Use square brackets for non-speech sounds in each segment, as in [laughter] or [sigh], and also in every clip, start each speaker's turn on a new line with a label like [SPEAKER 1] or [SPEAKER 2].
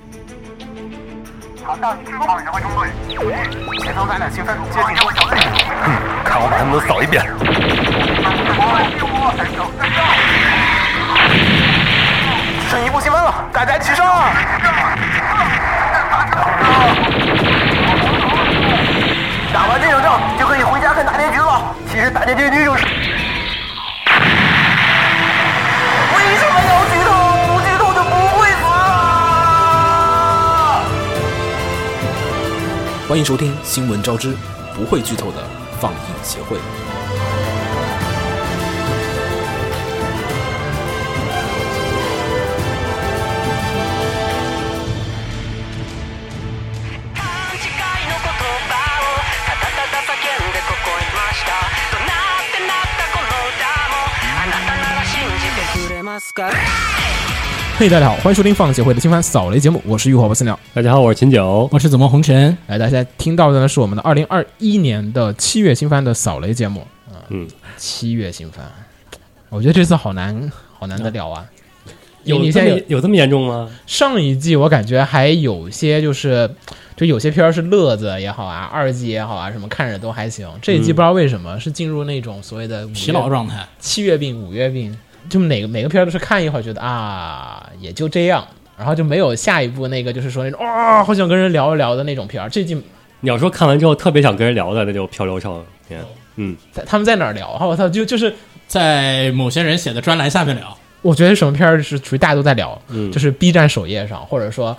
[SPEAKER 1] 嗯
[SPEAKER 2] 调到一号指挥中队，前方咱俩兴奋接近他们小队。
[SPEAKER 1] 看我把他们都扫一遍。
[SPEAKER 2] 剩一步积分了，大家齐上啊！打完这场仗就可以回家看大结局了。其实大结局就是……为什么要剧透？不剧透就不会死啊！
[SPEAKER 3] 欢迎收听《新闻招之》，不会剧透的放映协会。
[SPEAKER 4] 勘違いの言葉をただただ叫んでここへいましたどなってなったこの歌もあなたなら信じてくれますか
[SPEAKER 5] 嘿、大家好，欢迎收听放协会的新番扫雷节目，我是浴火不死鸟。
[SPEAKER 6] 大家好，我是秦九。
[SPEAKER 7] 我是怎么红尘？
[SPEAKER 5] 哎，大家听到的呢是我们的二零二一年的七月新番的扫雷节目。啊
[SPEAKER 6] 嗯，
[SPEAKER 5] 七月新番，我觉得这次好难，好难得了啊！因为
[SPEAKER 6] 有
[SPEAKER 5] 你
[SPEAKER 6] 这
[SPEAKER 5] 现
[SPEAKER 6] 么
[SPEAKER 5] 在
[SPEAKER 6] 有这么严重吗？
[SPEAKER 5] 上一季我感觉还有些就是，就有些片儿是乐子也好啊，二季也好啊，什么看着都还行。这一季不知道为什么、是进入那种所谓的五月
[SPEAKER 7] 疲劳状态，
[SPEAKER 5] 七月病、五月病，就每个每个片儿都是看一会儿觉得啊也就这样，然后就没有下一步那个就是说那种啊、好想跟人聊一聊的那种片儿。这季
[SPEAKER 6] 你要说看完之后特别想跟人聊的，那就漂流少年。嗯，
[SPEAKER 5] 他他们在哪儿聊啊？我操，就就是
[SPEAKER 7] 在某些人写的专栏下面聊。
[SPEAKER 5] 我觉得什么片儿是属于大家都在聊，
[SPEAKER 6] 嗯
[SPEAKER 5] 就是 B 站首页上或者说。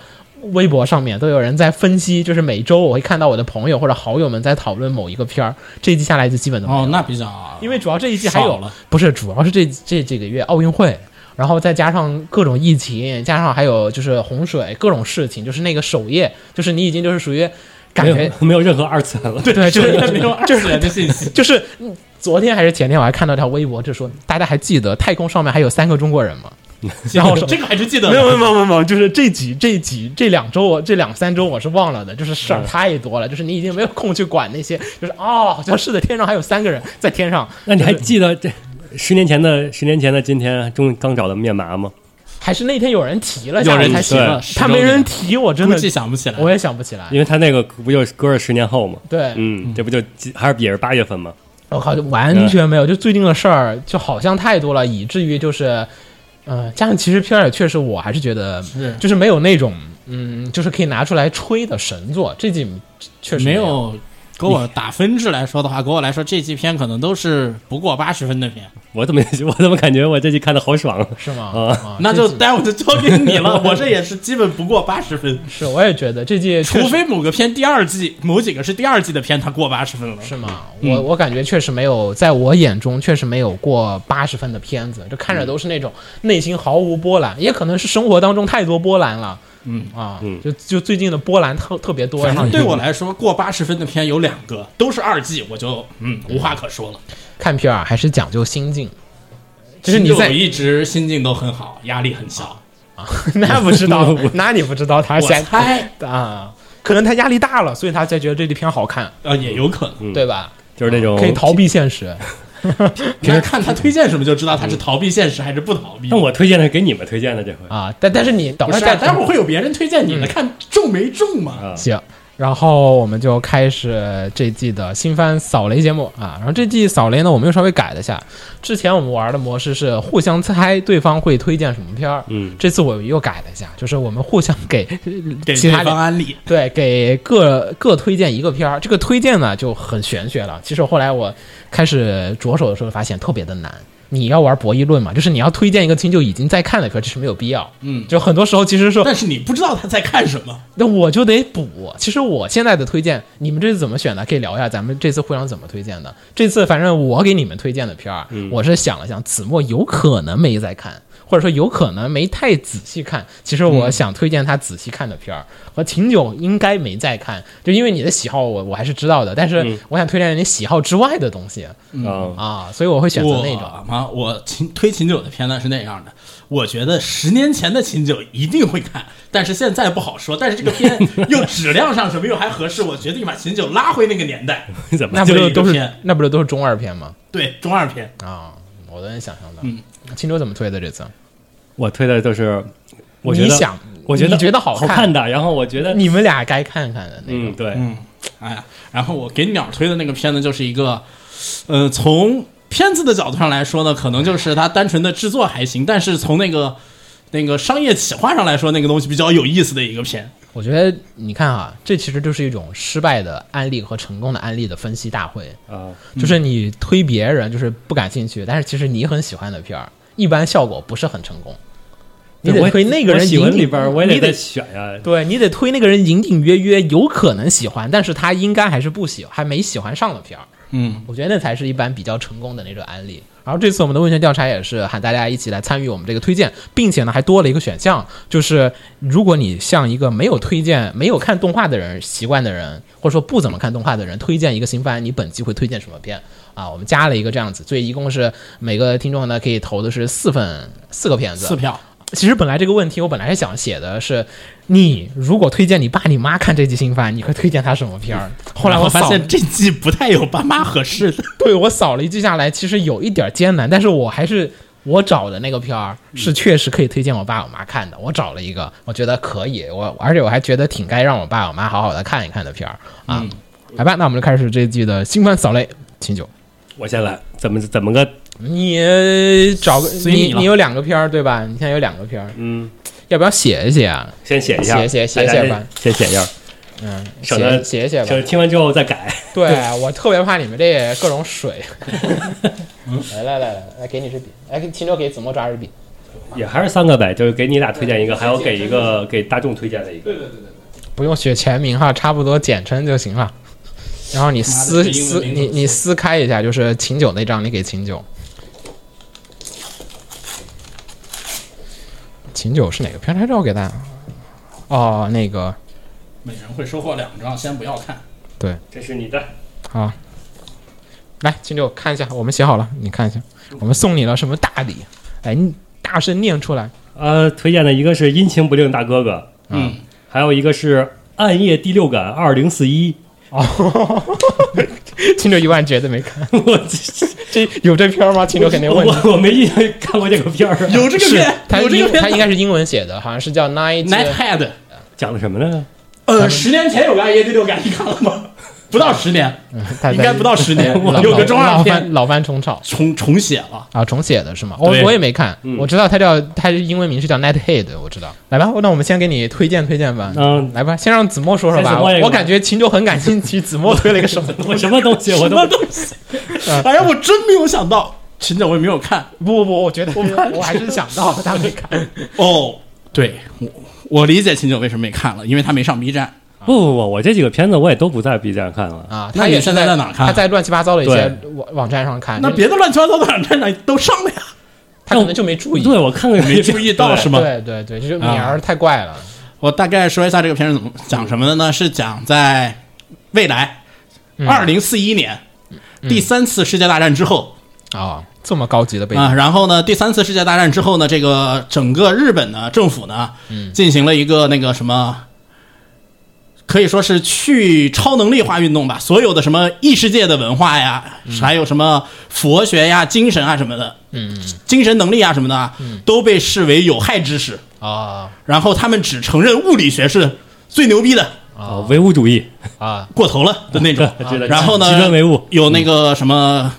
[SPEAKER 5] 微博上面都有人在分析，就是每周我会看到我的朋友或者好友们在讨论某一个片儿，这一季下来就基本都没有
[SPEAKER 7] 哦，那比较，
[SPEAKER 5] 因为主要这一季还有
[SPEAKER 7] 少了，
[SPEAKER 5] 不是主要是这这几个月奥运会，然后再加上各种疫情，加上还有就是洪水各种事情，就是那个首页，就是你已经就是属于感
[SPEAKER 6] 没
[SPEAKER 5] 觉
[SPEAKER 6] 有没 [laughs] 有任何二次元了。
[SPEAKER 5] 对，
[SPEAKER 7] [laughs]
[SPEAKER 5] 就是
[SPEAKER 7] 没有二次元的信息。
[SPEAKER 5] 就是嗯昨天还是前天我还看到一条微博，就说大家还记得太空上面还有三个中国人吗？然后我说
[SPEAKER 7] 这个还是记得
[SPEAKER 5] 没
[SPEAKER 7] 的
[SPEAKER 5] 有没有没有没有，就是这几这几这两周我这两三周我是忘了的，就是事儿太多了，就是你已经没有空去管那些，就是哦，好像是的，天上还有三个人在天上，
[SPEAKER 6] [laughs] 那你还记得这十年前的十年前的今天，终于刚找到面麻吗？
[SPEAKER 5] 还是那天有人提了，
[SPEAKER 6] 有人
[SPEAKER 5] 下来才
[SPEAKER 6] 提了
[SPEAKER 5] 行，他没人提，我真
[SPEAKER 7] 估
[SPEAKER 5] 的
[SPEAKER 7] 计想不起来。
[SPEAKER 5] 我也想不起来
[SPEAKER 6] 因。为他那个不就是隔着十年后吗？
[SPEAKER 5] 啊对，
[SPEAKER 6] 嗯，这不就还是也是八月份吗？
[SPEAKER 5] 我靠，就完全没有，就最近的事儿就好像太多了，以至于就是，嗯，加上其实片儿也确实，我还是觉得
[SPEAKER 7] 是
[SPEAKER 5] 就是没有那种嗯，就是可以拿出来吹的神作，这季确实
[SPEAKER 7] 没
[SPEAKER 5] 有。
[SPEAKER 7] 有给我打分制来说的话，给我来说这几篇可能都是不过八十分的片，
[SPEAKER 5] 啊
[SPEAKER 6] 我怎么 [laughs] 我怎么感觉我这季看的
[SPEAKER 5] [laughs]
[SPEAKER 6] 好爽？
[SPEAKER 5] 是吗？
[SPEAKER 6] 啊
[SPEAKER 5] 啊
[SPEAKER 7] 呃那
[SPEAKER 5] 这
[SPEAKER 7] 就
[SPEAKER 5] 季
[SPEAKER 7] 待会就交给
[SPEAKER 5] [laughs]
[SPEAKER 7] 你了。我这也是基本不过八十分，
[SPEAKER 5] 是，我也觉得这季确实
[SPEAKER 7] 除非某个片第二季某几个是第二季的片，它过八十分了。
[SPEAKER 5] 是吗？
[SPEAKER 7] 嗯
[SPEAKER 5] 我我感觉确实没有，在我眼中确实没有过八十分的片子，就
[SPEAKER 7] 嗯
[SPEAKER 5] 看着都是那种内心毫无波澜，也可能是生活当中太多波澜了。嗯啊，
[SPEAKER 6] 嗯
[SPEAKER 5] 就就最近的波澜特特别多，
[SPEAKER 7] 反
[SPEAKER 5] 然后
[SPEAKER 7] 正对我来说，过八十分的片有两个，都是二季，我就嗯无话可说了。
[SPEAKER 5] 看片儿啊还是讲究心境，就
[SPEAKER 7] 其
[SPEAKER 5] 是
[SPEAKER 7] 实
[SPEAKER 5] 你
[SPEAKER 7] 我
[SPEAKER 5] 在
[SPEAKER 7] 一直心境都很好，压力很小。
[SPEAKER 5] [laughs] 那不知
[SPEAKER 7] [laughs]
[SPEAKER 5] 道，那你不知道他
[SPEAKER 7] 我
[SPEAKER 5] 想
[SPEAKER 7] 猜
[SPEAKER 5] [laughs] 啊，可能他压力大了，所以他才觉得这部片好看，
[SPEAKER 7] 呃，也有可能。
[SPEAKER 5] 对吧？
[SPEAKER 6] 就是那
[SPEAKER 7] 哦
[SPEAKER 6] 种
[SPEAKER 5] 可以逃避现实，
[SPEAKER 7] 那看他推荐什么就知道
[SPEAKER 5] 嗯
[SPEAKER 7] 他是逃避现实还是不逃避。
[SPEAKER 6] 那我推荐的是给你们推荐的这回，
[SPEAKER 5] 啊，但但是嗯啊你等
[SPEAKER 7] 不
[SPEAKER 5] 会儿
[SPEAKER 7] 是啊，
[SPEAKER 5] 再
[SPEAKER 7] 待会儿会有别人推荐你的，看中没中嘛？
[SPEAKER 5] 行，然后我们就开始这季的新番扫雷节目啊。然后这季扫雷呢，我们又稍微改了一下。之前我们玩的模式是互相猜对方会推荐什么片儿，
[SPEAKER 6] 嗯
[SPEAKER 5] 这次我又改了一下，就是我们互相给 [laughs]
[SPEAKER 7] 给
[SPEAKER 5] 其
[SPEAKER 7] 对
[SPEAKER 5] 他
[SPEAKER 7] 方
[SPEAKER 5] 两
[SPEAKER 7] 安利，
[SPEAKER 5] 对，给各各推荐一个片儿，这个推荐呢就很玄学了。其实后来我开始着手的时候，发现特别的难。你要玩博弈论嘛，就是你要推荐一个听就已经在看的片儿，这是没有必要。
[SPEAKER 7] 嗯
[SPEAKER 5] 就很多时候其实是
[SPEAKER 7] 但是你不知道他在看什么。
[SPEAKER 5] 那我就得补。其实我现在的推荐，你们这次怎么选的？可以聊一下，咱们这次互相怎么推荐的？这次反正我给你们推荐的片儿，
[SPEAKER 7] 嗯
[SPEAKER 5] 我是想了想，子墨有可能没在看，或者说有可能没太仔细看。其实
[SPEAKER 7] 嗯
[SPEAKER 5] 我想推荐他仔细看的片儿，和秦九应该没在看，就因为你的喜好我我还是知道的，但
[SPEAKER 7] 嗯
[SPEAKER 5] 是我想推荐你喜好之外的东西
[SPEAKER 6] 啊，
[SPEAKER 5] 啊，所以我会选择那种。
[SPEAKER 7] 我啊妈，我秦推秦九的片段是那样的，我觉得十年前的秦九一定会看，但是现在不好说。但是这个
[SPEAKER 5] [laughs]
[SPEAKER 7] 片又质量上什么又还合适，我决定把秦九拉回那个
[SPEAKER 5] [laughs]
[SPEAKER 7] 年代。
[SPEAKER 6] 怎么
[SPEAKER 5] 那不
[SPEAKER 7] 就
[SPEAKER 5] 就
[SPEAKER 7] 一个
[SPEAKER 5] 都是
[SPEAKER 7] 片
[SPEAKER 5] 那不就都是中二片吗？
[SPEAKER 7] 对，中二片，
[SPEAKER 5] 啊，
[SPEAKER 7] 嗯
[SPEAKER 5] 我都能想象到。秦九怎么推的这次？
[SPEAKER 6] 我推的都是我觉
[SPEAKER 5] 你
[SPEAKER 6] 得
[SPEAKER 5] 想
[SPEAKER 6] 我觉得
[SPEAKER 5] 你觉得好
[SPEAKER 6] 好
[SPEAKER 5] 看
[SPEAKER 6] 看的，然后我觉
[SPEAKER 7] 呃
[SPEAKER 6] 得
[SPEAKER 5] 你们俩该看看的那个。
[SPEAKER 6] 嗯对，
[SPEAKER 7] 哎呀，然后我给鸟推的那个片子就是一个，呃，从片子的角度上来说呢，可能就是它单纯的制作还行，但是从那个那个商业企划上来说，那个东西比较有意思的一个片。
[SPEAKER 5] 我觉得你看啊，这其实就是一种失败的案例和成功的案例的分析大会。
[SPEAKER 6] 啊
[SPEAKER 5] 就是你推别人就是不感兴趣，但是其实你很喜欢的片儿，一般效果不是很成功。你
[SPEAKER 6] 对
[SPEAKER 5] 得
[SPEAKER 6] 我
[SPEAKER 5] 推那个人
[SPEAKER 6] 我喜
[SPEAKER 5] 引
[SPEAKER 6] 欢
[SPEAKER 5] 领
[SPEAKER 6] 里边儿，我也
[SPEAKER 5] 你得
[SPEAKER 6] 得选呀。
[SPEAKER 5] 对你得推那个人隐隐约约有可能喜欢，但是他应该还是不喜，还没喜欢上的片儿。
[SPEAKER 7] 嗯，
[SPEAKER 5] 我觉得那才是一般比较成功的那种案例。然后这次我们的问卷调查也是喊大家一起来参与我们这个推荐，并且呢还多了一个选项，就是如果你向一个没有推荐、没有看动画的人习惯的人，或者说不怎么看动画的人推荐一个新番，你本期会推荐什么片啊？我们加了一个这样子，所以一共是每个听众呢可以投的是四份四个片子，
[SPEAKER 7] 四票。
[SPEAKER 5] 其实本来这个问题，我本来是想写的是，你如果推荐你爸你妈看这季新番，你会推荐他什么片儿？后来
[SPEAKER 7] 然
[SPEAKER 5] 我
[SPEAKER 7] 后发
[SPEAKER 5] 扫，
[SPEAKER 7] [laughs] 现这季不太有爸妈合适的。
[SPEAKER 5] 对我扫了一季下来，其实有一点艰难，但是我还是我找的那个片儿是确实可以推荐我爸我妈看的。我找了一个，我觉得可以，我而且我还觉得挺该让我爸我妈好好的看一看的片儿啊。来吧，那我们就开始这季的新番扫雷，秦九，
[SPEAKER 6] 我先来，怎么怎么个
[SPEAKER 5] 你找个
[SPEAKER 7] 随
[SPEAKER 5] 你
[SPEAKER 7] 你了
[SPEAKER 5] 你有两个片儿对吧？你现在有两个片儿，
[SPEAKER 6] 嗯，
[SPEAKER 5] 要不要写一写啊？
[SPEAKER 6] 先写一下，
[SPEAKER 5] 写写写
[SPEAKER 6] 大家
[SPEAKER 5] 写吧
[SPEAKER 6] 先先写一下，
[SPEAKER 5] 嗯，
[SPEAKER 6] 省得
[SPEAKER 5] 写写写吧，
[SPEAKER 6] 就是听完之后再改。
[SPEAKER 5] 对我特别怕你们这各种水。
[SPEAKER 7] [laughs]
[SPEAKER 5] 来来来来来，给你支笔，来给秦州给子墨抓支笔。
[SPEAKER 6] 也还是三个呗，就是给你俩推荐一个，还有给一个给大众推荐的一个。
[SPEAKER 5] 不用写全名哈，差不多简称就行了。然后你撕
[SPEAKER 7] 这英
[SPEAKER 5] 撕
[SPEAKER 7] 文名
[SPEAKER 5] 你
[SPEAKER 7] 怎么
[SPEAKER 5] 你撕开一下，就是秦九那张，你给秦九。秦九是哪个片拍照给大家？哦，那个
[SPEAKER 7] [laughs] 每人会收获两张，先不要看。
[SPEAKER 6] 这是你的，
[SPEAKER 5] 好，来秦九看一下，我们写好了，你看一下，我们送你了什么大礼？哎，你大声念出
[SPEAKER 7] [laughs]
[SPEAKER 5] 来。
[SPEAKER 6] 呃，推荐的一个是《阴晴不定大哥哥》，
[SPEAKER 7] 嗯，
[SPEAKER 6] 还有一个是《暗夜第六感二零四一 [laughs]
[SPEAKER 5] 哦，青州一万绝对没看，》。
[SPEAKER 6] 我这
[SPEAKER 5] 这有这片儿吗？青州肯定
[SPEAKER 7] [laughs]
[SPEAKER 5] 问你。
[SPEAKER 6] 我我没印象看过这个片儿，啊
[SPEAKER 7] 有这个
[SPEAKER 5] 他
[SPEAKER 7] 片，有这
[SPEAKER 5] 英
[SPEAKER 7] 个
[SPEAKER 5] 他应
[SPEAKER 7] 片。
[SPEAKER 5] 该是英文写的，好像是叫
[SPEAKER 7] [laughs]
[SPEAKER 5] Night
[SPEAKER 7] Night Head，
[SPEAKER 6] 讲的什么呢？
[SPEAKER 7] 呃，十年前有个《暗夜第六感》，你看了吗？不到十年，
[SPEAKER 5] 他哎
[SPEAKER 7] 应该不到十年
[SPEAKER 5] 老，
[SPEAKER 7] 有个中
[SPEAKER 5] 老
[SPEAKER 7] 二
[SPEAKER 5] 老
[SPEAKER 7] 片
[SPEAKER 5] 番老番重炒
[SPEAKER 7] 重重写了。
[SPEAKER 5] 啊，重写的是吗？我
[SPEAKER 7] 对嗯
[SPEAKER 5] 我也没看，我知道他叫他英文名是叫 Night Head，我知道。来吧，那我们先给你推荐推荐吧。[laughs]
[SPEAKER 6] 嗯
[SPEAKER 5] 来吧，先让子墨说说
[SPEAKER 6] 先
[SPEAKER 5] 吧。
[SPEAKER 6] 子墨一
[SPEAKER 5] 我
[SPEAKER 6] 个
[SPEAKER 5] 我感觉秦州很感兴趣，子墨推了一个
[SPEAKER 7] [laughs]
[SPEAKER 5] 什么？
[SPEAKER 6] 我什么东西我
[SPEAKER 7] 什
[SPEAKER 6] 都
[SPEAKER 7] 么东西？哎呀，我真没有想到，秦九我也没有看
[SPEAKER 5] 不不不，我觉得我还是想到了他没
[SPEAKER 7] [laughs]
[SPEAKER 5] 看。
[SPEAKER 7] 哦。对我，我理解秦九为什么没看了，因为他没上 B 站。
[SPEAKER 6] 不不不，我这几个片子我也都不在 B 站看了。
[SPEAKER 5] 啊，
[SPEAKER 7] 那
[SPEAKER 5] 他
[SPEAKER 7] 你
[SPEAKER 5] 也是
[SPEAKER 7] 现在在哪儿看
[SPEAKER 5] 他在乱七八糟的一些
[SPEAKER 6] 对
[SPEAKER 5] 网网站上看，
[SPEAKER 7] 那别的乱七八糟的网站上都上了呀，
[SPEAKER 5] 他可能就没注意。
[SPEAKER 6] 对，我看看
[SPEAKER 7] [laughs] 没注意到是吗？啊
[SPEAKER 5] 对对对，就是名儿太怪了。
[SPEAKER 7] 我大概说一下这个片是怎么讲什么的呢？是讲在未来
[SPEAKER 5] 嗯
[SPEAKER 7] 二零四一年、第三次世界大战之后
[SPEAKER 5] 啊，这么高级的背景
[SPEAKER 7] 啊，然后呢，第三次世界大战之后呢，这个整个日本呢政府呢
[SPEAKER 6] 嗯
[SPEAKER 7] 进行了一个那个什么。可以说是去超能力化运动吧，所有的什么异世界的文化呀，
[SPEAKER 6] 嗯
[SPEAKER 7] 还有什么佛学呀、精神啊什么的，嗯，精神能力啊什么的啊，
[SPEAKER 6] 嗯
[SPEAKER 7] 都被视为有害知识。
[SPEAKER 5] 啊
[SPEAKER 7] 然后他们只承认物理学是最牛逼的，
[SPEAKER 6] [laughs] 啊，唯物主义，
[SPEAKER 5] 啊
[SPEAKER 7] 过
[SPEAKER 6] [laughs]
[SPEAKER 7] 头了的那种
[SPEAKER 6] 这个。
[SPEAKER 7] 然后呢，
[SPEAKER 6] 极端唯物嗯
[SPEAKER 7] 有那个什么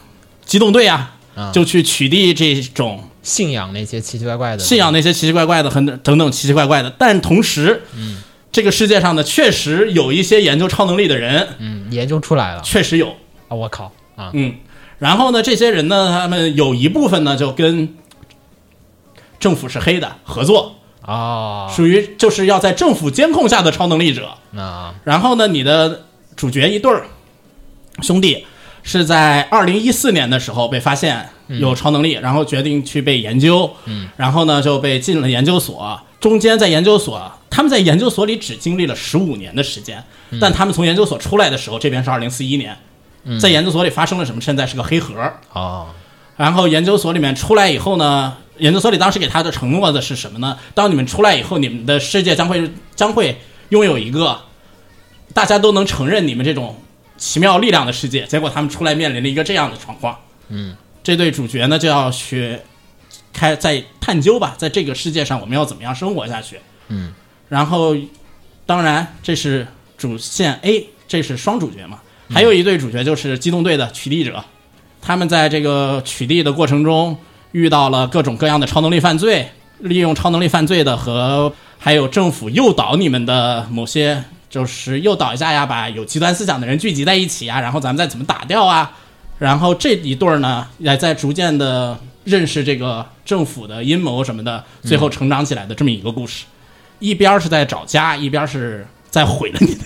[SPEAKER 7] 机动队啊
[SPEAKER 5] 嗯，
[SPEAKER 7] 就去取缔这种
[SPEAKER 5] 信仰那些奇奇怪怪的
[SPEAKER 7] 信仰那些奇奇怪怪的、很等等奇奇怪怪的。但同时，这个世界上呢，确实有一些研究超能力的人，
[SPEAKER 5] 嗯研究出来了
[SPEAKER 7] 确实有。
[SPEAKER 5] 啊！我靠啊
[SPEAKER 7] 嗯，然后呢，这些人呢，他们有一部分呢，就跟政府是黑的合作，
[SPEAKER 5] 啊
[SPEAKER 7] 属于就是要在政府监控下的超能力者。
[SPEAKER 5] 啊
[SPEAKER 7] 然后呢，你的主角一对儿兄弟是在二零一四年的时候被发现有超能力，然后决定去被研究，嗯，然后呢就被进了研究所。中间在研究所，他们在研究所里只经历了十五年的时间，但他们从研究所出来的时候，这边是二零四一年，在研究所里发生了什么？现在是个黑盒。
[SPEAKER 5] 啊
[SPEAKER 7] 然后研究所里面出来以后呢，研究所里当时给他的承诺的是什么呢？当你们出来以后，你们的世界将会将会拥有一个大家都能承认你们这种奇妙力量的世界。结果他们出来面临了一个这样的状况。
[SPEAKER 5] 嗯，
[SPEAKER 7] 这对主角呢就要去开在探究吧，在这个世界上我们要怎么样生活下去？
[SPEAKER 5] 嗯，
[SPEAKER 7] 然后，当然这是主线 A，这是双主角嘛，还有一对主角就是机动队的取缔者，他们在这个取缔的过程中遇到了各种各样的超能力犯罪，利用超能力犯罪的和还有政府诱导你们的某些，就是诱导一下呀，把有极端思想的人聚集在一起啊，然后咱们再怎么打掉啊。然后这一对儿呢，也在逐渐的认识这个政府的阴谋什么的，最后成长起来的这么一个故事。一边儿是在找家，一边儿是在毁了你的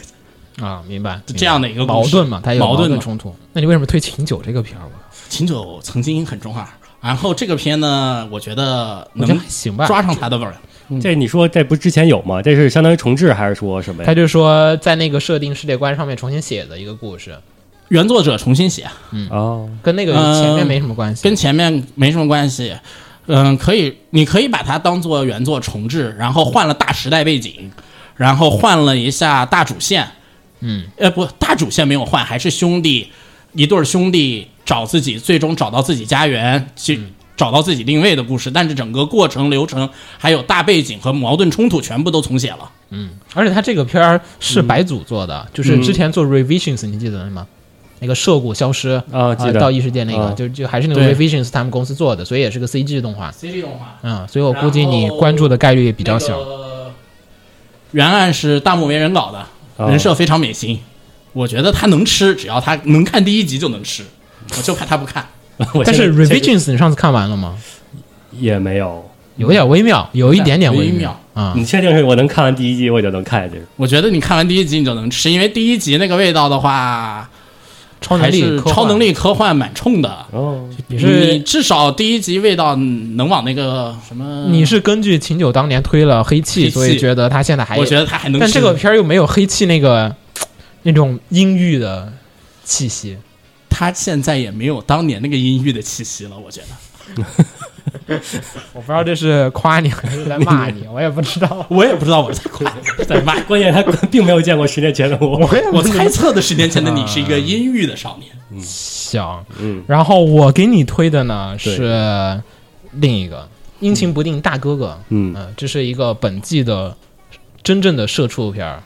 [SPEAKER 7] 家。
[SPEAKER 5] 啊，明白
[SPEAKER 7] 这样的一个
[SPEAKER 5] 矛
[SPEAKER 7] 故事
[SPEAKER 5] 盾嘛，它有
[SPEAKER 7] 矛
[SPEAKER 5] 矛
[SPEAKER 7] 盾嘛
[SPEAKER 5] 冲突。那你为什么推《秦九》这个片儿？我
[SPEAKER 7] 秦九曾经很中二，然后这个片呢，我觉得
[SPEAKER 5] 我觉
[SPEAKER 7] 能
[SPEAKER 5] 得还行吧
[SPEAKER 7] 抓上他的味儿。
[SPEAKER 5] 嗯
[SPEAKER 6] 这你说这不是之前有吗？这是相当于重置还是说什么
[SPEAKER 5] 他
[SPEAKER 6] 呀？
[SPEAKER 5] 就说在那个设定世界观上面重新写的一个故事，
[SPEAKER 7] 原作者重新写，
[SPEAKER 6] 哦，
[SPEAKER 5] 跟那个
[SPEAKER 7] 嗯
[SPEAKER 5] 前面没什么关系。
[SPEAKER 7] 跟前面没什么关系。嗯，可以，你可以把它当做原作重置，然后换了大时代背景，然后换了一下大主线。嗯，呃，不，大主线没有换，还是兄弟一对儿兄弟找自己，最终找到自己家园，去
[SPEAKER 5] 嗯
[SPEAKER 7] 找到自己定位的故事。但是整个过程流程，还有大背景和矛盾冲突，全部都重写了。
[SPEAKER 5] 而且他这个片儿是白组做
[SPEAKER 7] 嗯
[SPEAKER 5] 的，就是之前做 Revisions，你记得吗？那个涉谷消失
[SPEAKER 6] 啊记得
[SPEAKER 5] 到异世界那个，
[SPEAKER 6] 啊
[SPEAKER 5] 就就还是那个
[SPEAKER 7] 对
[SPEAKER 5] Revisions 他们公司做的，所以也是个 CG 动画。
[SPEAKER 7] CG 动画
[SPEAKER 5] 嗯，所以我估计你关注的概率也比较小。
[SPEAKER 7] 原案是大木为人搞的，
[SPEAKER 6] 哦
[SPEAKER 7] 人设非常美型，我觉得他能吃，只要他能看第一集就能吃，我就怕他不看。
[SPEAKER 6] [laughs] 我
[SPEAKER 5] 但是
[SPEAKER 6] 现在
[SPEAKER 5] Revisions 你上次看完了吗？
[SPEAKER 6] 也没有。
[SPEAKER 5] 有点微妙，有一点点
[SPEAKER 7] 微
[SPEAKER 5] 妙啊。
[SPEAKER 6] 你确定是我能看完第一集我就能看下去？
[SPEAKER 7] 我觉得你看完第一集你就能吃，因为第一集那个味道的话，
[SPEAKER 5] 超能
[SPEAKER 7] 还
[SPEAKER 5] 力
[SPEAKER 7] 是
[SPEAKER 5] 科幻，
[SPEAKER 7] 超能力科幻蛮冲的。
[SPEAKER 6] [laughs] 哦，
[SPEAKER 5] 也
[SPEAKER 7] 你
[SPEAKER 5] 是。
[SPEAKER 7] 至少第一集味道嗯能往那个什么？
[SPEAKER 5] 你是根据秦九当年推了黑
[SPEAKER 7] 黑
[SPEAKER 5] 气，
[SPEAKER 7] 气
[SPEAKER 5] 所以觉得他现在还有
[SPEAKER 7] 我觉得他还能吃，
[SPEAKER 5] 但这个片儿又没有黑气那个那种阴郁的气息。
[SPEAKER 7] 他现在也没有当年那个阴郁的气息了，我觉得。
[SPEAKER 5] 我不知道这是夸你还是在骂你，我也不知道。
[SPEAKER 7] 我也不知道我在夸在骂，
[SPEAKER 6] 哎关键他 [laughs] 并没有见过十年前的我。
[SPEAKER 7] [laughs]
[SPEAKER 5] 哦
[SPEAKER 7] 我猜测的十年前的你是一个阴郁的少年。
[SPEAKER 5] 行，
[SPEAKER 6] 嗯，
[SPEAKER 5] 然后我给你推的呢
[SPEAKER 6] 对
[SPEAKER 5] 是另一个阴晴不定大哥哥，
[SPEAKER 6] 嗯
[SPEAKER 5] 呃这是一个本季的真正的社畜片儿。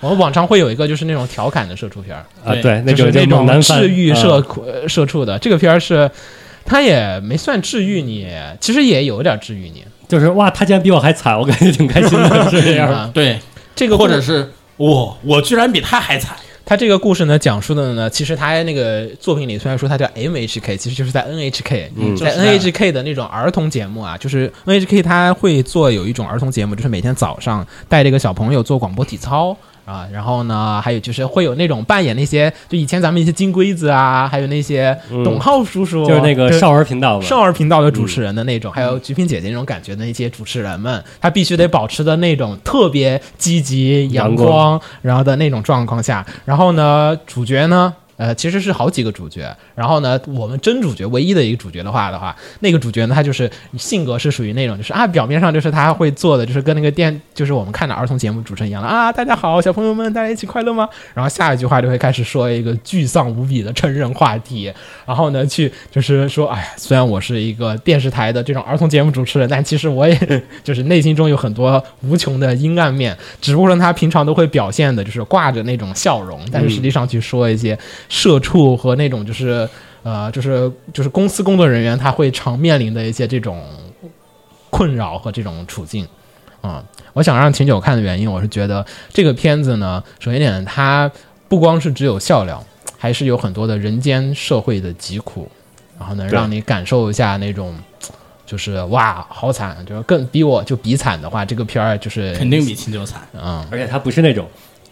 [SPEAKER 5] 我们往常会有一个就是那种调侃的社畜片儿，
[SPEAKER 6] 啊，
[SPEAKER 7] 对
[SPEAKER 6] 对，那
[SPEAKER 5] 嗯就是
[SPEAKER 6] 叫
[SPEAKER 5] 那
[SPEAKER 6] 猛男
[SPEAKER 5] 种
[SPEAKER 6] 范
[SPEAKER 5] 治愈社
[SPEAKER 6] 啊
[SPEAKER 5] 苦呃社畜的。这个片儿是，它也没算治愈你，其实也有点治愈你。
[SPEAKER 6] 就是哇，他竟然比我还惨，我感觉挺开心
[SPEAKER 5] [laughs]
[SPEAKER 6] 的，是这样吗。
[SPEAKER 5] 啊，
[SPEAKER 7] 对，
[SPEAKER 5] 这个
[SPEAKER 7] 或
[SPEAKER 5] 故
[SPEAKER 7] 者是我我居然比他还惨。
[SPEAKER 5] 他这个故事呢，讲述的呢，其实他那个作品里虽然说他叫 MHK，其实就是在 NHK，、在
[SPEAKER 6] 嗯
[SPEAKER 7] 就是
[SPEAKER 5] NHK 的那种儿童节目啊，就是 NHK 他会做有一种儿童节目，就是每天早上带这个小朋友做广播体操。啊，然后呢，还有就是会有那种扮演那些，就以前咱们一些金龟子啊，还有那些董浩叔叔，
[SPEAKER 6] 嗯就是那个少儿频道嘛，
[SPEAKER 5] 少儿频道的主持人的那种，还有菊萍姐姐那种感觉的那些主持人们，他必须得保持的那种特别积极、阳
[SPEAKER 6] 阳
[SPEAKER 5] 光，然后的那种状况下，然后呢，主角呢。呃，其实是好几个主角，然后呢，我们真主角唯一的一个主角的话的话，那个主角呢，他就是性格是属于那种，就是啊，表面上就是他会做的，就是跟那个电，就是我们看的儿童节目主持人一样的啊，大家好，小朋友们，大家一起快乐吗？然后下一句话就会开始说一个沮丧无比的成人话题，然后呢，去就是说，哎呀，虽然我是一个电视台的这种儿童节目主持人，但其实我也 [laughs] 就是内心中有很多无穷的阴暗面，只不过他平常都会表现的就是挂着那种笑容，但是实
[SPEAKER 7] 嗯
[SPEAKER 5] 际上去说一些社畜和那种就是呃，就是就是公司工作人员他会常面临的一些这种困扰和这种处境。啊、我想让秦九看的原因，我是觉得这个片子呢，首先一点，它不光是只有笑料，还是有很多的人间社会的疾苦，然后呢，
[SPEAKER 6] 对
[SPEAKER 5] 让你感受一下那种，就是哇，好惨，就是更比我就比惨的话，这个片儿就是
[SPEAKER 7] 肯定比秦九惨。
[SPEAKER 5] 嗯，
[SPEAKER 6] 而且他不是那种，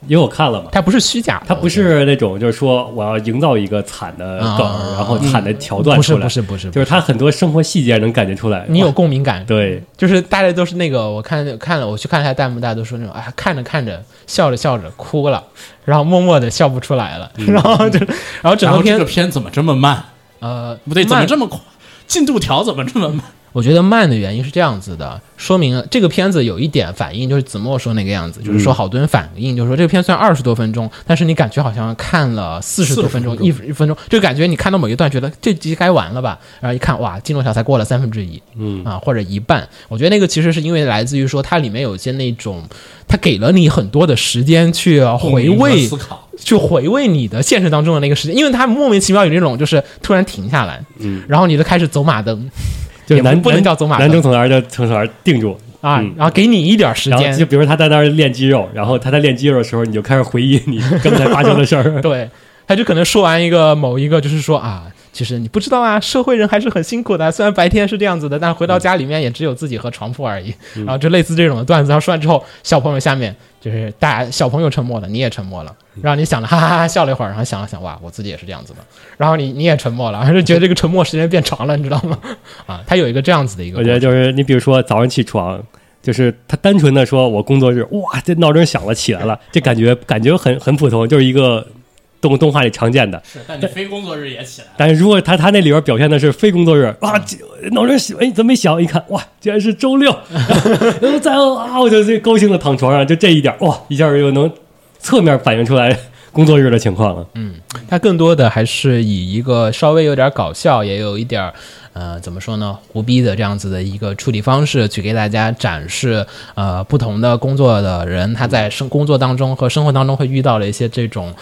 [SPEAKER 6] 因为我看了嘛，
[SPEAKER 5] 它不是虚假的，
[SPEAKER 6] 他不是那种就是说我要营造一个惨的梗，
[SPEAKER 5] 啊
[SPEAKER 6] 然后惨的桥
[SPEAKER 5] 我
[SPEAKER 6] 段
[SPEAKER 5] 不是
[SPEAKER 6] 出来，
[SPEAKER 5] 不是不是，
[SPEAKER 6] 就是他很多生活细节能感觉出来。
[SPEAKER 5] 你有
[SPEAKER 6] 哇
[SPEAKER 5] 共鸣感，
[SPEAKER 6] 对，
[SPEAKER 5] 就是大家都是那个，我看看了，我去看了一下弹幕，大家都说那种，哎，看着看着，笑着笑着哭了，然后默默的笑不出来了，
[SPEAKER 6] 嗯
[SPEAKER 5] 然后就，然后整
[SPEAKER 7] 然
[SPEAKER 5] 个
[SPEAKER 7] 后这
[SPEAKER 5] 片
[SPEAKER 7] 个片怎么这么慢？
[SPEAKER 5] 呃
[SPEAKER 7] 不对，怎么
[SPEAKER 5] 慢
[SPEAKER 7] 这么快？进度条怎么这么慢？
[SPEAKER 5] 我觉得慢的原因是这样子的，说明了这个片子有一点反应，就是子墨说那个样子，就是说好多人反应，就是说这个片虽然二十多分钟，但是你感觉好像看了四十多分钟，一一分钟，就感觉你看到某一段，觉得这集该完了吧，然后一看哇，进度条才过了三分之一，嗯啊或者一半，我觉得那个其实是因为来自于说它里面有一些那种，它给了你很多的时间去回
[SPEAKER 7] 共鸣
[SPEAKER 5] 味
[SPEAKER 7] 和思考。
[SPEAKER 5] 去回味你的现实当中的那个时间，因为它莫名其妙有那种就是突然停下来，嗯，然后你就开始走马灯，
[SPEAKER 6] 就是
[SPEAKER 5] 也不
[SPEAKER 6] 男
[SPEAKER 5] 不能叫走马
[SPEAKER 6] 男
[SPEAKER 5] 灯
[SPEAKER 6] 男从哪儿叫从哪儿定住。
[SPEAKER 5] 啊，
[SPEAKER 6] 嗯
[SPEAKER 5] 然后给你一点时
[SPEAKER 6] 然后就
[SPEAKER 5] 间，。
[SPEAKER 6] 比如他在那儿练肌肉，然后他在练肌肉的时候，你就开始回忆你刚才发生的事儿 [laughs]
[SPEAKER 5] 对，他就可能说完一个某一个，就是说啊，其实你不知道啊，社会人还是很辛苦的，虽然白天是这样子的，但回到家里面也只有自己和床铺而已，
[SPEAKER 6] 嗯
[SPEAKER 5] 然后就类似这种的段子，然后说完之后，小朋友下面就是大家小朋友沉默了，你也沉默了，
[SPEAKER 6] 嗯
[SPEAKER 5] 然后你想了哈哈哈哈笑了一会儿，然后想了想哇，我自己也是这样子的，然后你你也沉默了，还是觉得这个沉默时间变长了，你知道吗？啊，他有一个这样子的一个
[SPEAKER 6] 我
[SPEAKER 5] 过
[SPEAKER 6] 觉
[SPEAKER 5] 程，
[SPEAKER 6] 得就是你比如说早上起床，就是他单纯的说我工作日，哇，这闹钟响了起来了，这感觉感觉很很普通，就是一个动动画里常见的。
[SPEAKER 7] 是，但你非工作日也起来了，
[SPEAKER 6] 但是如果他他那里边表现的是非工作
[SPEAKER 5] 啊
[SPEAKER 6] 日，哇，这闹钟响，哎，怎么没响？一看，哇，竟然是
[SPEAKER 5] [laughs]
[SPEAKER 6] 周六，然后再啊，我就最高兴的躺床上，就这一点，哇，一下又能侧面反映出来工作日的情况
[SPEAKER 5] 嗯
[SPEAKER 6] 了。
[SPEAKER 5] 它更多的还是以一个稍微有点搞笑，也有一点儿，呃，怎么说呢，胡逼的这样子的一个处理方式，去给大家展示，呃，不同的工作的人他在生工作当中和生活当中会遇到了一些这种，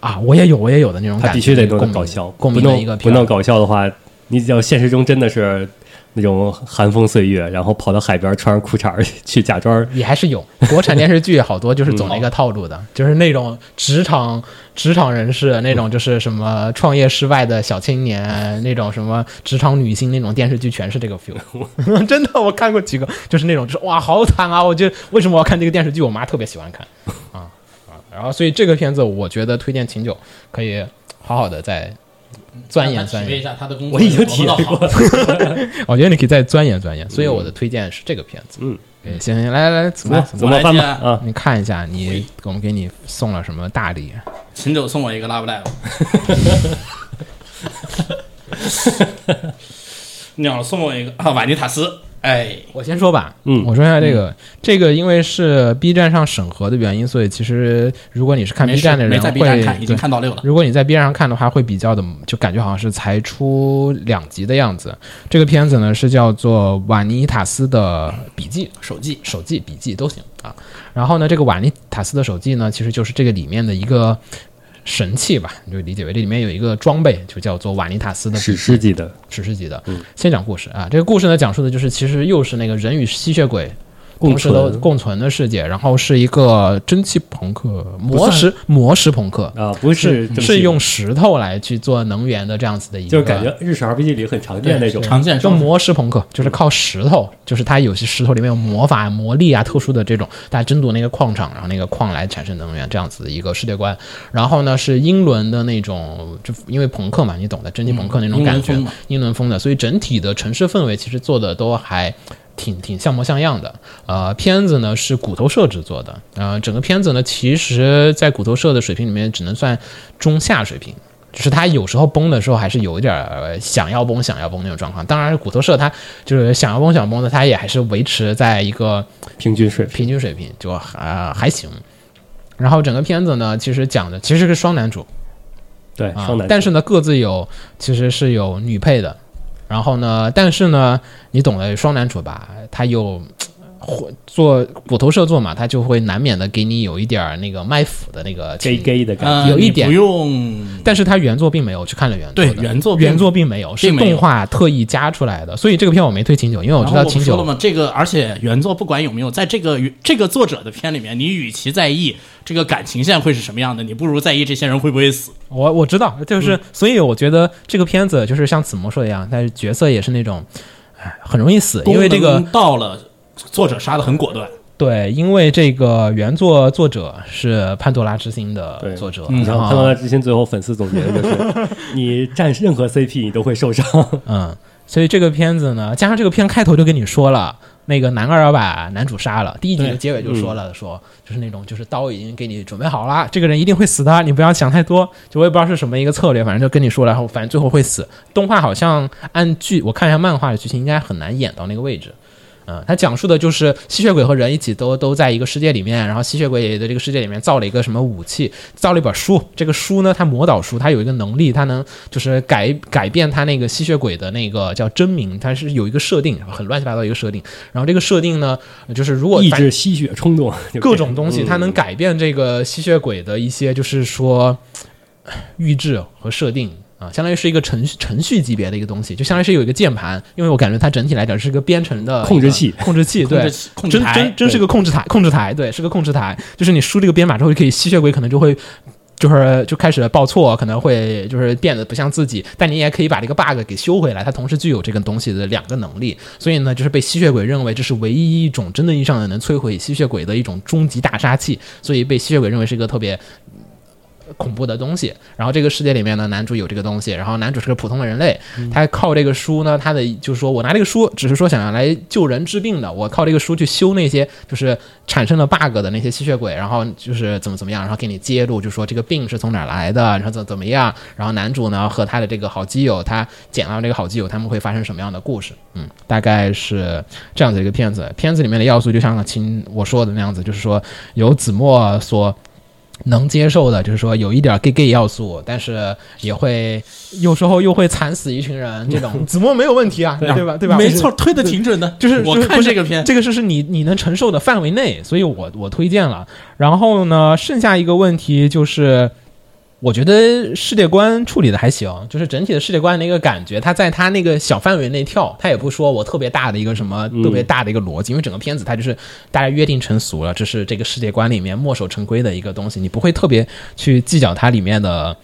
[SPEAKER 5] 啊，我也有，我也有的那种
[SPEAKER 6] 他
[SPEAKER 5] 感觉，
[SPEAKER 6] 必须得弄
[SPEAKER 5] 共
[SPEAKER 6] 得
[SPEAKER 5] 鸣
[SPEAKER 6] 搞笑，
[SPEAKER 5] 共
[SPEAKER 6] 不
[SPEAKER 5] 嗯鸣的一个
[SPEAKER 6] 弄不
[SPEAKER 5] 片
[SPEAKER 6] 弄
[SPEAKER 5] 儿。
[SPEAKER 6] 搞笑的话，你只要现实中真的是那种寒风岁月，然后跑到海边穿上裤衩儿去假装
[SPEAKER 5] 也还是有国产电视剧好多就是走那个套路的，就是那种职场职场人士那种，就是什么创业失败的小青年，那种什么职场女星那种电视剧，全是这个 [laughs] feel。真的，我看过几个，就是那种就是哇，好惨啊！我就为什么我要看这个电视剧？我妈特别喜 [laughs] 欢看啊啊！然后所以这个片子，我觉得推荐秦九可以好好的再 [laughs] 钻研
[SPEAKER 7] 让他
[SPEAKER 5] 钻
[SPEAKER 7] 体会一
[SPEAKER 5] 研。
[SPEAKER 7] 下他的工作，
[SPEAKER 6] 我已经体会
[SPEAKER 7] 好
[SPEAKER 6] 过
[SPEAKER 7] [laughs] 了。
[SPEAKER 5] 我觉得你可以再钻研钻研。所以我的推荐是这个片子。嗯，行行，来来来，怎么样
[SPEAKER 6] 怎么办吧
[SPEAKER 7] 我
[SPEAKER 6] 啊，
[SPEAKER 5] 你看一下，你
[SPEAKER 7] 喂
[SPEAKER 5] 我们给你送了什么大礼？
[SPEAKER 7] 秦九送我一个
[SPEAKER 5] [laughs]
[SPEAKER 7] Love Live。鸟送我一个啊，瓦尼塔斯，哎，
[SPEAKER 5] 我先说吧，
[SPEAKER 6] 嗯
[SPEAKER 5] 我说一下这个，这个因为是 B 站上审核的原因，所以其实如果你是看
[SPEAKER 7] 没
[SPEAKER 5] B
[SPEAKER 7] 事
[SPEAKER 5] 站的人
[SPEAKER 7] 没在 B 站
[SPEAKER 5] 会
[SPEAKER 7] 看，已经
[SPEAKER 5] 对
[SPEAKER 7] 看到六了。
[SPEAKER 5] 如果你在 B 站上看的话，会比较的，就感觉好像是才出两集的样子。这个片子呢是叫做《瓦尼塔斯的笔记》手记、手记、笔记都行啊。然后呢，这个瓦尼塔斯的手记呢，其实就是这个里面的一个神器吧，你就理解为这里面有一个装备，就叫做瓦尼塔斯的笔
[SPEAKER 6] 史
[SPEAKER 5] 记。
[SPEAKER 6] 诗级的
[SPEAKER 5] 史诗级的。
[SPEAKER 6] 嗯
[SPEAKER 5] 先讲故事啊，这个故事呢讲述的就是其实又是那个人与吸血鬼。
[SPEAKER 6] 共
[SPEAKER 5] 同时都
[SPEAKER 6] 存
[SPEAKER 5] 共存的世界，然后是一个蒸汽朋克、魔石魔石朋克，
[SPEAKER 6] 啊，不
[SPEAKER 5] 是
[SPEAKER 6] 这么细
[SPEAKER 5] 是用石头来去做能源的这样子的一个，
[SPEAKER 6] 就是感觉日式 RPG 里很常见那种。
[SPEAKER 7] 常见
[SPEAKER 5] 就
[SPEAKER 7] 双模
[SPEAKER 5] 魔石朋克，就是靠石头，就是它有些石头里面有魔法、魔力啊、特殊的这种，大家争夺那个矿场，然后那个矿来产生能源，这样子的一个世界观。然后呢，是英伦的那种，就因为朋克嘛，你懂的，蒸汽朋克那种
[SPEAKER 7] 嗯英
[SPEAKER 5] 感
[SPEAKER 7] 伦
[SPEAKER 5] 觉，
[SPEAKER 7] 风嘛
[SPEAKER 5] 英伦风的，所以整体的城市氛围其实做的都还。挺挺像模像样的，呃，片子呢是骨头社制作的，呃，整个片子呢，其实在骨头社的水平里面，只能算中下水平，就是他有时候崩的时候还是有一点儿呃想要崩、想要崩那种状况。当然，骨头社它就是想要崩、想崩的，它也还是维持在一个
[SPEAKER 6] 平均水平，
[SPEAKER 5] 平均水平，就还啊还行。然后整个片子呢，其实讲的其实是双男主，
[SPEAKER 6] 对，
[SPEAKER 5] 啊
[SPEAKER 6] 双男，
[SPEAKER 5] 但是呢各自有其实是有女配的，然后呢，但是呢，你懂的双男主吧，他又。或做骨头社作嘛，他就会难免的给你有一点儿那个卖腐的那个
[SPEAKER 6] gay
[SPEAKER 5] 情
[SPEAKER 6] gay 的感觉。
[SPEAKER 7] 呃
[SPEAKER 5] 有一
[SPEAKER 7] 你
[SPEAKER 5] 点
[SPEAKER 7] 不用
[SPEAKER 5] 但是它原作并没有，我去看了原作的。
[SPEAKER 7] 对原作并
[SPEAKER 5] 原作并没有，是
[SPEAKER 7] 并没有
[SPEAKER 5] 动画特意加出来的。所以这个片我没推秦九，因为我知
[SPEAKER 7] 然后
[SPEAKER 5] 道
[SPEAKER 7] 我不
[SPEAKER 5] 秦
[SPEAKER 7] 说了
[SPEAKER 5] 九
[SPEAKER 7] 吗？这个，而且原作不管有没有，在这个这个作者的片里面，你与其在意这个感情线会是什么样的，你不如在意这些人会不会死。
[SPEAKER 5] 我我知道，就是、
[SPEAKER 7] 嗯
[SPEAKER 5] 所以我觉得这个片子就是像子墨说的一样，但是角色也是那种，哎，很容易死，因为这
[SPEAKER 7] 功
[SPEAKER 5] 个
[SPEAKER 7] 能到了，作者杀的很果断，
[SPEAKER 5] 对，因为这个原作作者是潘多拉之心的
[SPEAKER 6] 对
[SPEAKER 5] 嗯
[SPEAKER 6] 嗯
[SPEAKER 5] 作者，
[SPEAKER 7] 嗯
[SPEAKER 5] 啊
[SPEAKER 6] 然
[SPEAKER 5] 然
[SPEAKER 6] 后看到
[SPEAKER 5] 后 [laughs]
[SPEAKER 6] [laughs] 他之前最后粉丝总结的就是，你站任何 CP 你都会受伤。
[SPEAKER 5] 嗯。所以这个片子呢，加上这个片开头就跟你说了，那个男二要把男主杀了，第一集的
[SPEAKER 6] 对
[SPEAKER 5] 结尾就说了，
[SPEAKER 7] 嗯
[SPEAKER 5] 说就是那种就是刀已经给你准备好了，这个人一定会死的，你不要想太多。就我也不知道是什么一个策略，反正就跟你说了，然后反正最后会死。动画好像按剧我看一下漫画的剧情，应该很难演到那个位置。嗯，它讲述的就是吸血鬼和人一起都都在一个世界里面，然后吸血鬼的这个世界里面造了一个什么武器，造了一本书。这个书呢，它魔导书，它有一个能力，它能就是改改变它那个吸血鬼的那个叫真名，它是有一个设定，很乱七八糟一个设定。然后这个设定呢，就是如果
[SPEAKER 6] 抑
[SPEAKER 5] 反正
[SPEAKER 6] 制吸血冲动，就嗯
[SPEAKER 5] 各种东西，它能改变这个吸血鬼的一些，就是说预制和设定啊，相当于是一个程序程序级别的一个东西，就相当于是有一个键盘，因为我感觉它整体来讲是个编程的
[SPEAKER 6] 控制
[SPEAKER 5] 一个
[SPEAKER 6] 器
[SPEAKER 5] 控制
[SPEAKER 6] [laughs]
[SPEAKER 5] 器对
[SPEAKER 7] 控制器，控制
[SPEAKER 5] 真
[SPEAKER 7] 台
[SPEAKER 5] 真真是
[SPEAKER 6] 对
[SPEAKER 5] 个控制台，控制台对，是个控制台，就是你输这个编码之后，可以吸血鬼可能就会。就是就开始报错，可能会就是变得不像自己，但你也可以把这个 bug 给修回来。它同时具有这个东西的两个能力，所以呢，就是被吸血鬼认为这是唯一一种真正意义上的能摧毁吸血鬼的一种终极大杀器，所以被吸血鬼认为是一个特别恐怖的东西。然后这个世界里面呢，男主有这个东西，然后男主是个普通的人类，他靠这个书呢，他的就是说我拿这个书，只是说想要来救人治病的，我靠这个书去修那些就是产生了 bug 的那些吸血鬼，然后就是怎么怎么样，然后给你揭露，就说这个病是从哪儿来的，然后怎怎么样，然后男主呢和他的这个好基友，他捡到这个好基友，他们会发生什么样的故事？嗯，大概是这样子一个片子。片子里面的要素就像秦我说的那样子，就是说有子墨所。能接受的，就是说有一点 gay gay 要素，但是也会有时候又会惨死一群人，这种 [laughs] 子墨没有问题啊，对吧？对吧？
[SPEAKER 7] 没错，推的挺准的。
[SPEAKER 5] 就是
[SPEAKER 7] 我
[SPEAKER 5] 就是
[SPEAKER 7] 看
[SPEAKER 5] 不是
[SPEAKER 7] 这个片，
[SPEAKER 5] 这个是是你你能承受的范围内，所以我我推荐了。然后呢，剩下一个问题就是，我觉得世界观处理的还行，就是整体的世界观的一个感觉，它在它那个小范围内跳，它也不说我特别大的一个什么
[SPEAKER 7] 嗯
[SPEAKER 5] 特别大的一个逻辑，因为整个片子它就是大家约定成俗了，这是这个世界观里面墨守成规的一个东西，你不会特别去计较它里面的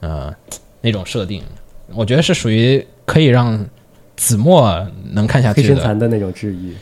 [SPEAKER 5] 呃那种设定，我觉得是属于可以让。子墨能看下
[SPEAKER 6] 黑
[SPEAKER 5] 去的
[SPEAKER 6] 神，蚕的那种质疑。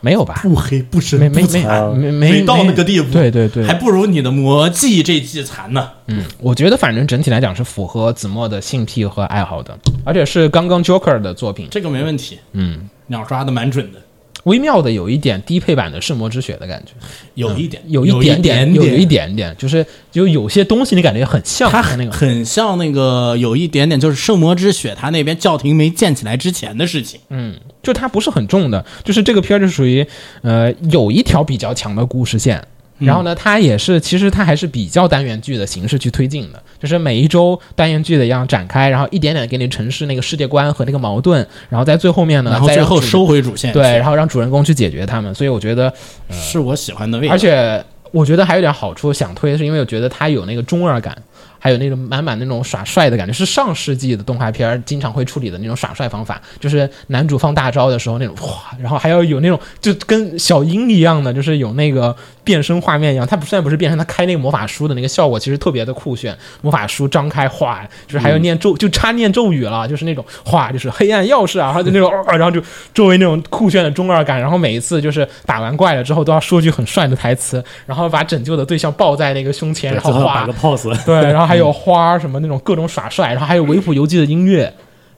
[SPEAKER 5] 没有吧？
[SPEAKER 7] 不黑不深
[SPEAKER 5] 没
[SPEAKER 7] 不
[SPEAKER 5] 没没啊
[SPEAKER 7] 惨
[SPEAKER 5] 没没
[SPEAKER 7] 到那个地步。
[SPEAKER 5] 对对对
[SPEAKER 7] 还不如你的魔技这季残呢。
[SPEAKER 5] 嗯，我觉得反正整体来讲是符合子墨的性癖和爱好的，而且是刚刚 Joker 的作品，
[SPEAKER 7] 这个没问题，
[SPEAKER 5] 嗯，
[SPEAKER 7] 鸟抓的蛮准的，
[SPEAKER 5] 微妙的有一点低配版的圣魔之血的感觉，
[SPEAKER 7] 有一点，
[SPEAKER 5] 嗯有
[SPEAKER 7] 一
[SPEAKER 5] 点
[SPEAKER 7] 点，
[SPEAKER 5] 有有一。点点，就是就有些东西你感觉很像
[SPEAKER 7] 它
[SPEAKER 5] 那
[SPEAKER 7] 很
[SPEAKER 5] 个，
[SPEAKER 7] 很像那个有一点点，就是圣魔之血，它那边教廷没建起来之前的事情。
[SPEAKER 5] 嗯，就它不是很重的，就是这个片儿就属于呃有一条比较强的故事线。
[SPEAKER 7] 嗯
[SPEAKER 5] 然后呢，它也是，其实它还是比较单元剧的形式去推进的，就是每一周单元剧的一样展开，然后一点点给你陈述那个世界观和那个矛盾，然后在最后面呢，
[SPEAKER 7] 然后
[SPEAKER 5] 再
[SPEAKER 7] 最
[SPEAKER 5] 让
[SPEAKER 7] 后
[SPEAKER 5] 主人
[SPEAKER 7] 收回主线去，
[SPEAKER 5] 对，然后让主人公去解决他们。所以我觉得，
[SPEAKER 7] 是我喜欢的味道。
[SPEAKER 5] 而且我觉得还有点好处，想推是因为我觉得它有那个中二感，还有那种满满那种耍帅的感觉，是上世纪的动画片儿经常会处理的那种耍帅方法，就是男主放大招的时候那种哇，然后还要有那种就跟小樱一样的，就是有那个变身画面一样。它不虽然不是变身，它开那个魔法书的那个效果其实特别的酷炫，魔法书张开哗，就是还有念咒， [laughs] 就差念咒语了，就是那种哗，就是黑暗钥匙啊，然后就那种，然后就周围那种酷炫的中二感，然后每一次就是打完怪了之后都要说句很帅的台词，然后把拯救的对象抱在那个胸前，
[SPEAKER 6] 对
[SPEAKER 5] 然
[SPEAKER 6] 最
[SPEAKER 5] 后
[SPEAKER 6] 后要
[SPEAKER 5] 哗
[SPEAKER 6] 摆个 pose，
[SPEAKER 5] 哎对，然后还有花儿什么那种各种耍帅，然后还有维普游记的音乐。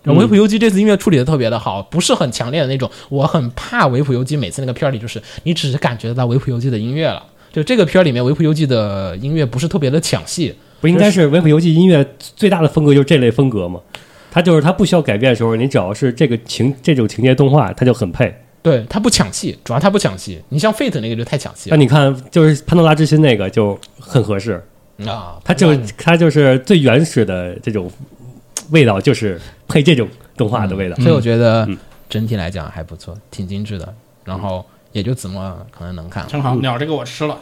[SPEAKER 5] 然后维普游记这次音乐处理的特别的好，不是很强烈的那种。我很怕维普游记每次那个片儿里，就是你只是感觉到维普游记的音乐了。就这个片儿里面，维普游记的音乐不是特别的抢戏，
[SPEAKER 6] [laughs] 不应该是《文普游记》音乐最大的风格就是这类风格吗？它就是它不需要改变的时候，你只要是这个情这种情节动画，它就很配。
[SPEAKER 5] 对，它不抢戏，主要它不抢戏。你像 Fate 那个就太抢戏
[SPEAKER 6] 那你看，就是潘多拉之心那个就很合适，
[SPEAKER 5] 了啊，
[SPEAKER 6] 它嗯就它就是最原始的这种味道，就是配这种动画的味道。
[SPEAKER 5] 所以我觉得整体来讲还不错，挺精致的。然后也就子墨可能能看，
[SPEAKER 7] 正好鸟这个我吃了，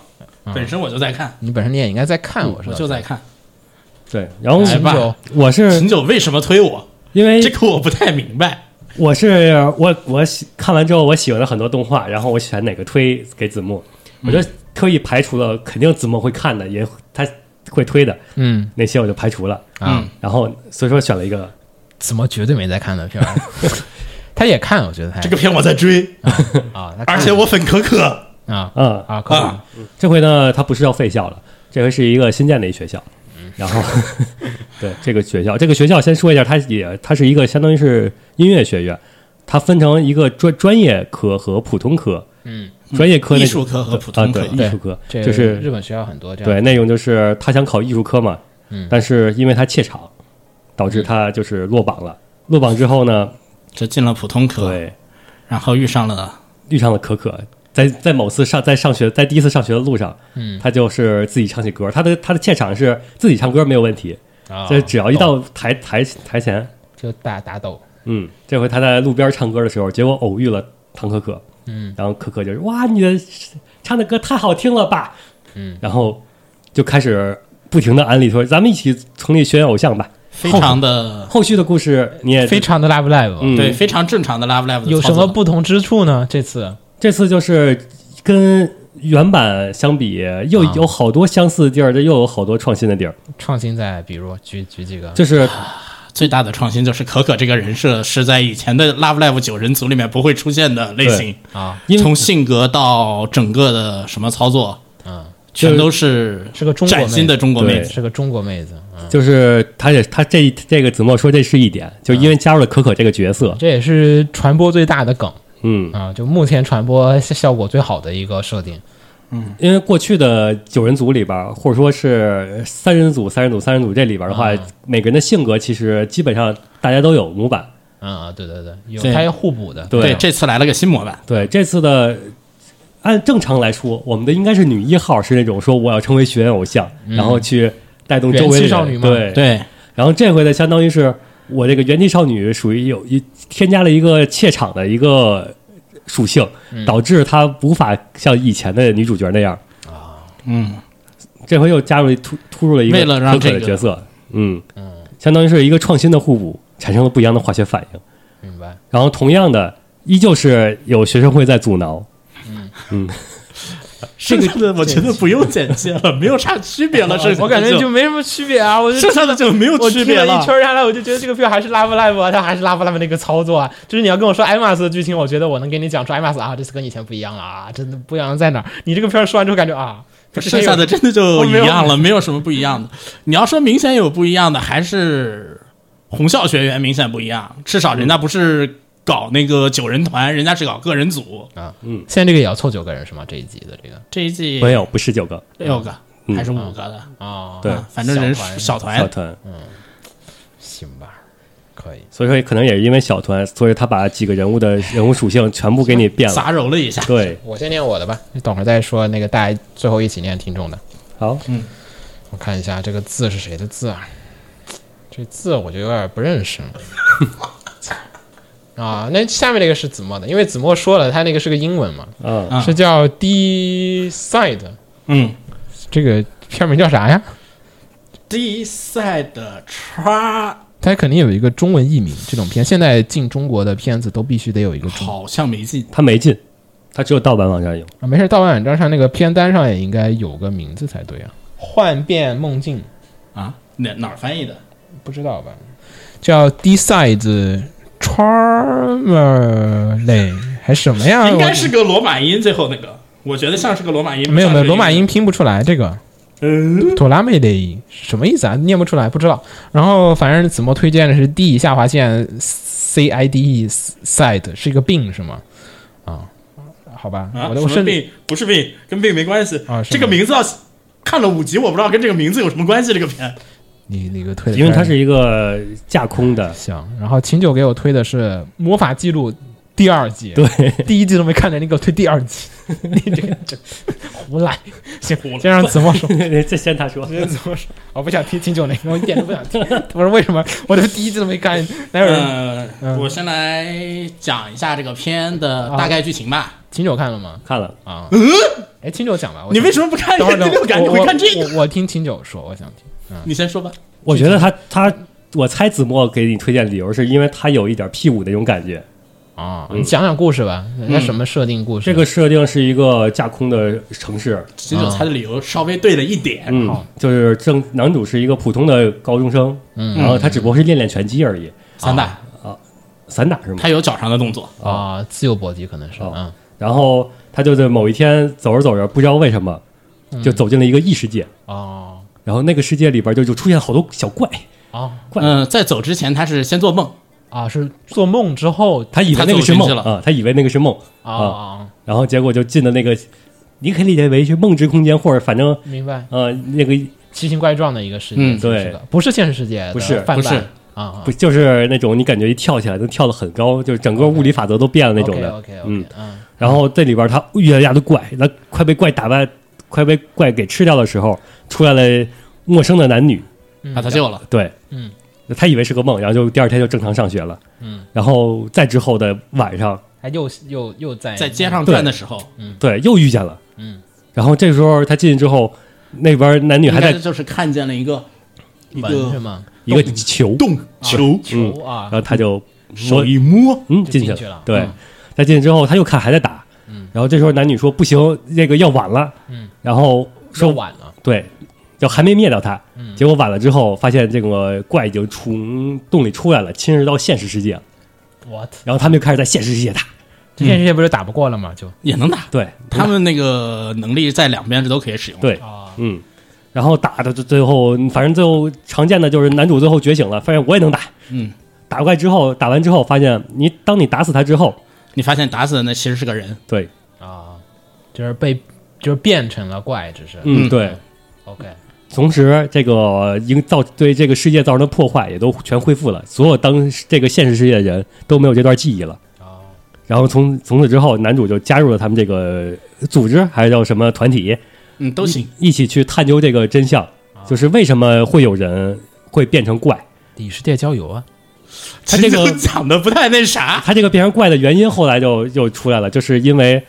[SPEAKER 7] 本身我就在看，
[SPEAKER 5] 你本身你也应该在看，嗯我是
[SPEAKER 7] 我就在看。
[SPEAKER 6] 对，然后
[SPEAKER 5] 来吧
[SPEAKER 7] 秦九
[SPEAKER 6] 我是
[SPEAKER 7] 秦九为什么推我？
[SPEAKER 6] 因
[SPEAKER 5] 哎
[SPEAKER 6] 为
[SPEAKER 7] 这个我不太明白。
[SPEAKER 6] 我是我我喜看完之后，我喜欢了很多动画，然后我选哪个推给子墨，我就特意排除了肯定子墨会看的，也他会推的
[SPEAKER 5] 嗯
[SPEAKER 6] 那些我就排除了，
[SPEAKER 5] 啊。
[SPEAKER 7] 嗯
[SPEAKER 6] 然后所以说选了一个
[SPEAKER 5] 怎么绝对没在看的片儿？
[SPEAKER 6] [laughs]
[SPEAKER 5] 他也看，我觉得他也
[SPEAKER 7] 这个片我在追，
[SPEAKER 5] 啊，他看
[SPEAKER 7] 而且我粉可可
[SPEAKER 5] 啊
[SPEAKER 6] 嗯，
[SPEAKER 5] 啊，可以
[SPEAKER 7] 啊，
[SPEAKER 5] 嗯
[SPEAKER 6] 这回呢，他不是要废校了，这回是一个新建的一学校，然后， [laughs] 对这个学校，这个学校先说一下，它也它是一个相当于是音乐学院，它分成一个专专业科和普通科。
[SPEAKER 5] 嗯，
[SPEAKER 6] 专业科那
[SPEAKER 7] 艺术科和普通科
[SPEAKER 6] 啊对
[SPEAKER 5] 对
[SPEAKER 6] 艺术科
[SPEAKER 5] 这
[SPEAKER 6] 就是
[SPEAKER 5] 日本学校很多这样。
[SPEAKER 6] 对，内容就是他想考艺术科嘛，
[SPEAKER 5] 嗯
[SPEAKER 6] 但是因为他怯场，导致他就是落榜了。落榜之后呢，
[SPEAKER 7] 这进了普通科，
[SPEAKER 6] 对，
[SPEAKER 7] 然后遇上了
[SPEAKER 6] 遇上了可可，在在某次上在上学在第一次上学的路上，嗯，他就是自己唱起歌，他的他的怯场是自己唱歌没有问题，
[SPEAKER 5] 啊，
[SPEAKER 6] 就是只要一到台台台前，
[SPEAKER 5] 就打打斗，
[SPEAKER 6] 嗯，这回他在路边唱歌的时候，结果偶遇了唐可可，
[SPEAKER 5] 嗯，
[SPEAKER 6] 然后可可就是哇，你的唱的歌太好听了吧，嗯，然后就开始不停的安利说，咱们一起成立学院偶像吧。
[SPEAKER 7] 非常的
[SPEAKER 6] 后续的故事你也
[SPEAKER 5] 非常的 live live，、
[SPEAKER 6] 嗯
[SPEAKER 7] 对非常正常的 Love Live 的
[SPEAKER 5] 有
[SPEAKER 7] 操
[SPEAKER 5] 什
[SPEAKER 7] 作
[SPEAKER 5] 么不同之处呢？这次
[SPEAKER 6] 这次就是跟原版相比，又
[SPEAKER 5] 啊
[SPEAKER 6] 有好多相似的地儿，这又有好多创新的地儿。
[SPEAKER 5] 创新在，比如举举几个， [laughs]
[SPEAKER 6] 就是
[SPEAKER 7] 最大的创新就是可可这个人设是在以前的 Love Live 九人组里面不会出现的类型
[SPEAKER 5] 啊，
[SPEAKER 6] 因为
[SPEAKER 7] 从性格到整个的什么操作，
[SPEAKER 5] 嗯，
[SPEAKER 7] 全都是
[SPEAKER 5] 是个中国妹
[SPEAKER 7] 崭
[SPEAKER 5] 子
[SPEAKER 7] 新的中国妹
[SPEAKER 6] 对
[SPEAKER 7] 子。
[SPEAKER 5] 是个中国妹子，嗯，
[SPEAKER 6] 就是，他也他这这个子墨说这是一点，就
[SPEAKER 5] 嗯
[SPEAKER 6] 因为加入了可可这个角色，
[SPEAKER 5] 这也是传播最大的梗
[SPEAKER 6] 嗯，
[SPEAKER 5] 啊，就目前传播效果最好的一个设定，
[SPEAKER 6] 因为过去的九人组里边儿，或者说是三人组、三人组、三人组这里边儿的话，
[SPEAKER 5] 啊
[SPEAKER 6] 每个人的性格其实基本上大家都有模板。
[SPEAKER 5] 啊，对对对，有
[SPEAKER 7] 对
[SPEAKER 5] 它要互补的，
[SPEAKER 6] 对啊
[SPEAKER 7] 这次来了个新模板，
[SPEAKER 6] 对这次的，按正常来说，我们的应该是女一号是那种说我要成为学院偶像，然后去带动周围的
[SPEAKER 5] 嗯元气
[SPEAKER 6] 人
[SPEAKER 5] 少女吗
[SPEAKER 6] 对
[SPEAKER 7] 对，
[SPEAKER 6] 然后这回呢，相当于是我这个元气少女属于有一添加了一个怯场的一个属性，导致她无法像以前的女主角那样。
[SPEAKER 7] 嗯，
[SPEAKER 6] 这回又加入了突突入了一个
[SPEAKER 7] 为了让
[SPEAKER 6] 可可的
[SPEAKER 7] 这个
[SPEAKER 6] 角色，嗯相当于是一个创新的互补，产生了不一样的化学反应。
[SPEAKER 5] 明白？
[SPEAKER 6] 然后同样的，依旧是有学生会在阻挠，
[SPEAKER 7] 剩下的我觉得不用剪辑 [laughs] 了，没有啥区别 [laughs] 了。剩下的
[SPEAKER 5] 我感觉就没什么区别啊，我就
[SPEAKER 7] [laughs] 剩下的就没有
[SPEAKER 5] [laughs] 我
[SPEAKER 7] 区
[SPEAKER 5] 听
[SPEAKER 7] 别
[SPEAKER 5] 了一
[SPEAKER 7] 了
[SPEAKER 5] 圈。儿下来，我就觉得这个票还是 Love Live 啊，它还是 Love Live 那个操作啊。就是你要跟我说 IMAS 的剧情，我觉得我能给你讲出 IMAS 啊，这次跟以前不一样了啊，真的不一样在哪儿？你这个片儿说完之后感觉啊，不是
[SPEAKER 7] 剩下的真的就
[SPEAKER 5] 我
[SPEAKER 7] 一
[SPEAKER 5] 没有
[SPEAKER 7] 样了，没有什么不一样的。你要说明显有不一样的，还是红校学员明显不一样，至少人家不是搞那个九人团，人家是搞个人组。
[SPEAKER 5] 啊，嗯，现在这个也要凑九个人是吗？这一集的这个
[SPEAKER 7] 这一季
[SPEAKER 6] 没有不是九个
[SPEAKER 7] 六个
[SPEAKER 6] 嗯
[SPEAKER 7] 还是五个的，
[SPEAKER 5] 啊，
[SPEAKER 6] 对
[SPEAKER 7] 反正人
[SPEAKER 5] 小团
[SPEAKER 7] 嗯
[SPEAKER 6] 小
[SPEAKER 7] 小团
[SPEAKER 6] 团，
[SPEAKER 5] 行吧，可以。
[SPEAKER 6] 所以说可能也因为小团，所以他把几个人物的人物属性全部给你变了。
[SPEAKER 7] 杂糅了一下。
[SPEAKER 6] 对，
[SPEAKER 5] 我先念我的吧，你等会儿再说那个大家最后一起念听众的。
[SPEAKER 6] 好，
[SPEAKER 5] 我看一下这个字是谁的字啊？这字我就有点不认识了。啊，那下面那个是子墨的，因为子墨说了，他那个是个英文嘛，
[SPEAKER 6] 嗯，
[SPEAKER 7] 啊
[SPEAKER 5] 是叫 D side，
[SPEAKER 7] 嗯
[SPEAKER 5] 这个片名叫啥呀？
[SPEAKER 7] ，D side 叉
[SPEAKER 5] 它肯定有一个中文译名。这种片现在进中国的片子都必须得有一个中文。
[SPEAKER 7] 好像没进，
[SPEAKER 6] 他没进，他只有盗版网站有。
[SPEAKER 5] 啊，没事，盗版网站上那个片单上也应该有个名字才对啊。幻变梦境，
[SPEAKER 7] 啊，哪哪儿翻译的？
[SPEAKER 5] 不知道吧？叫 D side Charmerley 还是什么呀？
[SPEAKER 7] 应该
[SPEAKER 5] 我
[SPEAKER 7] 是个罗马音，最后那个，我觉得像是个罗马音。
[SPEAKER 5] 没有没有，
[SPEAKER 7] 不像是一个
[SPEAKER 5] 罗马音拼不出来这个。嗯，妥拉妹的什么意思啊？念不出来，不知道。然后反正子墨推荐的是 D 下划线 C I D E side 是一个病是吗？啊，好吧，
[SPEAKER 7] 啊，
[SPEAKER 5] 我的
[SPEAKER 7] 什
[SPEAKER 5] 我
[SPEAKER 7] 么
[SPEAKER 5] 甚
[SPEAKER 7] 病？不是病，跟病没关系
[SPEAKER 5] 啊是
[SPEAKER 7] 这个
[SPEAKER 5] 吗
[SPEAKER 7] 名字要看了五集，我不知道跟这个名字有什么关系。这个片
[SPEAKER 5] 你那个推的，
[SPEAKER 6] 因为它是一个架空的，
[SPEAKER 5] 行。然后秦九给我推的是《魔法记录》第二季，对，第一季都没看见，你给我推第二 [laughs] 季，你这个这胡来。行，先让子墨说。
[SPEAKER 6] [laughs] 这先他
[SPEAKER 7] [laughs]
[SPEAKER 6] 说，
[SPEAKER 5] 怎么说？我不想听秦九那个，我一点都不想听。我说为什么？我这第一季都没看，哪有人？
[SPEAKER 7] 呃，
[SPEAKER 5] 嗯啊
[SPEAKER 7] 我先来讲一下这个片的大概剧情吧。
[SPEAKER 5] 秦九看了吗？
[SPEAKER 6] 看了，
[SPEAKER 5] 啊，哎，秦九讲吧。我
[SPEAKER 7] 你为什么不看
[SPEAKER 5] 等
[SPEAKER 7] 这
[SPEAKER 5] 会儿等会
[SPEAKER 7] 个第六感？
[SPEAKER 5] 儿
[SPEAKER 7] 你
[SPEAKER 5] 我
[SPEAKER 7] 会看这个？
[SPEAKER 5] 我我听秦九说，我想听。
[SPEAKER 7] 你先说吧。
[SPEAKER 6] 我觉得他他，我猜子墨给你推荐的理由是因为他有一点 P 五那种感觉。
[SPEAKER 5] 啊，你讲讲故事吧，人家什么设定故事？
[SPEAKER 6] 这个设定是一个架空的城市，
[SPEAKER 5] 啊
[SPEAKER 7] 秦九猜的理由稍微对了一点，
[SPEAKER 6] 嗯
[SPEAKER 5] 好，
[SPEAKER 6] 就是正男主是一个普通的高中生，
[SPEAKER 7] 嗯
[SPEAKER 6] 然后他只不过是练练拳击而已，
[SPEAKER 7] 散打
[SPEAKER 6] 散打是吗
[SPEAKER 7] 他？有脚上的动作，
[SPEAKER 5] 啊，自由搏击可能是
[SPEAKER 6] 哦
[SPEAKER 5] 嗯，
[SPEAKER 6] 然后
[SPEAKER 7] 嗯
[SPEAKER 6] 他就在某一天走着走着，不知道为什么就走进了一个异世界，
[SPEAKER 5] 哦，
[SPEAKER 6] 然后那个世界里边就就出现好多小怪，
[SPEAKER 5] 啊
[SPEAKER 6] 怪
[SPEAKER 7] 嗯、在走之前他是先做梦，
[SPEAKER 5] 啊，是做梦之后
[SPEAKER 6] 他以为那个是
[SPEAKER 7] 他走
[SPEAKER 6] 梦
[SPEAKER 7] 进去了
[SPEAKER 6] 啊，他以为那个是梦
[SPEAKER 5] 啊
[SPEAKER 6] 啊，
[SPEAKER 5] 啊，
[SPEAKER 6] 然后结果就进了那个，你可以理解为是梦之空间，或者反正
[SPEAKER 5] 明白，
[SPEAKER 6] 呃那个
[SPEAKER 5] 奇形怪状的一个世界，
[SPEAKER 7] 嗯
[SPEAKER 5] 是不是
[SPEAKER 6] 对
[SPEAKER 5] 的，不是现实世界的
[SPEAKER 6] 不是
[SPEAKER 5] 泛滥，
[SPEAKER 7] 不是
[SPEAKER 5] 啊啊
[SPEAKER 6] 不就是那种你感觉一跳起来能跳得很高，就是整个物理法则都变了那种的。
[SPEAKER 5] OK OK
[SPEAKER 6] 嗯
[SPEAKER 5] OK，，嗯
[SPEAKER 6] 然后这里边他遇到一大堆怪，那快被怪打败，快被怪给吃掉的时候，出来了陌生的男女，啊
[SPEAKER 7] 把他救了。
[SPEAKER 6] 对，
[SPEAKER 5] 嗯，
[SPEAKER 6] 他以为是个梦，然后就第二天就正常上学了。
[SPEAKER 5] 嗯，
[SPEAKER 6] 然后再之后的晚上，
[SPEAKER 5] 还又又又在
[SPEAKER 7] 在街上转的时候，
[SPEAKER 6] 对，又遇见了。
[SPEAKER 5] 嗯，
[SPEAKER 6] 然后这时候他进去之后，那边男女还
[SPEAKER 7] 应该
[SPEAKER 6] 在
[SPEAKER 7] 就是看见了一个一
[SPEAKER 5] 门是
[SPEAKER 7] 个
[SPEAKER 5] 吗？
[SPEAKER 6] 一个球
[SPEAKER 7] 洞球，
[SPEAKER 6] 嗯
[SPEAKER 5] 球啊
[SPEAKER 6] 然后他就
[SPEAKER 7] 手一摸，
[SPEAKER 6] 嗯
[SPEAKER 5] 就
[SPEAKER 6] 进
[SPEAKER 5] 进去
[SPEAKER 6] 去
[SPEAKER 5] 了
[SPEAKER 6] 对
[SPEAKER 7] 嗯，
[SPEAKER 6] 他进去之后他又看还在打，嗯，然后这时候男女说不行，那个要晚了，
[SPEAKER 5] 嗯，
[SPEAKER 6] 然后
[SPEAKER 5] 说
[SPEAKER 6] 说
[SPEAKER 5] 晚嗯了，
[SPEAKER 6] 对，就还没灭掉它。结果晚了之后，发现这个怪已经从洞里出来了，侵蚀到现实世界了。
[SPEAKER 5] what？
[SPEAKER 6] 然后他们就开始在现实世界打。
[SPEAKER 5] 这现实世界不是打不过了吗？就
[SPEAKER 7] 也能打。
[SPEAKER 6] 对
[SPEAKER 7] 他们那个能力在两边是都可以使用。，
[SPEAKER 6] 对，
[SPEAKER 5] 啊
[SPEAKER 6] 嗯，然后打的最最后，反正最后常见的就是男主最后觉醒了，发现我也能打。
[SPEAKER 7] 嗯，
[SPEAKER 6] 打怪之后，打完之后发现你，当你打死他之后，
[SPEAKER 7] 你发现打死的那其实是个人，
[SPEAKER 6] 对，
[SPEAKER 5] 啊，就是被就是变成了怪，只是
[SPEAKER 6] 嗯
[SPEAKER 7] 嗯
[SPEAKER 6] 对，
[SPEAKER 5] OK
[SPEAKER 6] 同时这个营造对这个世界造成的破坏也都全恢复了，所有当时这个现实世界的人都没有这段记忆了。
[SPEAKER 5] 啊
[SPEAKER 6] 然后从从此之后，男主就加入了他们这个组织，还是叫什么团体，
[SPEAKER 7] 嗯，都行。
[SPEAKER 6] 一起去探究这个真相，
[SPEAKER 5] 啊
[SPEAKER 6] 就是为什么会有人会变成怪。
[SPEAKER 5] 里世界郊游啊，
[SPEAKER 6] 他这个
[SPEAKER 7] 秦九讲的不太那啥，
[SPEAKER 6] 他这个变成怪的原因后来就就出来了，就是因为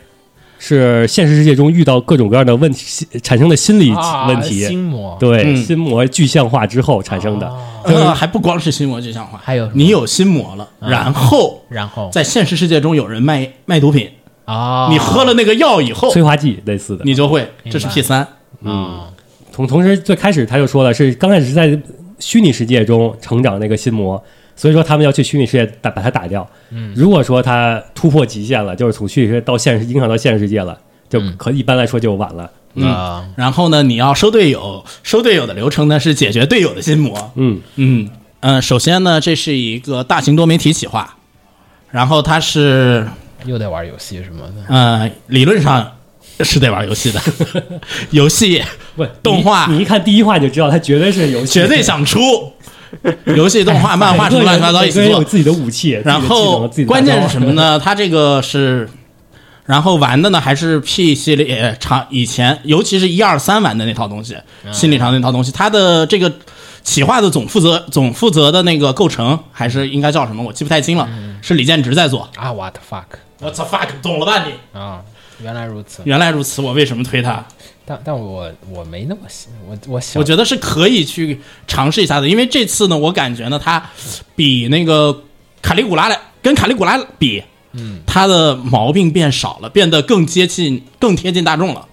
[SPEAKER 6] 是现实世界中遇到各种各样的问题产生的心理
[SPEAKER 5] 啊
[SPEAKER 6] 问题，
[SPEAKER 5] 心魔
[SPEAKER 6] 对、
[SPEAKER 7] 嗯
[SPEAKER 6] 心魔具象化之后产生的。
[SPEAKER 5] 啊
[SPEAKER 7] [laughs] 呃，还不光是心魔具象化，
[SPEAKER 5] 还有什么啊
[SPEAKER 7] 你有心魔了，然后
[SPEAKER 5] 然后
[SPEAKER 7] 在现实世界中有人卖卖毒品，
[SPEAKER 5] 啊，
[SPEAKER 7] 你喝了那个药以后，
[SPEAKER 6] 催化剂类似的，
[SPEAKER 7] 你就会，这是
[SPEAKER 5] 明白
[SPEAKER 7] P 三，
[SPEAKER 6] 嗯
[SPEAKER 5] 啊
[SPEAKER 6] 同同时最开始他就说了，是刚开始是在虚拟世界中成长那个心魔，所以说他们要去虚拟世界打把它打掉。嗯，如果说他突破极限了，就是从虚拟世界到现实影响到现实世界了，就
[SPEAKER 7] 嗯
[SPEAKER 6] 可、一般来说就晚了。嗯
[SPEAKER 5] 啊
[SPEAKER 7] 然后呢，你要收队友，收队友的流程呢是解决队友的心魔，
[SPEAKER 6] 嗯，
[SPEAKER 7] 嗯呃，首先呢，这是一个大型多媒体企划，然后它是
[SPEAKER 5] 又得玩游戏什么的，
[SPEAKER 7] 呃，理论上是得玩游戏的，游戏
[SPEAKER 6] 不，
[SPEAKER 7] 动画
[SPEAKER 6] 你，你一看第一话你就知道，他绝对是游戏，
[SPEAKER 7] 绝对想出，游戏、动画、漫画什么乱七八糟
[SPEAKER 6] 每
[SPEAKER 7] 一
[SPEAKER 6] 个
[SPEAKER 7] 起
[SPEAKER 6] 人有
[SPEAKER 7] 做。
[SPEAKER 6] 自己的武器，
[SPEAKER 7] 然后
[SPEAKER 6] 自己的技能
[SPEAKER 7] 关键是什
[SPEAKER 6] [laughs]
[SPEAKER 7] 么？[laughs] 呢？它这个是，然后玩的呢还是 P 系列长以前，尤其是一二三玩的那套东西，心理上那套东西。它的这个企划的总负责总负责的那个构成还是应该叫什么？我记不太清了，是李建直在做。
[SPEAKER 5] 啊 what the fuck
[SPEAKER 7] 我操 fuck，懂了吧你？
[SPEAKER 5] 啊，原来如此，
[SPEAKER 7] 原来如此，我为什么推他？
[SPEAKER 5] 但但我我没那么喜，我我小
[SPEAKER 7] 我觉得是可以去尝试一下的，因为这次呢，我感觉呢，它比那个卡利古拉来跟卡利古拉比，嗯，它的毛病变少了，变得更接近、更贴近大众了。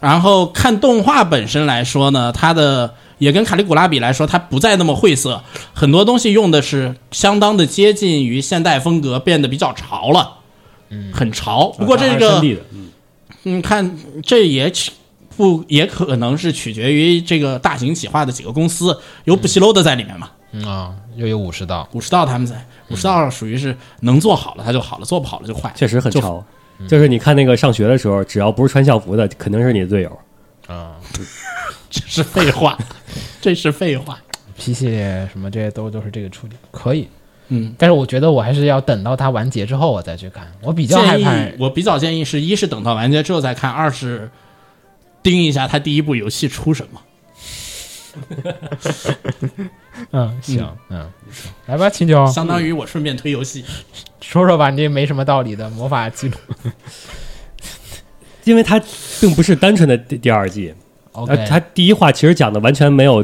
[SPEAKER 7] 然后看动画本身来说呢，它的也跟卡利古拉比来说，它不再那么晦涩，很多东西用的是相当的接近于现代风格，变得比较潮了，嗯，很潮。不过这
[SPEAKER 6] 二
[SPEAKER 7] 个
[SPEAKER 6] 三 D 的嗯
[SPEAKER 7] 嗯，看这也取不也可能是取决于这个大型企划的几个公司，有补习楼的在里面嘛，
[SPEAKER 5] 嗯啊，又有五十道
[SPEAKER 7] 武士道他们在，武士道属于是能做好了它就好了，做不好了就 [laughs] 坏，
[SPEAKER 6] 确实很
[SPEAKER 7] 就嗯
[SPEAKER 6] 潮。就是你看那个上学的时候，只要不是穿校服的，肯定是你的队友。
[SPEAKER 5] 啊
[SPEAKER 7] 这是废话，这是废话。
[SPEAKER 5] ，P 系列什么这些都都是这个处理，可以。
[SPEAKER 7] 嗯，
[SPEAKER 5] 但是我觉得我还是要等到它完结之后我再去看，我比较害
[SPEAKER 7] 建议
[SPEAKER 5] 怕
[SPEAKER 7] 我比较建议是一是等到完结之后再看，二是盯一下它第一部游戏出什么。
[SPEAKER 5] 嗯，行，嗯，来吧，秦九，
[SPEAKER 7] 相当于我顺便推游戏，
[SPEAKER 5] 说说吧，你这没什么道理的魔法记录。
[SPEAKER 6] 因为它并不是单纯的第第二季，呃
[SPEAKER 5] OK，，
[SPEAKER 6] 它第一话其实讲的完全没有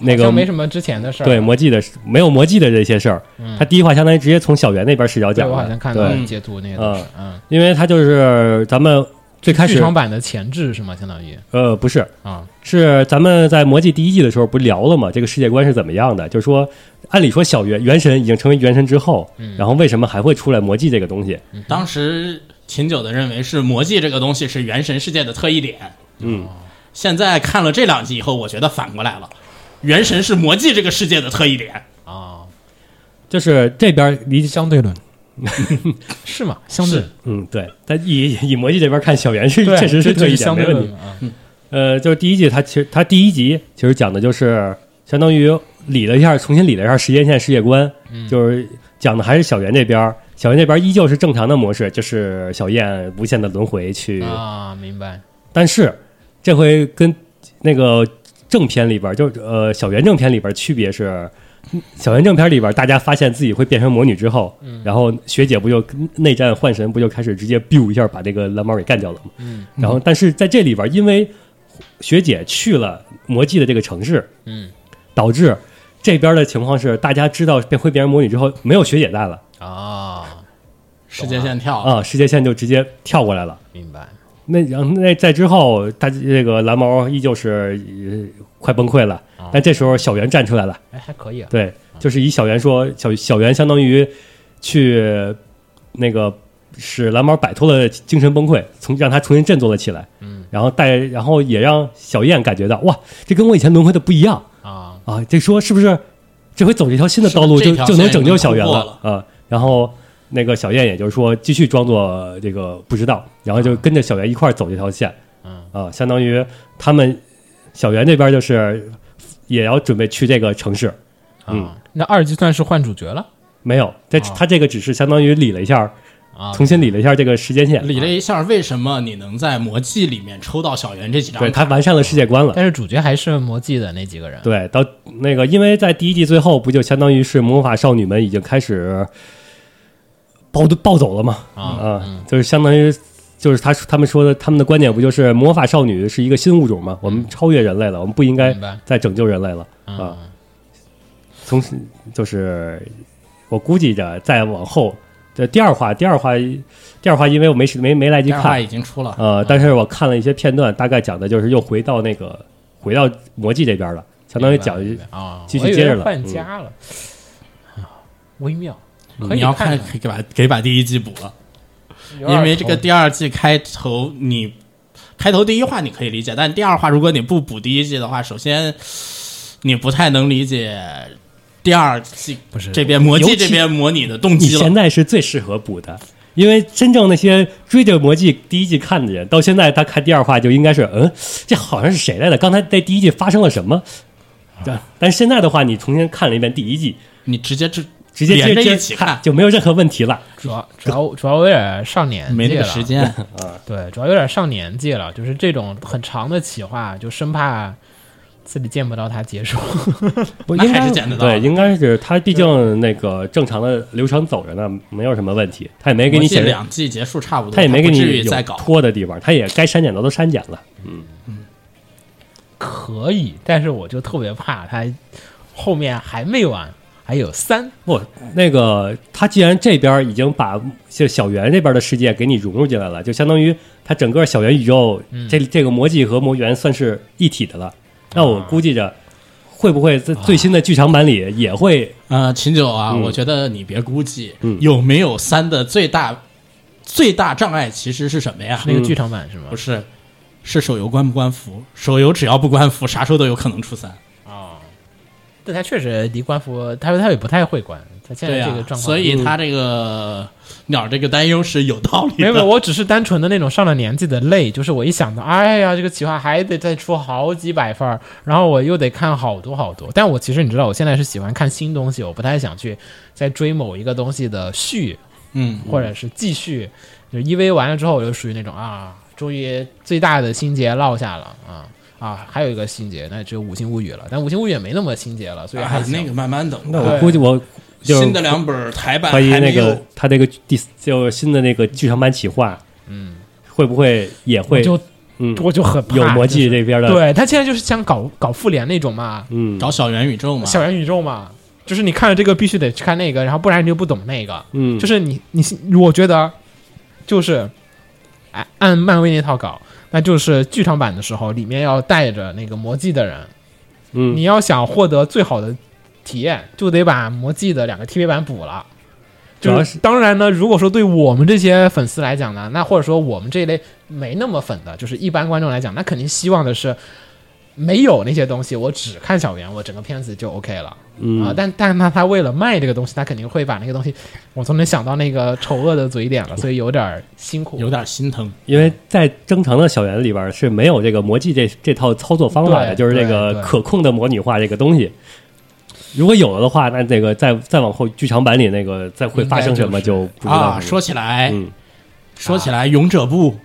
[SPEAKER 6] 那
[SPEAKER 5] 好
[SPEAKER 6] 个
[SPEAKER 5] 像没什么之前的事儿。嗯
[SPEAKER 6] 对魔技的事没有魔技的这些事儿，它第一话相当于直接从小圆那边视角
[SPEAKER 5] 对，
[SPEAKER 6] 讲
[SPEAKER 5] 我
[SPEAKER 6] 的，
[SPEAKER 5] 好像看到
[SPEAKER 6] 对
[SPEAKER 5] 了截图，那个都是，嗯，
[SPEAKER 6] 因为它就是咱们最开
[SPEAKER 5] 剧
[SPEAKER 6] 始
[SPEAKER 5] 场版的前置是吗？相当于
[SPEAKER 6] 呃不是
[SPEAKER 5] 啊，
[SPEAKER 6] 是咱们在魔技第一季的时候不聊了吗？这个世界观是怎么样的？就是说，按理说小圆元神已经成为元神之后，
[SPEAKER 5] 嗯
[SPEAKER 6] 然后为什么还会出来魔技这个东西？
[SPEAKER 7] 当时秦九的认为是魔技这个东西是原神世界的特异点，
[SPEAKER 6] 嗯，
[SPEAKER 7] 现在看了这两集以后，我觉得反过来了，原神是魔界这个世界的特异点，
[SPEAKER 5] 啊，
[SPEAKER 6] 就是这边离
[SPEAKER 5] 相对论 [laughs] 是吗？相对
[SPEAKER 7] 是
[SPEAKER 6] 嗯对，但以以魔界这边看小圆是
[SPEAKER 5] 对
[SPEAKER 6] 确实
[SPEAKER 5] 这
[SPEAKER 6] 是
[SPEAKER 5] 就
[SPEAKER 6] 特
[SPEAKER 5] 是
[SPEAKER 6] 一点
[SPEAKER 5] 相
[SPEAKER 6] 没
[SPEAKER 5] 对
[SPEAKER 6] 问
[SPEAKER 5] 论
[SPEAKER 6] 题。
[SPEAKER 5] 啊，
[SPEAKER 6] 呃，就是第一季它其实它第一集其实讲的就是相当于理了一下，重新理了一下时间线、世界观，就是讲的还是小圆这边儿，小圆这边依旧是正常的模式，就是小燕无限的轮回去，
[SPEAKER 5] 啊，明白。
[SPEAKER 6] 但是这回跟那个正片里边儿，就是呃小圆正片里边儿区别是。小圆正片里边儿，大家发现自己会变成魔女之后，
[SPEAKER 5] 嗯
[SPEAKER 6] 然后学姐不就内战幻神不就开始直接 biu 一下把这个蓝猫给干掉了吗？
[SPEAKER 5] 嗯
[SPEAKER 6] 然后但是在这里边儿，因为学姐去了魔界的这个城市，
[SPEAKER 5] 嗯，
[SPEAKER 6] 导致这边儿的情况是，大家知道变会变成魔女之后，没有学姐在了
[SPEAKER 5] 啊，
[SPEAKER 7] 世界线
[SPEAKER 5] 哦
[SPEAKER 7] 跳
[SPEAKER 6] 啊，世界线就直接跳过来了。
[SPEAKER 5] 明白。
[SPEAKER 6] 那然后那在之后，他这个蓝毛依旧是、呃快崩溃了，但这时候小圆站出来了，
[SPEAKER 5] 哎，还可以啊。
[SPEAKER 6] 对，就是以小圆说，小小圆相当于去那个使蓝毛摆脱了精神崩溃，从让他重新振作了起来，嗯，然后带，然后也让小燕感觉到，哇，这跟我以前轮回的不一样
[SPEAKER 5] 啊，
[SPEAKER 6] 啊，这说是不是这回走这条新的道路
[SPEAKER 7] 是
[SPEAKER 6] 就
[SPEAKER 7] 这条
[SPEAKER 6] 就能
[SPEAKER 7] 线
[SPEAKER 6] 拯救
[SPEAKER 7] 能
[SPEAKER 6] 小圆
[SPEAKER 7] 突破
[SPEAKER 6] 了啊？然后那个小燕也就是说继续装作这个不知道，然后就跟着小圆一块儿走这条线，
[SPEAKER 5] 嗯
[SPEAKER 6] 啊，相当于他们小圆这边就是也要准备去这个城市，嗯
[SPEAKER 5] 啊，那二级算是换主角了
[SPEAKER 6] 没有，这
[SPEAKER 5] 啊
[SPEAKER 6] 他这个只是相当于理了一下，
[SPEAKER 5] 啊？
[SPEAKER 6] 重新理了一下这个时间线，
[SPEAKER 7] 理了一下，为什么你能在魔界里面抽到小圆这几张
[SPEAKER 6] 对
[SPEAKER 7] 卡
[SPEAKER 6] 他？完善了世界观了。
[SPEAKER 5] 但是主角还是魔界的那几个人。
[SPEAKER 6] 对，到那个，因为在第一季最后不就相当于是魔法少女们已经开始暴暴走了嘛？
[SPEAKER 5] 啊
[SPEAKER 6] 就是相当于就是他他们说的他们的观点不就是魔法少女是一个新物种嘛？我们超越人类了，我们不应该
[SPEAKER 5] 嗯明白
[SPEAKER 6] 再拯救人类了
[SPEAKER 5] 嗯
[SPEAKER 6] 啊！从此就是我估计着再往后的第二话，第二话第二话，因为我没时没没来及
[SPEAKER 7] 第二话
[SPEAKER 6] 看
[SPEAKER 7] 已，经出了，
[SPEAKER 6] 呃，但是我看了一些片段，大概讲的就是又回到那个回到魔界这边了，相当于讲
[SPEAKER 5] 明白明白啊，
[SPEAKER 6] 继续
[SPEAKER 5] 我以为
[SPEAKER 6] 接着了
[SPEAKER 5] 换
[SPEAKER 6] 嗯
[SPEAKER 5] 家了，啊微妙。可以
[SPEAKER 7] 嗯你要
[SPEAKER 5] 看
[SPEAKER 7] 看
[SPEAKER 5] 看
[SPEAKER 7] 可以给把给把第一季补了，
[SPEAKER 5] 有点
[SPEAKER 7] 因为这个
[SPEAKER 5] 头
[SPEAKER 7] 第二季开头你开头第一话你可以理解，但第二话如果你不补第一季的话，首先你不太能理解第二季
[SPEAKER 5] 不是
[SPEAKER 7] 这边魔
[SPEAKER 6] 尤
[SPEAKER 7] 界
[SPEAKER 6] 其
[SPEAKER 7] 这边模拟的动
[SPEAKER 6] 你
[SPEAKER 7] 机了
[SPEAKER 6] 现。在是最适合补的，因为真正那些追着魔界第一季看的人，到现在他看第二话就应该是，嗯，这好像是谁来的？刚才在第一季发生了什么？但
[SPEAKER 7] 啊
[SPEAKER 6] 但是现在的话，你重新看了一遍第一季，
[SPEAKER 7] 你直接这
[SPEAKER 6] 直接
[SPEAKER 7] 连
[SPEAKER 6] 接
[SPEAKER 7] 着
[SPEAKER 6] 接
[SPEAKER 7] 一起看，
[SPEAKER 6] 就没有任何问题了。
[SPEAKER 5] 主要主要主要有点上年纪了，
[SPEAKER 7] 没那个时
[SPEAKER 6] 啊
[SPEAKER 7] 间。
[SPEAKER 5] 对，主要有点上年纪了，就是这种很长的企划，就生怕自己见不到它结束。 [laughs]
[SPEAKER 6] 不
[SPEAKER 7] [laughs] 那
[SPEAKER 6] 应该
[SPEAKER 7] 还是捡得到
[SPEAKER 6] 对，应该是他毕竟那个正常的流程走着呢，没有什么问题，他 [laughs] 也没给你
[SPEAKER 7] 魔界
[SPEAKER 6] 写
[SPEAKER 7] 两季结束差不多，
[SPEAKER 6] 他也没给
[SPEAKER 7] 不
[SPEAKER 6] 你
[SPEAKER 7] 至于
[SPEAKER 6] 有
[SPEAKER 7] 再搞。
[SPEAKER 6] 拖的地方，他也该删减的都删减了。
[SPEAKER 5] 可以，但是我就特别怕它后面还没完，还有三
[SPEAKER 6] 不，那个他既然这边已经把就小圆这边的世界给你融入进来了，就相当于他整个小圆宇宙，
[SPEAKER 7] 嗯
[SPEAKER 6] 这这个魔界和魔圆算是一体的
[SPEAKER 7] 啊
[SPEAKER 6] 了。那我估计着，会不会在最新的剧场版里也会
[SPEAKER 7] 呃，秦九啊，
[SPEAKER 6] 嗯
[SPEAKER 7] 我觉得你别估计
[SPEAKER 6] 嗯
[SPEAKER 7] 有没有三的最大最大障碍其实是什么呀
[SPEAKER 5] 是？那个剧场版是吗
[SPEAKER 7] 不？是，是手游关不关服？手游只要不关服，啥时候都有可能出三。
[SPEAKER 5] 但它确实离官服，他他也不太会关，他现在
[SPEAKER 7] 对
[SPEAKER 5] 这
[SPEAKER 7] 呀、
[SPEAKER 5] 个状况，嗯
[SPEAKER 7] 所以他这个鸟这个担忧是有道理
[SPEAKER 5] 没有，没有，
[SPEAKER 7] 的。
[SPEAKER 5] 我只是单纯的那种上了年纪的累，就是我一想到，哎呀，这个企划还得再出好几百份儿，然后我又得看好多好多。但我其实你知道，我现在是喜欢看新东西，我不太想去再追某一个东西的续
[SPEAKER 7] 嗯，
[SPEAKER 5] 或者是继续。就 EV 完了之后，我就属于那种啊，终于最大的心结落下了啊啊，还有一个心结，那只有《五星物语》了，但《五星物语》也没那么心结了，所以还
[SPEAKER 7] 啊，
[SPEAKER 5] 行
[SPEAKER 7] 那个慢慢等。
[SPEAKER 6] 那我
[SPEAKER 5] 对
[SPEAKER 6] 估计我就
[SPEAKER 7] 新的两本台版
[SPEAKER 6] 怀疑
[SPEAKER 7] 还
[SPEAKER 6] 那
[SPEAKER 7] 没有，
[SPEAKER 6] 个他那个第就是新的那个剧场版企划，嗯，会不会也
[SPEAKER 5] 我
[SPEAKER 6] 会
[SPEAKER 5] 就
[SPEAKER 6] 嗯
[SPEAKER 5] 我就很怕
[SPEAKER 6] 有魔
[SPEAKER 5] 就
[SPEAKER 6] 界
[SPEAKER 5] 是
[SPEAKER 6] 这边的
[SPEAKER 5] 对他现在就是想搞搞复联那种嘛，
[SPEAKER 6] 嗯
[SPEAKER 7] 找小元宇宙嘛。
[SPEAKER 5] 小元宇宙嘛，就是你看了这个必须得去看那个，然后不然你就不懂那个。
[SPEAKER 6] 嗯
[SPEAKER 5] 就是你你我觉得就是哎按漫威那套搞，那就是剧场版的时候里面要带着那个魔镜的人，
[SPEAKER 6] 嗯
[SPEAKER 5] 你要想获得最好的体验，就得把魔镜的两个 TV 版补了。
[SPEAKER 6] 主
[SPEAKER 5] 就
[SPEAKER 6] 要
[SPEAKER 5] 是
[SPEAKER 6] 是
[SPEAKER 5] 当然呢，如果说对我们这些粉丝来讲呢，那或者说我们这一类没那么粉的，就是一般观众来讲，那肯定希望的是没有那些东西，我只看小圆，我整个片子就 OK 了。嗯啊，但但那他为了卖这个东西，他肯定会把那个东西，我总得想到那个丑恶的嘴脸了，所以有点儿辛苦，
[SPEAKER 7] 有点心疼。
[SPEAKER 6] 因为在正常的小圆里边是没有这个魔技这这套操作方法的，
[SPEAKER 5] 对
[SPEAKER 6] 就是这个
[SPEAKER 5] 对对
[SPEAKER 6] 可控的魔女化这个东西。如果有了的话，那这个再再往后剧场版里那个再会发生什么就不知道
[SPEAKER 7] 啊，
[SPEAKER 6] 了
[SPEAKER 7] 说起来，
[SPEAKER 6] 嗯
[SPEAKER 7] 说起来，勇者部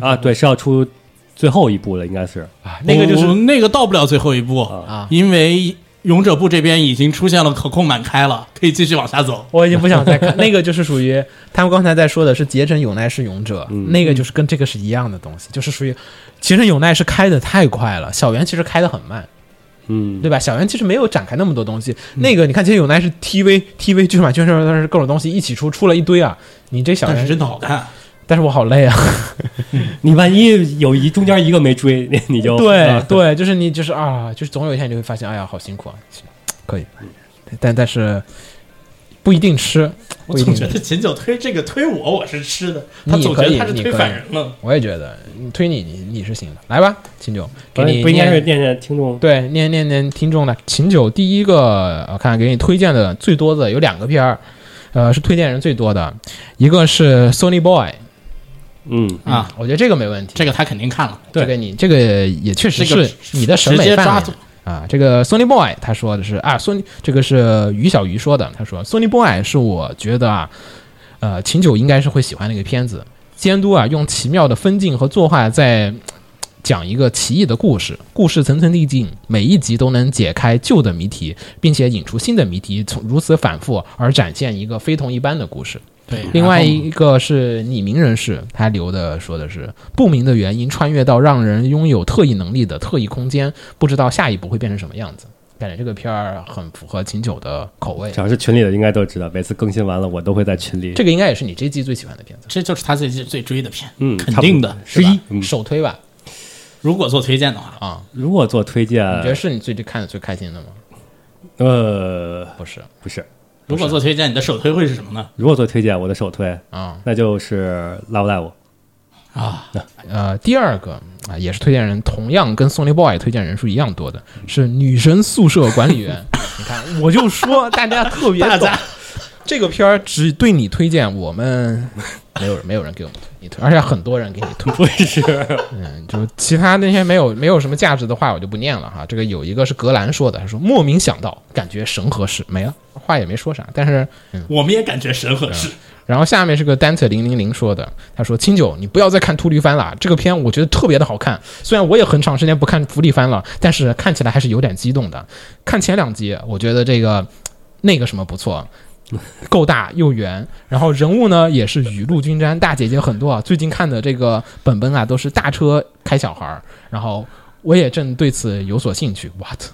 [SPEAKER 6] 啊，对，是要出最后一部了，应该是
[SPEAKER 5] 啊那个就是
[SPEAKER 7] 不那个到不了最后一步
[SPEAKER 5] 啊
[SPEAKER 7] 因为勇者部这边已经出现了可控满开了，可以继续往下走。
[SPEAKER 5] 我已经不想再看 [laughs] 那个，就是属于他们刚才在说的是结城永奈是勇者，
[SPEAKER 7] 嗯
[SPEAKER 5] 那个就是跟这个是一样的东西，就是属于结城永奈是开的太快了，小圆其实开的很慢，
[SPEAKER 6] 嗯，
[SPEAKER 5] 对吧？小圆其实没有展开那么多东西，
[SPEAKER 7] 嗯
[SPEAKER 5] 那个你看结城永奈是 TV TV 剧场版、圈圈，但是各种东西一起出，出了一堆啊，你这小
[SPEAKER 7] 但
[SPEAKER 5] 圆
[SPEAKER 7] 是真的好，看，
[SPEAKER 5] 但是我好累啊，
[SPEAKER 6] 你万一有一中间一个没追， [laughs] 你你就
[SPEAKER 5] 对
[SPEAKER 6] 啊
[SPEAKER 5] 对，就是你就是啊，就是总有一天你就会发现，哎呀，好辛苦啊，可以，但但是不一定吃，
[SPEAKER 7] 我
[SPEAKER 5] 不一
[SPEAKER 7] 总
[SPEAKER 5] 定
[SPEAKER 7] 觉得秦九推这个推我，我是吃的，
[SPEAKER 5] 你
[SPEAKER 7] 他总觉
[SPEAKER 5] 可以
[SPEAKER 7] 得他是
[SPEAKER 5] 你
[SPEAKER 7] 推
[SPEAKER 5] 可
[SPEAKER 7] 反
[SPEAKER 5] 以
[SPEAKER 7] 人了。
[SPEAKER 5] 我也觉得，你推你你你是行的，来吧，秦九，给
[SPEAKER 6] 不
[SPEAKER 5] 你
[SPEAKER 6] 不应该是
[SPEAKER 5] 念
[SPEAKER 6] 念念听众
[SPEAKER 5] 对念念念听众的秦九第一个，呃我看给你推荐的最多的有两个片儿，呃，是推荐人最多的，一个是 Sony Boy，
[SPEAKER 6] 嗯
[SPEAKER 7] 啊，
[SPEAKER 5] 我觉得这个没问题，
[SPEAKER 7] 这个他肯定看了，
[SPEAKER 5] 这个你这个也确实
[SPEAKER 7] 这个
[SPEAKER 5] 是你的审
[SPEAKER 7] 直接
[SPEAKER 5] 美
[SPEAKER 7] 抓
[SPEAKER 5] 范
[SPEAKER 7] 住
[SPEAKER 5] 围。啊，这个 Sony Boy 他说的是啊，Sony 这个是于小鱼说的，他说 Sony Boy 是我觉得啊，呃，秦九应该是会喜欢那个片子。监督啊，用奇妙的分镜和作画在讲一个奇异的故事，故事层层递进，每一集都能解开旧的谜题，并且引出新的谜题，从如此反复而展现一个非同一般的故事。
[SPEAKER 7] 对，
[SPEAKER 5] 另外
[SPEAKER 7] 然后
[SPEAKER 5] 一个是匿名人士，他留的说的是不明的原因穿越到让人拥有特异能力的特异空间，不知道下一步会变成什么样子。感觉这个片儿很符合秦九的口味
[SPEAKER 6] 只，要是群里的应该都知道，每次更新完了我都会在群里
[SPEAKER 5] 这个应该也是你这季最喜欢的片子，
[SPEAKER 7] 这就是他最近最追的片，
[SPEAKER 6] 嗯
[SPEAKER 7] 肯定
[SPEAKER 6] 差
[SPEAKER 7] 的
[SPEAKER 6] 不多
[SPEAKER 7] 之一。
[SPEAKER 6] 嗯
[SPEAKER 5] 首推吧？
[SPEAKER 7] 如果做推荐的话，
[SPEAKER 5] 啊，
[SPEAKER 6] 如果做推荐，
[SPEAKER 5] 你觉得是你最最看的最开心的吗？
[SPEAKER 6] 呃，
[SPEAKER 5] 不是
[SPEAKER 6] 不是，
[SPEAKER 7] 如果做推荐，你的首推会是什么呢？
[SPEAKER 6] 如果做推荐，我的首推
[SPEAKER 5] 啊，
[SPEAKER 6] 那就是《Love Live》。
[SPEAKER 7] 啊，
[SPEAKER 5] 呃，第二个啊也是推荐人，同样跟 Sony Boy 推荐人数一样多的是《女神宿舍管理员》。你看，我就说大家
[SPEAKER 7] [laughs]
[SPEAKER 5] 特别
[SPEAKER 7] 大
[SPEAKER 5] 懂
[SPEAKER 7] 家
[SPEAKER 5] 这个片儿只对你推荐，我们没有人没有人给我们推你推，而且很多人给你推。
[SPEAKER 6] 不是，
[SPEAKER 5] 嗯，就其他那些没有没有什么价值的话，我就不念了哈。这个有一个是格兰说的，他说莫名想到，感觉神合适，没了，话也没说啥。但是，嗯，
[SPEAKER 7] 我们也感觉神合适。
[SPEAKER 5] 然后下面是个丹特零零零说的，他说清九，你不要再看秃驴番了，这个片我觉得特别的好看。虽然我也很长时间不看福利番了，但是看起来还是有点激动的。看前两集，我觉得这个那个什么不错。够大又圆，然后人物呢也是雨露均沾，大姐姐很多啊。最近看的这个本本啊，都是大车开小孩儿，然后我也正对此有所兴趣。What？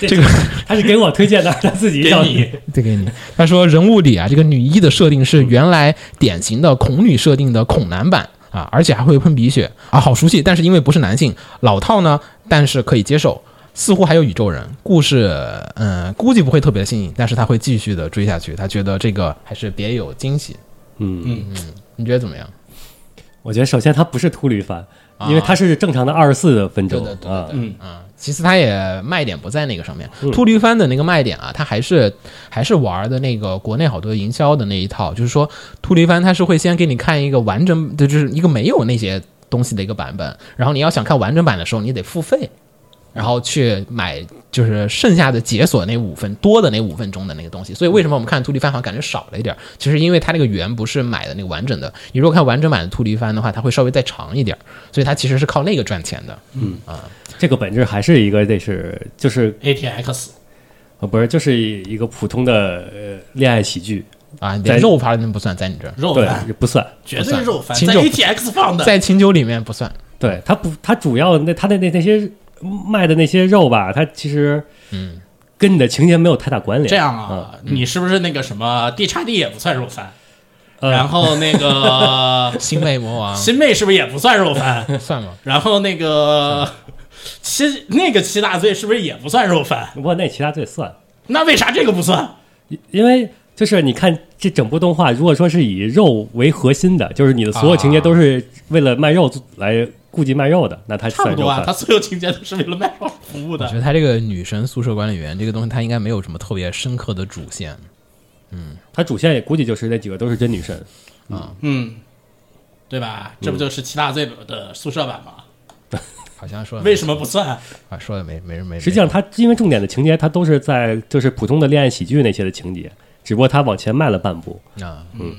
[SPEAKER 6] 这个 [laughs] 他是给我
[SPEAKER 5] [laughs]
[SPEAKER 6] 推荐的，他自己
[SPEAKER 7] 给
[SPEAKER 6] 要
[SPEAKER 7] 你
[SPEAKER 5] 这给你。他说人物里啊，这个女一的设定是原来典型的恐女设定的恐男版啊，而且还会喷鼻血啊，好熟悉。但是因为不是男性，老套呢，但是可以接受。似乎还有宇宙人故事，嗯，估计不会特别新颖，但是他会继续的追下去。他觉得这个还是别有惊喜。
[SPEAKER 6] 嗯，
[SPEAKER 5] 你觉得怎么样？
[SPEAKER 6] 我觉得首先它不是秃驴番，因为它是正常的二十四分钟
[SPEAKER 5] 啊对的对的
[SPEAKER 6] 啊，
[SPEAKER 7] 嗯
[SPEAKER 5] 啊，其实它也卖点不在那个上面。秃驴番的那个卖点啊，它还是还是玩的那个国内好多营销的那一套，就是说秃驴番它是会先给你看一个完整，就是一个没有那些东西的一个版本，然后你要想看完整版的时候，你得付费。然后去买，就是剩下的解锁那五分多的那五分钟的那个东西。所以为什么我们看秃驴番好像感觉少了一点儿？其实因为它那个圆不是买的那个完整的，你如果看完整版的秃驴番的话，它会稍微再长一点儿，所以它其实是靠那个赚钱的。
[SPEAKER 6] 这个本质还是一个得是就是
[SPEAKER 7] ，ATX
[SPEAKER 6] 呃不是就是一个普通的呃恋爱喜剧，
[SPEAKER 5] 啊，
[SPEAKER 6] 在
[SPEAKER 5] 连肉番那不算，在你这儿，
[SPEAKER 7] 肉
[SPEAKER 6] 对
[SPEAKER 7] 番，
[SPEAKER 6] 不算，
[SPEAKER 7] 绝对是肉番，
[SPEAKER 5] 秦
[SPEAKER 7] 在
[SPEAKER 5] 九
[SPEAKER 7] ATX 放的。
[SPEAKER 5] 在秦九里面不算。
[SPEAKER 6] 对它不它主要那它的那那些卖的那些肉吧，它其实
[SPEAKER 5] 嗯，
[SPEAKER 6] 跟你的情节没有太大关联。
[SPEAKER 7] 这样
[SPEAKER 6] 啊，
[SPEAKER 7] 啊，你是不是那个什么 D 叉 D 也不算肉番？
[SPEAKER 6] 呃
[SPEAKER 7] 然后那个
[SPEAKER 5] [laughs] 星魅魔王
[SPEAKER 7] 新妹是不是也不算肉番？
[SPEAKER 5] 算吗？
[SPEAKER 7] 然后那个七那个七大罪是不是也不算肉番？
[SPEAKER 6] 不过那其他最算，
[SPEAKER 7] 那为啥这个不算？
[SPEAKER 6] 因为就是你看这整部动画如果说是以肉为核心的，就是你的所有情节都是为了卖肉来顾及卖肉的，那它
[SPEAKER 7] 差
[SPEAKER 6] 算
[SPEAKER 7] 不
[SPEAKER 6] 肉
[SPEAKER 7] 多啊
[SPEAKER 6] 番。，
[SPEAKER 7] 他所有情节都是为了卖肉服务
[SPEAKER 5] 我觉
[SPEAKER 7] 的。
[SPEAKER 5] 得他这个女神宿舍管理员这个东西，他应该没有什么特别深刻的主线。
[SPEAKER 6] 它主线也估计就是那几个都是真女神。
[SPEAKER 7] 嗯，对
[SPEAKER 5] 嗯
[SPEAKER 7] 吧？这不就是七大罪的宿舍版吗？
[SPEAKER 5] 好像说
[SPEAKER 7] 为什么不算？
[SPEAKER 5] 啊？说的没没没，
[SPEAKER 6] 实际上，它因为重点的情节，它都是在就是普通的恋爱喜剧那些的情节，只不过它往前迈了半步。
[SPEAKER 5] 没啊，嗯，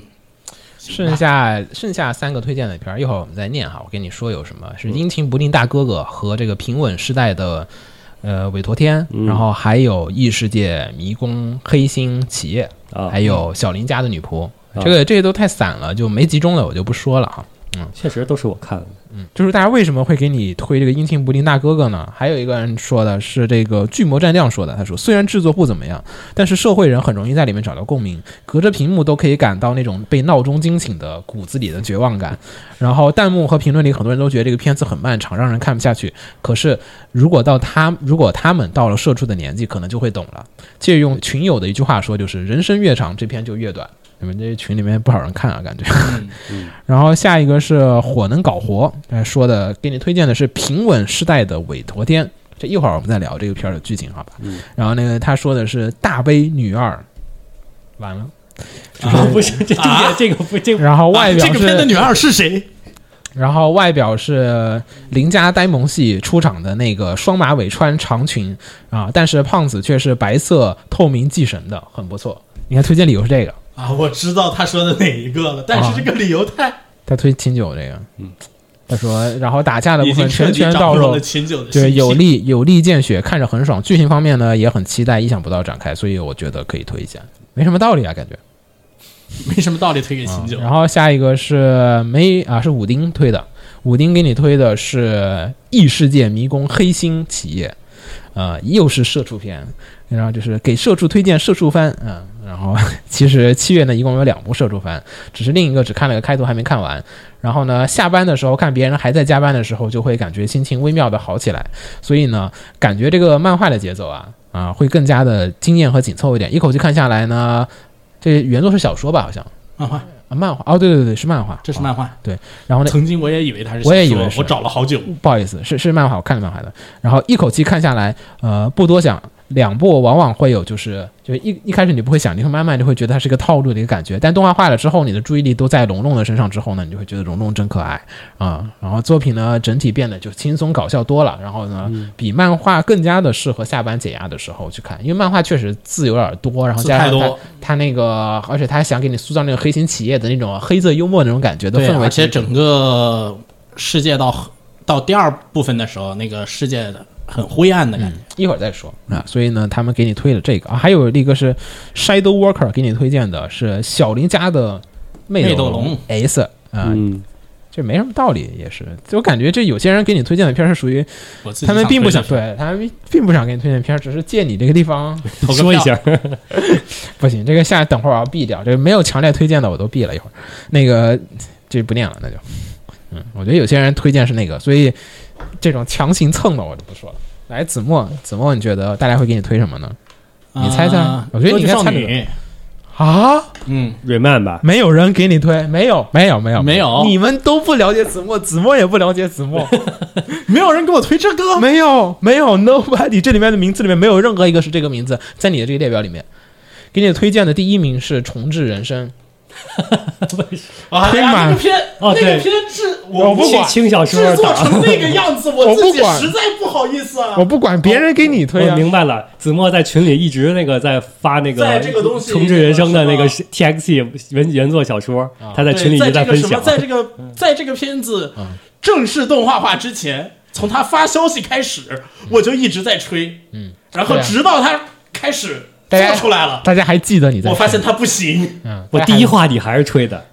[SPEAKER 5] 剩下剩下三个推荐的片儿，一会儿我们再念哈。我跟你说有什么是《阴晴不定大哥哥》和这个《平稳时代的》呃委托天，然后还有《异世界迷宫》《黑心企业》
[SPEAKER 6] 啊
[SPEAKER 5] 还有《小林家的女仆》。
[SPEAKER 6] 啊
[SPEAKER 5] 这个这些都太散了，就没集中的我就不说了哈。
[SPEAKER 6] 确实都是我看的，
[SPEAKER 5] 就是大家为什么会给你推这个《阴晴不定大哥哥》呢？还有一个人说的是这个巨魔战将说的，他说虽然制作不怎么样，但是社会人很容易在里面找到共鸣，隔着屏幕都可以感到那种被闹钟惊醒的骨子里的绝望感。然后弹幕和评论里很多人都觉得这个片子很漫长，让人看不下去。可是如果到他如果他们到了社畜的年纪，可能就会懂了。借用群友的一句话说，就是人生越长，这片就越短。你们这些群里面不少人看啊，感觉。然后下一个是火能搞活，呃说的给你推荐的是《平稳时代的韦陀天》，这一会儿我们再聊这个片儿的剧情，好吧？
[SPEAKER 7] 嗯
[SPEAKER 5] 然后那个他说的是《大悲女二》，完
[SPEAKER 7] [laughs]
[SPEAKER 5] 了。
[SPEAKER 6] [laughs] 不是这这个这个不这个
[SPEAKER 5] 然后外表
[SPEAKER 7] 啊这个
[SPEAKER 5] 是，
[SPEAKER 7] 片的女二是谁？
[SPEAKER 5] 然后外表是邻家呆萌系出场的那个双马尾穿长裙啊，但是胖子却是白色透明系神的，很不错。你看推荐理由是这个，
[SPEAKER 7] 啊，我知道他说的哪一个了，
[SPEAKER 5] 啊
[SPEAKER 7] 但是这个理由太
[SPEAKER 5] 他推秦九这个，嗯，他说，然后打架的部
[SPEAKER 7] 已经
[SPEAKER 5] 分
[SPEAKER 7] 彻
[SPEAKER 5] 拳
[SPEAKER 7] 底
[SPEAKER 5] 拳
[SPEAKER 7] 掌
[SPEAKER 5] 到
[SPEAKER 7] 握
[SPEAKER 5] 肉
[SPEAKER 7] 了，秦九的信息
[SPEAKER 5] 对，有力有力见血，看着很爽。剧情方面呢，也很期待，意想不到展开，所以我觉得可以推一下，没什么道理啊，感觉。
[SPEAKER 7] 没什么道理推给秦九。
[SPEAKER 5] 然后下一个是没啊，是武丁推的，武丁给你推的是《异世界迷宫黑心企业》，呃，又是社畜片，然后就是给社畜推荐社畜番，嗯、然后其实七月呢一共有两部社畜番，只是另一个只看了个开头还没看完，然后呢下班的时候看别人还在加班的时候，就会感觉心情微妙的好起来，所以呢感觉这个漫画的节奏啊啊会更加的惊艳和紧凑一点，一口气看下来呢，这原作是小说吧，好像。
[SPEAKER 7] 漫画，
[SPEAKER 5] 啊，漫画哦，对对对，是漫画，
[SPEAKER 7] 这是漫画。
[SPEAKER 5] 对。然后呢，
[SPEAKER 7] 曾经我也以为他是小说，
[SPEAKER 5] 我也以为是
[SPEAKER 7] 我找了好久。
[SPEAKER 5] 不好意思，是是漫画，我看了漫画的。然后一口气看下来，呃，不多想，两部往往会有就是就是一一开始你不会想，你会慢慢就会觉得它是一个套路的一个感觉。但动画化了之后，你的注意力都在龙龙的身上之后呢，你就会觉得龙龙真可爱啊、然后作品呢整体变得就轻松搞笑多了，然后呢，
[SPEAKER 7] 嗯
[SPEAKER 5] 比漫画更加的适合下班解压的时候去看，因为漫画确实字有点多，然后
[SPEAKER 7] 字
[SPEAKER 5] 加
[SPEAKER 7] 太
[SPEAKER 5] 上
[SPEAKER 7] 多
[SPEAKER 5] 它它那个，而且他想给你塑造那个黑心企业的那种黑色幽默那种感觉的
[SPEAKER 7] 对，
[SPEAKER 5] 氛围
[SPEAKER 7] 而
[SPEAKER 5] 其实
[SPEAKER 7] 且
[SPEAKER 5] 挺，
[SPEAKER 7] 整个世界到到第二部分的时候，那个世界的很灰暗的感觉。
[SPEAKER 5] 一会儿再说啊。所以呢，他们给你推了这个啊，还有一个是 Shadow Worker 给你推荐的是小林家的
[SPEAKER 7] 魅
[SPEAKER 5] 魅
[SPEAKER 7] 斗
[SPEAKER 5] 斗
[SPEAKER 7] 龙
[SPEAKER 5] S 啊、
[SPEAKER 6] [laughs] 嗯，
[SPEAKER 5] 这没什么道理，也是，就我感觉这有些人给你推荐的片儿是属于
[SPEAKER 7] 我自己
[SPEAKER 5] 他们并不想
[SPEAKER 7] 推
[SPEAKER 5] 对，他们并不想给你推荐片儿，只是借你这个地方
[SPEAKER 7] 投个
[SPEAKER 6] 说一
[SPEAKER 7] 票
[SPEAKER 6] 下，
[SPEAKER 5] 不行，这个下等会儿我要毙掉，这个没有强烈推荐的我都毙了一会儿，那个这不念了，那就，嗯，我觉得有些人推荐是那个，所以这种强行蹭的我就不说了。来，子墨，子墨，你觉得大家会给你推什么呢？你猜猜
[SPEAKER 7] 啊
[SPEAKER 5] 我觉得你应该
[SPEAKER 7] 歌剧
[SPEAKER 5] 猜
[SPEAKER 7] 少
[SPEAKER 5] 得
[SPEAKER 7] 女，
[SPEAKER 5] 啊，
[SPEAKER 7] 嗯，
[SPEAKER 6] 瑞曼吧，
[SPEAKER 5] 没有人给你推，没有，没有，没有，
[SPEAKER 7] 没有
[SPEAKER 5] 你们都不了解子墨，子墨也不了解子 [laughs] 墨，
[SPEAKER 7] 没有人给我推这个。
[SPEAKER 5] 没有，没有，nobody，这里面的名字里面没有任何一个是这个名字，在你的这个列表里面，给你推荐的第一名是重置人生，
[SPEAKER 7] 啊，
[SPEAKER 5] 推
[SPEAKER 7] 那
[SPEAKER 5] 满
[SPEAKER 7] 个片，
[SPEAKER 6] 哦
[SPEAKER 7] 那个
[SPEAKER 6] 对
[SPEAKER 7] 片制我
[SPEAKER 5] 不管
[SPEAKER 6] 轻小说
[SPEAKER 7] 制作
[SPEAKER 6] 党
[SPEAKER 7] 成
[SPEAKER 5] [laughs]
[SPEAKER 7] 那个样子，
[SPEAKER 5] 我
[SPEAKER 7] 我
[SPEAKER 5] 不
[SPEAKER 7] 自己
[SPEAKER 5] 管
[SPEAKER 7] 实在不好意思啊。
[SPEAKER 5] 我不管别人给你推
[SPEAKER 6] 我
[SPEAKER 5] 啊，
[SPEAKER 6] 明白了，子墨在群里一直那个在发那个
[SPEAKER 7] 在这个东西
[SPEAKER 6] 重置人生的那
[SPEAKER 7] 那
[SPEAKER 6] 个
[SPEAKER 7] 个
[SPEAKER 6] TXT 原原作小说，
[SPEAKER 5] 啊
[SPEAKER 6] 他在
[SPEAKER 7] 对
[SPEAKER 6] 群里一直
[SPEAKER 7] 在这个
[SPEAKER 6] 分
[SPEAKER 7] 什么，
[SPEAKER 6] 享。
[SPEAKER 7] 在这个
[SPEAKER 5] 嗯
[SPEAKER 7] 在这个片子正式动画化之前，从他发消息开始，我就一直在吹，嗯，然后
[SPEAKER 5] 嗯对啊
[SPEAKER 7] 直到他开始
[SPEAKER 5] 大
[SPEAKER 7] 做
[SPEAKER 5] 家
[SPEAKER 7] 出来了，
[SPEAKER 5] 大家还记得你在？
[SPEAKER 7] 我发现，他不行，
[SPEAKER 5] 嗯，
[SPEAKER 6] 我
[SPEAKER 5] 大家
[SPEAKER 6] 第
[SPEAKER 5] 还
[SPEAKER 6] 一话你还是吹的，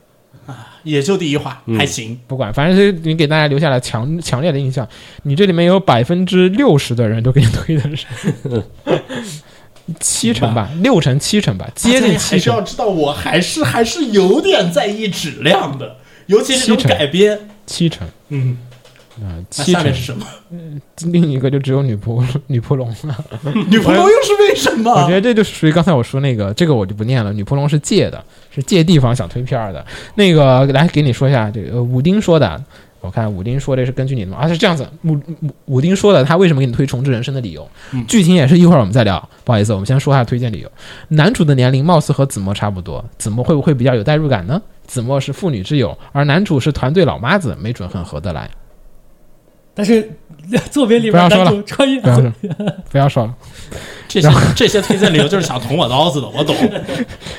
[SPEAKER 7] 也就第一话还行，
[SPEAKER 5] 不管，反正是你给大家留下了强强烈的印象。你这里面有百分之六十的人都给你推的是七成吧，六成七成吧，接
[SPEAKER 7] 大
[SPEAKER 5] 近
[SPEAKER 7] 家啊还
[SPEAKER 5] 七
[SPEAKER 7] 是要
[SPEAKER 5] 成，
[SPEAKER 7] 知道，我还是还是有点在意质量的，尤其是这
[SPEAKER 5] 七
[SPEAKER 7] 种
[SPEAKER 5] 成
[SPEAKER 7] 改编，
[SPEAKER 5] 七成。
[SPEAKER 7] 嗯，
[SPEAKER 5] 嗯，
[SPEAKER 7] 那
[SPEAKER 5] 七
[SPEAKER 7] 下
[SPEAKER 5] 成
[SPEAKER 7] 面是什么？
[SPEAKER 5] 另一个就只有女仆女仆龙了。
[SPEAKER 7] 女朋友又是为什么？
[SPEAKER 5] 我觉得这就属于刚才我说那个，这个我就不念了。女仆龙是借的，是借地方想推片儿的。那个来给你说一下，这个呃武丁说的，我看武丁说这是根据你的嘛，啊是这样子，武武武丁说的他为什么给你推重置人生的理由，
[SPEAKER 7] 嗯
[SPEAKER 5] 剧情也是一会儿我们再聊。不好意思，我们先说一下推荐理由。男主的年龄貌似和子墨差不多，子墨会不会比较有代入感呢？子墨是妇女之友，而男主是团队老妈子，没准很合得来。
[SPEAKER 6] 但是 [laughs] 作品里
[SPEAKER 5] 不要
[SPEAKER 6] 边
[SPEAKER 5] 说
[SPEAKER 6] 男
[SPEAKER 5] 了
[SPEAKER 6] 主穿越
[SPEAKER 5] 不要说了，不要说了。
[SPEAKER 7] [laughs] 这些这些推荐理由就是想捅我刀子的， [laughs] 我懂。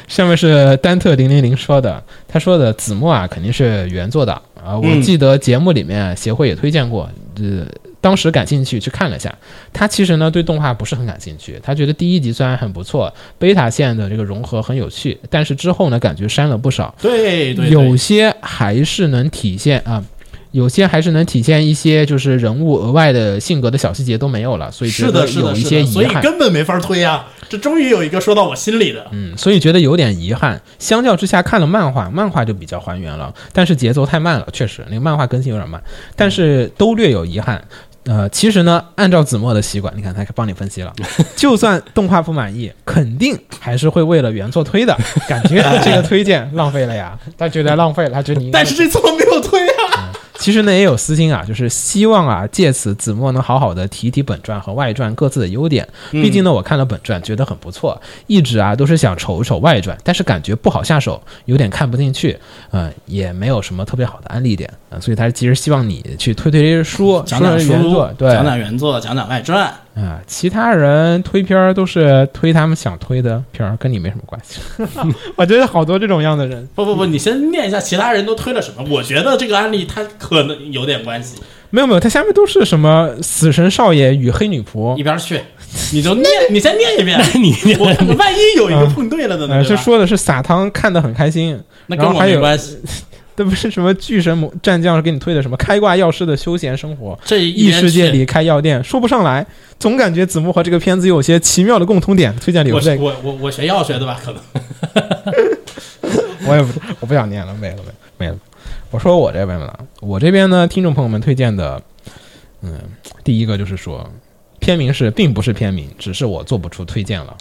[SPEAKER 5] 下面是丹特零零零说的，他说的子墨啊肯定是原作的啊，我
[SPEAKER 7] 嗯
[SPEAKER 5] 记得节目里面协会也推荐过，呃，当时感兴趣去看了一下。他其实呢对动画不是很感兴趣，他觉得第一集虽然很不错，贝塔线的这个融合很有趣，但是之后呢感觉删了不少，
[SPEAKER 7] 对对对，
[SPEAKER 5] 有些还是能体现啊。有些还是能体现一些就是人物额外的性格的小细节都没有了，所以觉
[SPEAKER 7] 是
[SPEAKER 5] 得
[SPEAKER 7] 的，是
[SPEAKER 5] 有
[SPEAKER 7] 的，
[SPEAKER 5] 一
[SPEAKER 7] 是
[SPEAKER 5] 些
[SPEAKER 7] 的，
[SPEAKER 5] 遗
[SPEAKER 7] 所以
[SPEAKER 5] 憾。
[SPEAKER 7] 根本没法推啊！这终于有一个说到我心里的，
[SPEAKER 5] 嗯，所以觉得有点遗憾。相较之下，看了漫画，漫画就比较还原了，但是节奏太慢了，确实那个漫画更新有点慢，但是都略有遗憾。呃，其实呢，按照子墨的习惯，你看他帮你分
[SPEAKER 7] [laughs]
[SPEAKER 5] 析了，就算动画不满意，肯定还是会为了原作推的。感
[SPEAKER 7] [laughs]
[SPEAKER 5] 觉这个推荐浪费了呀，他觉得浪费了，他觉得你应该
[SPEAKER 7] 但是这次我没有推啊。
[SPEAKER 5] 其实呢也有私心啊，就是希望啊借此子墨能好好的提一提本传和外传各自的优点。毕竟呢，我看了本传觉得很不错，一直啊都是想瞅一瞅外传，但是感觉不好下手，有点看不进去，嗯，也没有什么特别好的安利点啊、所以他其实希望你去推推这些书，
[SPEAKER 7] [laughs] 讲
[SPEAKER 5] 说
[SPEAKER 7] 讲
[SPEAKER 5] 说
[SPEAKER 7] 书
[SPEAKER 5] 原作，，对，
[SPEAKER 7] 讲讲原作，讲讲外传。
[SPEAKER 5] 啊，其他人推片儿都是推他们想推的片儿，跟你没什么关系。 [laughs] 我觉得好多这种样的人，
[SPEAKER 7] 不不不，你先念一下其他人都推了什么？我觉得这个案例它可能有点关系。
[SPEAKER 5] 没有没有，他下面都是什么死神少爷与黑女仆
[SPEAKER 7] 一，边去，你就念， [laughs] 你先念一遍。
[SPEAKER 6] [laughs] 你
[SPEAKER 7] [laughs]
[SPEAKER 5] [laughs]
[SPEAKER 7] 我看看，万一有一个碰对了的
[SPEAKER 5] 呃，
[SPEAKER 7] 呢？
[SPEAKER 5] 这
[SPEAKER 7] 对吧？
[SPEAKER 5] 说的是撒汤看得很开心， [laughs]
[SPEAKER 7] 那
[SPEAKER 5] 然
[SPEAKER 7] 跟
[SPEAKER 5] 后
[SPEAKER 7] 我
[SPEAKER 5] 还
[SPEAKER 7] 没
[SPEAKER 5] 有
[SPEAKER 7] 关系。
[SPEAKER 5] 这不是什么巨神魔战将给你推的什么开挂药师的休闲生活，
[SPEAKER 7] 这一
[SPEAKER 5] 异
[SPEAKER 7] 边
[SPEAKER 5] 世界
[SPEAKER 7] 去
[SPEAKER 5] 里开药店，说不上来，总感觉子木和这个片子有些奇妙的共通点。推荐理由
[SPEAKER 7] 我
[SPEAKER 5] 这个，
[SPEAKER 7] 我我我学药学的吧？可能
[SPEAKER 5] [laughs] 我也不我不想念了，没了没了没了。我说我这边了，我这边呢，听众朋友们推荐的，嗯，第一个就是说，片名是并不是片名，只是我做不出推荐了。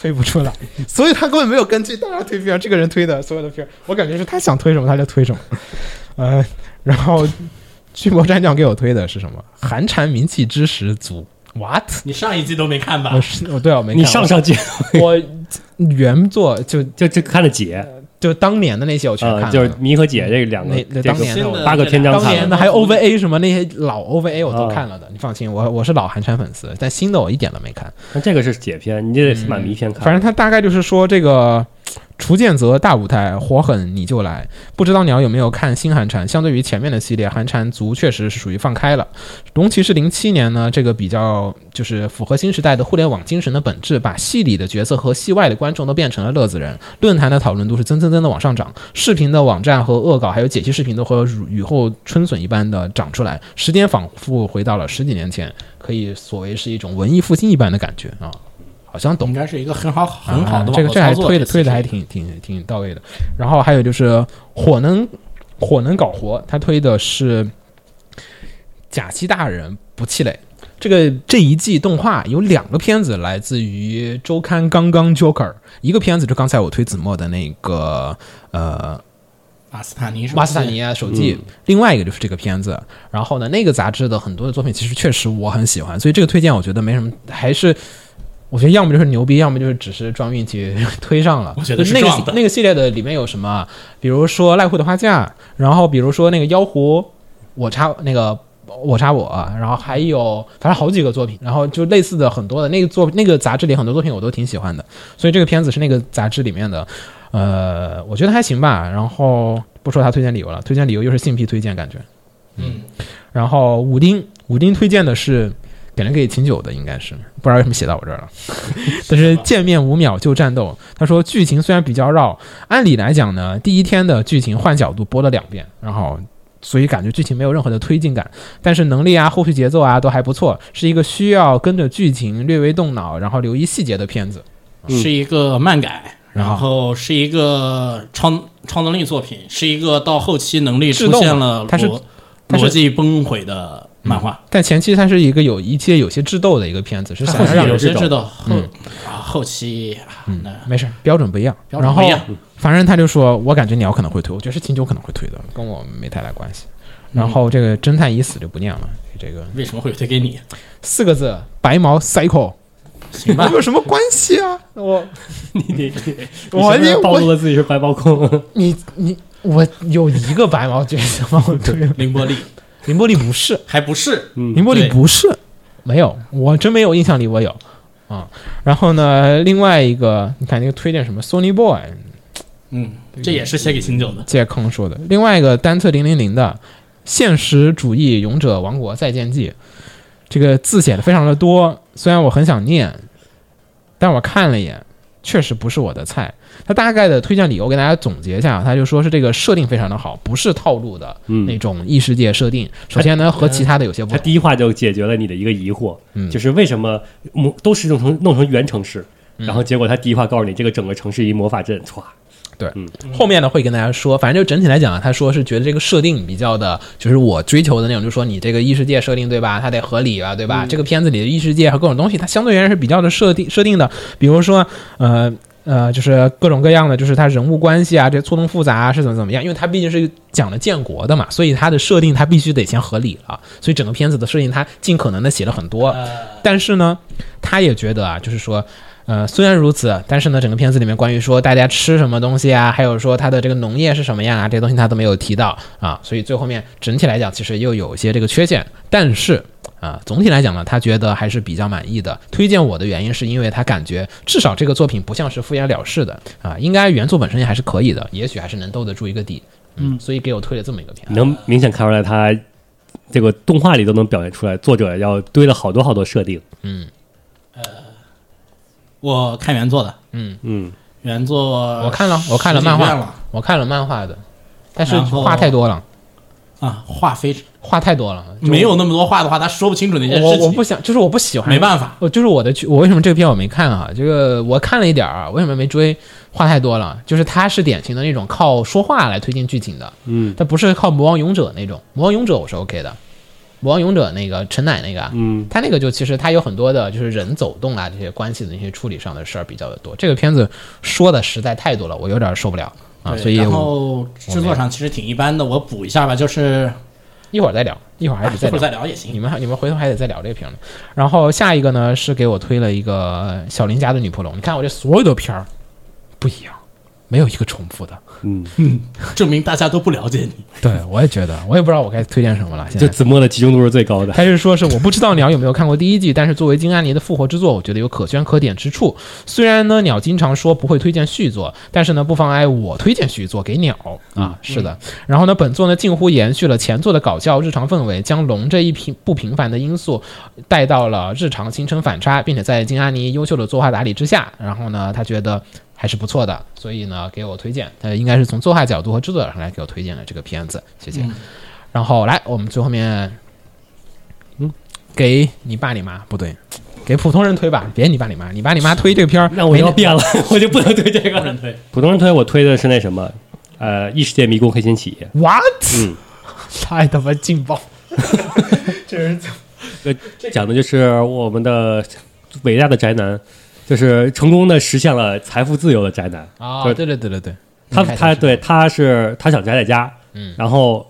[SPEAKER 5] 推不出来，所以他根本没有根据大家推片儿，这个人推的所有的片儿，我感觉是他想推什么他就推什么。呃，然后巨魔战将给我推的是什么？寒蝉鸣泣之时足。What？
[SPEAKER 7] 你上一季都没看吧
[SPEAKER 5] 我？是我对啊，我没看
[SPEAKER 6] [laughs] 你上上季
[SPEAKER 5] 我原作就
[SPEAKER 6] 就就看了姐
[SPEAKER 5] 就当年的那些我全看了，
[SPEAKER 6] 啊，就是迷和姐这两个
[SPEAKER 5] 那那
[SPEAKER 6] 这
[SPEAKER 5] 当年
[SPEAKER 6] 个
[SPEAKER 5] 的我
[SPEAKER 6] 八个篇章
[SPEAKER 5] 当
[SPEAKER 6] 看
[SPEAKER 5] 年
[SPEAKER 6] 了，
[SPEAKER 5] 的还有 OVA 什么那些老 OVA 我都看了的，你放心，我我是老寒蝉粉丝，但新的我一点都没看。
[SPEAKER 6] 那这个是姐篇，你这得
[SPEAKER 5] 嗯
[SPEAKER 6] 满迷篇看。
[SPEAKER 5] 反正他大概就是说这个。楚剑泽大舞台，火狠你就来。不知道鸟有没有看新寒蝉？相对于前面的系列，寒蝉族确实是属于放开了。龙骑士零七年呢，这个比较就是符合新时代的互联网精神的本质，把戏里的角色和戏外的观众都变成了乐子人。论坛的讨论度是蹭蹭蹭的往上涨，视频的网站和恶搞还有解析视频都和雨雨后春笋一般的长出来，时间仿佛回到了十几年前，可以所谓是一种文艺复兴一般的感觉啊，好像懂
[SPEAKER 7] 应。该是一个很好很好的
[SPEAKER 5] 啊这个
[SPEAKER 7] 网络
[SPEAKER 5] 这还
[SPEAKER 7] 操作
[SPEAKER 5] 推的推的还
[SPEAKER 7] 其实
[SPEAKER 5] 挺挺挺到位的。然后还有就是火能火能搞活，他推的是假期大人不气馁。这个这一季动画有两个片子来自于周刊《刚刚 Joker》，一个片子就刚才我推子墨的那个呃
[SPEAKER 7] 马斯坦尼是吧
[SPEAKER 5] 马斯坦尼啊手记，另外一个就是这个片子。然后呢，那个杂志的很多的作品其实确实我很喜欢，所以这个推荐我觉得没什么，还是我觉得要么就是牛逼，要么就是只是撞运气 [laughs] 推上了。
[SPEAKER 7] 我觉得是
[SPEAKER 5] 那
[SPEAKER 7] 撞
[SPEAKER 5] 个
[SPEAKER 7] 的
[SPEAKER 5] 那个系列的里面有什么？啊比如说濑户的花嫁，然后比如说那个妖狐，我插那个。我插我，啊然后还有反正好几个作品，然后就类似的很多的那个作那个杂志里很多作品我都挺喜欢的，所以这个片子是那个杂志里面的，呃，我觉得还行吧。然后不说他推荐理由了，推荐理由又是性癖推荐感觉。
[SPEAKER 7] 嗯，
[SPEAKER 5] 然后武丁，武丁推荐的是给人给秦九的，应该是不知道为什么写到我这儿了。但是见面五秒就战斗，他说剧情虽然比较绕，按理来讲呢，第一天的剧情换角度播了两遍，然后。所以感觉剧情没有任何的推进感，但是能力啊、后续节奏啊都还不错，是一个需要跟着剧情略微动脑，然后留意细节的片子。嗯
[SPEAKER 7] 是一个漫改，
[SPEAKER 5] 然后
[SPEAKER 7] 然后是一个超超能力作品，是一个到后期能力
[SPEAKER 5] 智
[SPEAKER 7] 出
[SPEAKER 5] 斗
[SPEAKER 7] 现
[SPEAKER 5] 嘛
[SPEAKER 7] 了
[SPEAKER 5] 它是
[SPEAKER 7] 逻
[SPEAKER 5] 但是嗯
[SPEAKER 7] 逻辑崩毁的漫画，
[SPEAKER 5] 但前期它是一个有一些有些智斗的一个片子，是想
[SPEAKER 7] 后
[SPEAKER 5] 要
[SPEAKER 7] 期
[SPEAKER 5] 让
[SPEAKER 7] 有
[SPEAKER 5] 人
[SPEAKER 7] 些
[SPEAKER 5] 知
[SPEAKER 7] 知
[SPEAKER 5] 道。嗯
[SPEAKER 7] 道后啊后期啊那
[SPEAKER 5] 没事，标准不一样。
[SPEAKER 7] 标准不一样
[SPEAKER 5] 然后，反正他就说，我感觉鸟可能会推，我觉得是秦九可能会推的，跟我没太大关系。
[SPEAKER 7] 嗯
[SPEAKER 5] 然后这个侦探已死就不念了，这个
[SPEAKER 7] 为什么会推给你？
[SPEAKER 5] 四个字白毛 cycle，
[SPEAKER 7] 行吧
[SPEAKER 5] 那，有什么关系啊？我
[SPEAKER 6] 你你
[SPEAKER 5] 我
[SPEAKER 6] 你是不是
[SPEAKER 5] 我
[SPEAKER 6] 暴露了自己是白毛
[SPEAKER 5] [laughs]
[SPEAKER 6] 控，
[SPEAKER 5] 你你我有一个白毛角色吗？我推了
[SPEAKER 7] 凌波丽
[SPEAKER 5] 林波丽不是，
[SPEAKER 7] 还不是，嗯，
[SPEAKER 5] 林波丽
[SPEAKER 7] 对
[SPEAKER 5] 不是，没有，我真没有印象里我有啊。然后呢，另外一个你看那个推荐什么 Sony Boy，
[SPEAKER 7] 嗯，这也是写给秦九的，
[SPEAKER 5] 借坑说的。另外一个单特零零零的《现实主义勇者王国再见记》，这个字写的非常的多，虽然我很想念，但我看了一眼，确实不是我的菜。他大概的推荐理由我给大家总结一下，他就说是这个设定非常的好，不是套路的
[SPEAKER 6] 嗯
[SPEAKER 5] 那种异世界设定。首先呢，和其他的有些不
[SPEAKER 6] 他第
[SPEAKER 5] 同。
[SPEAKER 6] 一话就解决了你的一个疑惑，
[SPEAKER 5] 嗯
[SPEAKER 6] 就是为什么魔都是弄成弄成原城市，
[SPEAKER 5] 嗯
[SPEAKER 6] 然后结果他第一话告诉你这个整个城市一魔法阵，歘，
[SPEAKER 5] 对，后面呢会跟大家说，反正就整体来讲啊，他说是觉得这个设定比较的，就是我追求的那种，就是说你这个异世界设定对吧，它得合理啊吧，对吧？这个片子里的异世界和各种东西，它相对而言是比较的设定设定的，比如说呃。呃，就是各种各样的，就是它人物关系啊，这错综复杂、啊、是怎么怎么样？因为它毕竟是讲了建国的嘛，所以它的设定它必须得先合理了。所以整个片子的设定，它尽可能的写了很多。但是呢，他也觉得啊，就是说，呃，虽然如此，但是呢，整个片子里面关于说大家吃什么东西啊，还有说它的这个农业是什么样啊，这些东西他都没有提到啊，所以最后面整体来讲，其实又有一些这个缺陷，但是。啊，总体来讲呢，他觉得还是比较满意的。推荐我的原因是因为他感觉至少这个作品不像是敷衍了事的啊，应该原作本身还是可以的，也许还是能兜得住一个底。嗯，所以给我推了这么一个片
[SPEAKER 7] 嗯
[SPEAKER 5] 子。
[SPEAKER 6] 能明显看出来他这个动画里都能表现出来，作者要堆了好多好多设定，
[SPEAKER 7] 我看原作的，
[SPEAKER 5] 嗯
[SPEAKER 6] 嗯，
[SPEAKER 7] 原作
[SPEAKER 5] 我看了，我看了漫
[SPEAKER 7] 十几
[SPEAKER 5] 画
[SPEAKER 7] 遍了
[SPEAKER 5] 我看了漫画的，但是
[SPEAKER 7] 然后
[SPEAKER 5] 话太多了，
[SPEAKER 7] 啊，话非常
[SPEAKER 5] 话太多了，就
[SPEAKER 7] 没有那么多话的话，他说不清楚那件
[SPEAKER 5] 我
[SPEAKER 7] 事
[SPEAKER 5] 我不
[SPEAKER 7] 情，
[SPEAKER 5] 想，就是我不喜欢，
[SPEAKER 7] 没办法。
[SPEAKER 5] 我就是我的剧，我为什么这篇我没看啊？这个我看了一点儿啊，为什么没追？话太多了，就是它是典型的那种靠说话来推进剧情的，嗯，它不是靠魔王勇者那种。魔王勇者我是 OK 的，魔王勇者那个陈奶那个，嗯，他那个就其实他有很多的就是人走动啊这些关系的那些处理上的事儿比较的多。这个片子说的实在太多了，我有点受不了啊，
[SPEAKER 7] 对
[SPEAKER 5] 所以
[SPEAKER 7] 然
[SPEAKER 5] 我
[SPEAKER 7] 后制作上其实挺一般的，我补一下吧，就是
[SPEAKER 5] 一会儿再聊，一会儿还
[SPEAKER 7] 啊
[SPEAKER 5] 得
[SPEAKER 7] 一
[SPEAKER 5] 再
[SPEAKER 7] 会
[SPEAKER 5] 聊。
[SPEAKER 7] 儿再聊也
[SPEAKER 5] 你
[SPEAKER 7] 行。
[SPEAKER 5] 们还你们回头还得再聊这个片儿呢。然后下一个呢是给我推了一个小林家的女仆龙，你看我这所有的片儿不一样，没有一个重复的。
[SPEAKER 7] 证明大家都不了解你， [laughs]
[SPEAKER 5] 对，我也觉得，我也不知道我该推荐什么了。现
[SPEAKER 6] 就
[SPEAKER 5] 在
[SPEAKER 6] 子墨的集中度是最高
[SPEAKER 5] [laughs]
[SPEAKER 6] 的。
[SPEAKER 5] 还是说是我不知道鸟有没有看过第一季，但是作为金安妮的复活之作，我觉得有可圈可点之处。虽然呢，鸟经常说不会推荐续作，但是呢，不妨碍我推荐续作给鸟啊。是的，然后呢，本作呢近乎延续了前作的搞笑日常氛围，将龙这一平不平凡的因素带到了日常，形成反差，并且在金安妮优秀的作画打理之下，然后呢，他觉得。还是不错的，所以呢，给我推荐，呃，应该是从作画角度和制作上来给我推荐了这个片子，谢谢。然后来，我们最后面嗯给你爸你妈不对，给普通人推吧，别你爸你妈，你爸你妈推这个片儿，
[SPEAKER 6] 那我
[SPEAKER 5] 没
[SPEAKER 6] 要
[SPEAKER 5] 你
[SPEAKER 6] 变了， [laughs] 我就不能推这个了。普通人推我推的是那什么，呃，《异世界迷宫黑心企业
[SPEAKER 5] what？
[SPEAKER 6] 嗯
[SPEAKER 5] 太他妈劲爆！》，
[SPEAKER 6] 呃，讲的就是我们的伟大的宅男，就是成功的实现了财富自由的宅男
[SPEAKER 5] 啊、
[SPEAKER 6] 就是
[SPEAKER 5] 对对对对对，
[SPEAKER 6] 他
[SPEAKER 5] 一开始
[SPEAKER 6] 他
[SPEAKER 5] 是
[SPEAKER 6] 对他是他想宅在家，
[SPEAKER 5] 嗯
[SPEAKER 6] 然后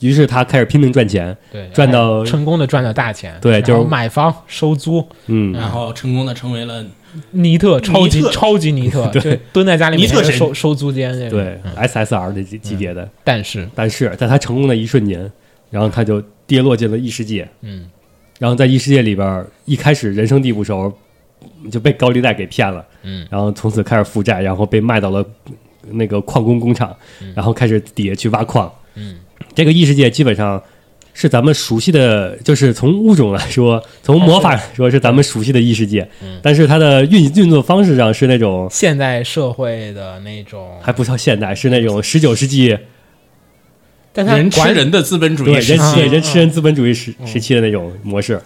[SPEAKER 6] 于是他开始拼命赚钱，
[SPEAKER 5] 对哎
[SPEAKER 6] 赚到
[SPEAKER 5] 成功的赚到大钱，
[SPEAKER 6] 对
[SPEAKER 5] 然后
[SPEAKER 6] 就是
[SPEAKER 5] 买房收租，
[SPEAKER 6] 嗯，
[SPEAKER 7] 然后成功的成为了
[SPEAKER 5] 尼特超级
[SPEAKER 7] 尼特
[SPEAKER 5] 超级
[SPEAKER 6] [laughs]
[SPEAKER 5] 尼特，就蹲在家里
[SPEAKER 7] 尼特
[SPEAKER 5] 每天
[SPEAKER 7] 神
[SPEAKER 5] 收收租间那种，
[SPEAKER 6] 对 SSR 这级
[SPEAKER 5] 嗯
[SPEAKER 6] 级别的，
[SPEAKER 5] 但是
[SPEAKER 6] 但是在他成功的一瞬间，然后他就跌落进了异世界，
[SPEAKER 5] 嗯，
[SPEAKER 6] 然后在异世界里边儿，一开始人生地不熟，就被高利贷给骗了，
[SPEAKER 5] 嗯，
[SPEAKER 6] 然后从此开始负债，然后被卖到了那个矿工工厂，然后开始底下去挖矿，
[SPEAKER 5] 嗯，
[SPEAKER 6] 这个异世界基本上是咱们熟悉的，就是从物种来说，从魔
[SPEAKER 5] 哎
[SPEAKER 6] 法来说是咱们熟悉的异世界，
[SPEAKER 5] 嗯
[SPEAKER 6] 但是它的运运作方式上是那种
[SPEAKER 5] 现代社会的那种，
[SPEAKER 6] 还不叫现代，是那种十九世纪
[SPEAKER 5] 但他
[SPEAKER 7] 人吃
[SPEAKER 5] 管
[SPEAKER 7] 人的资本主
[SPEAKER 6] 对
[SPEAKER 7] 义时
[SPEAKER 6] 人
[SPEAKER 7] 期，
[SPEAKER 5] 嗯
[SPEAKER 6] 对人吃人资本主义时时期的那种模式。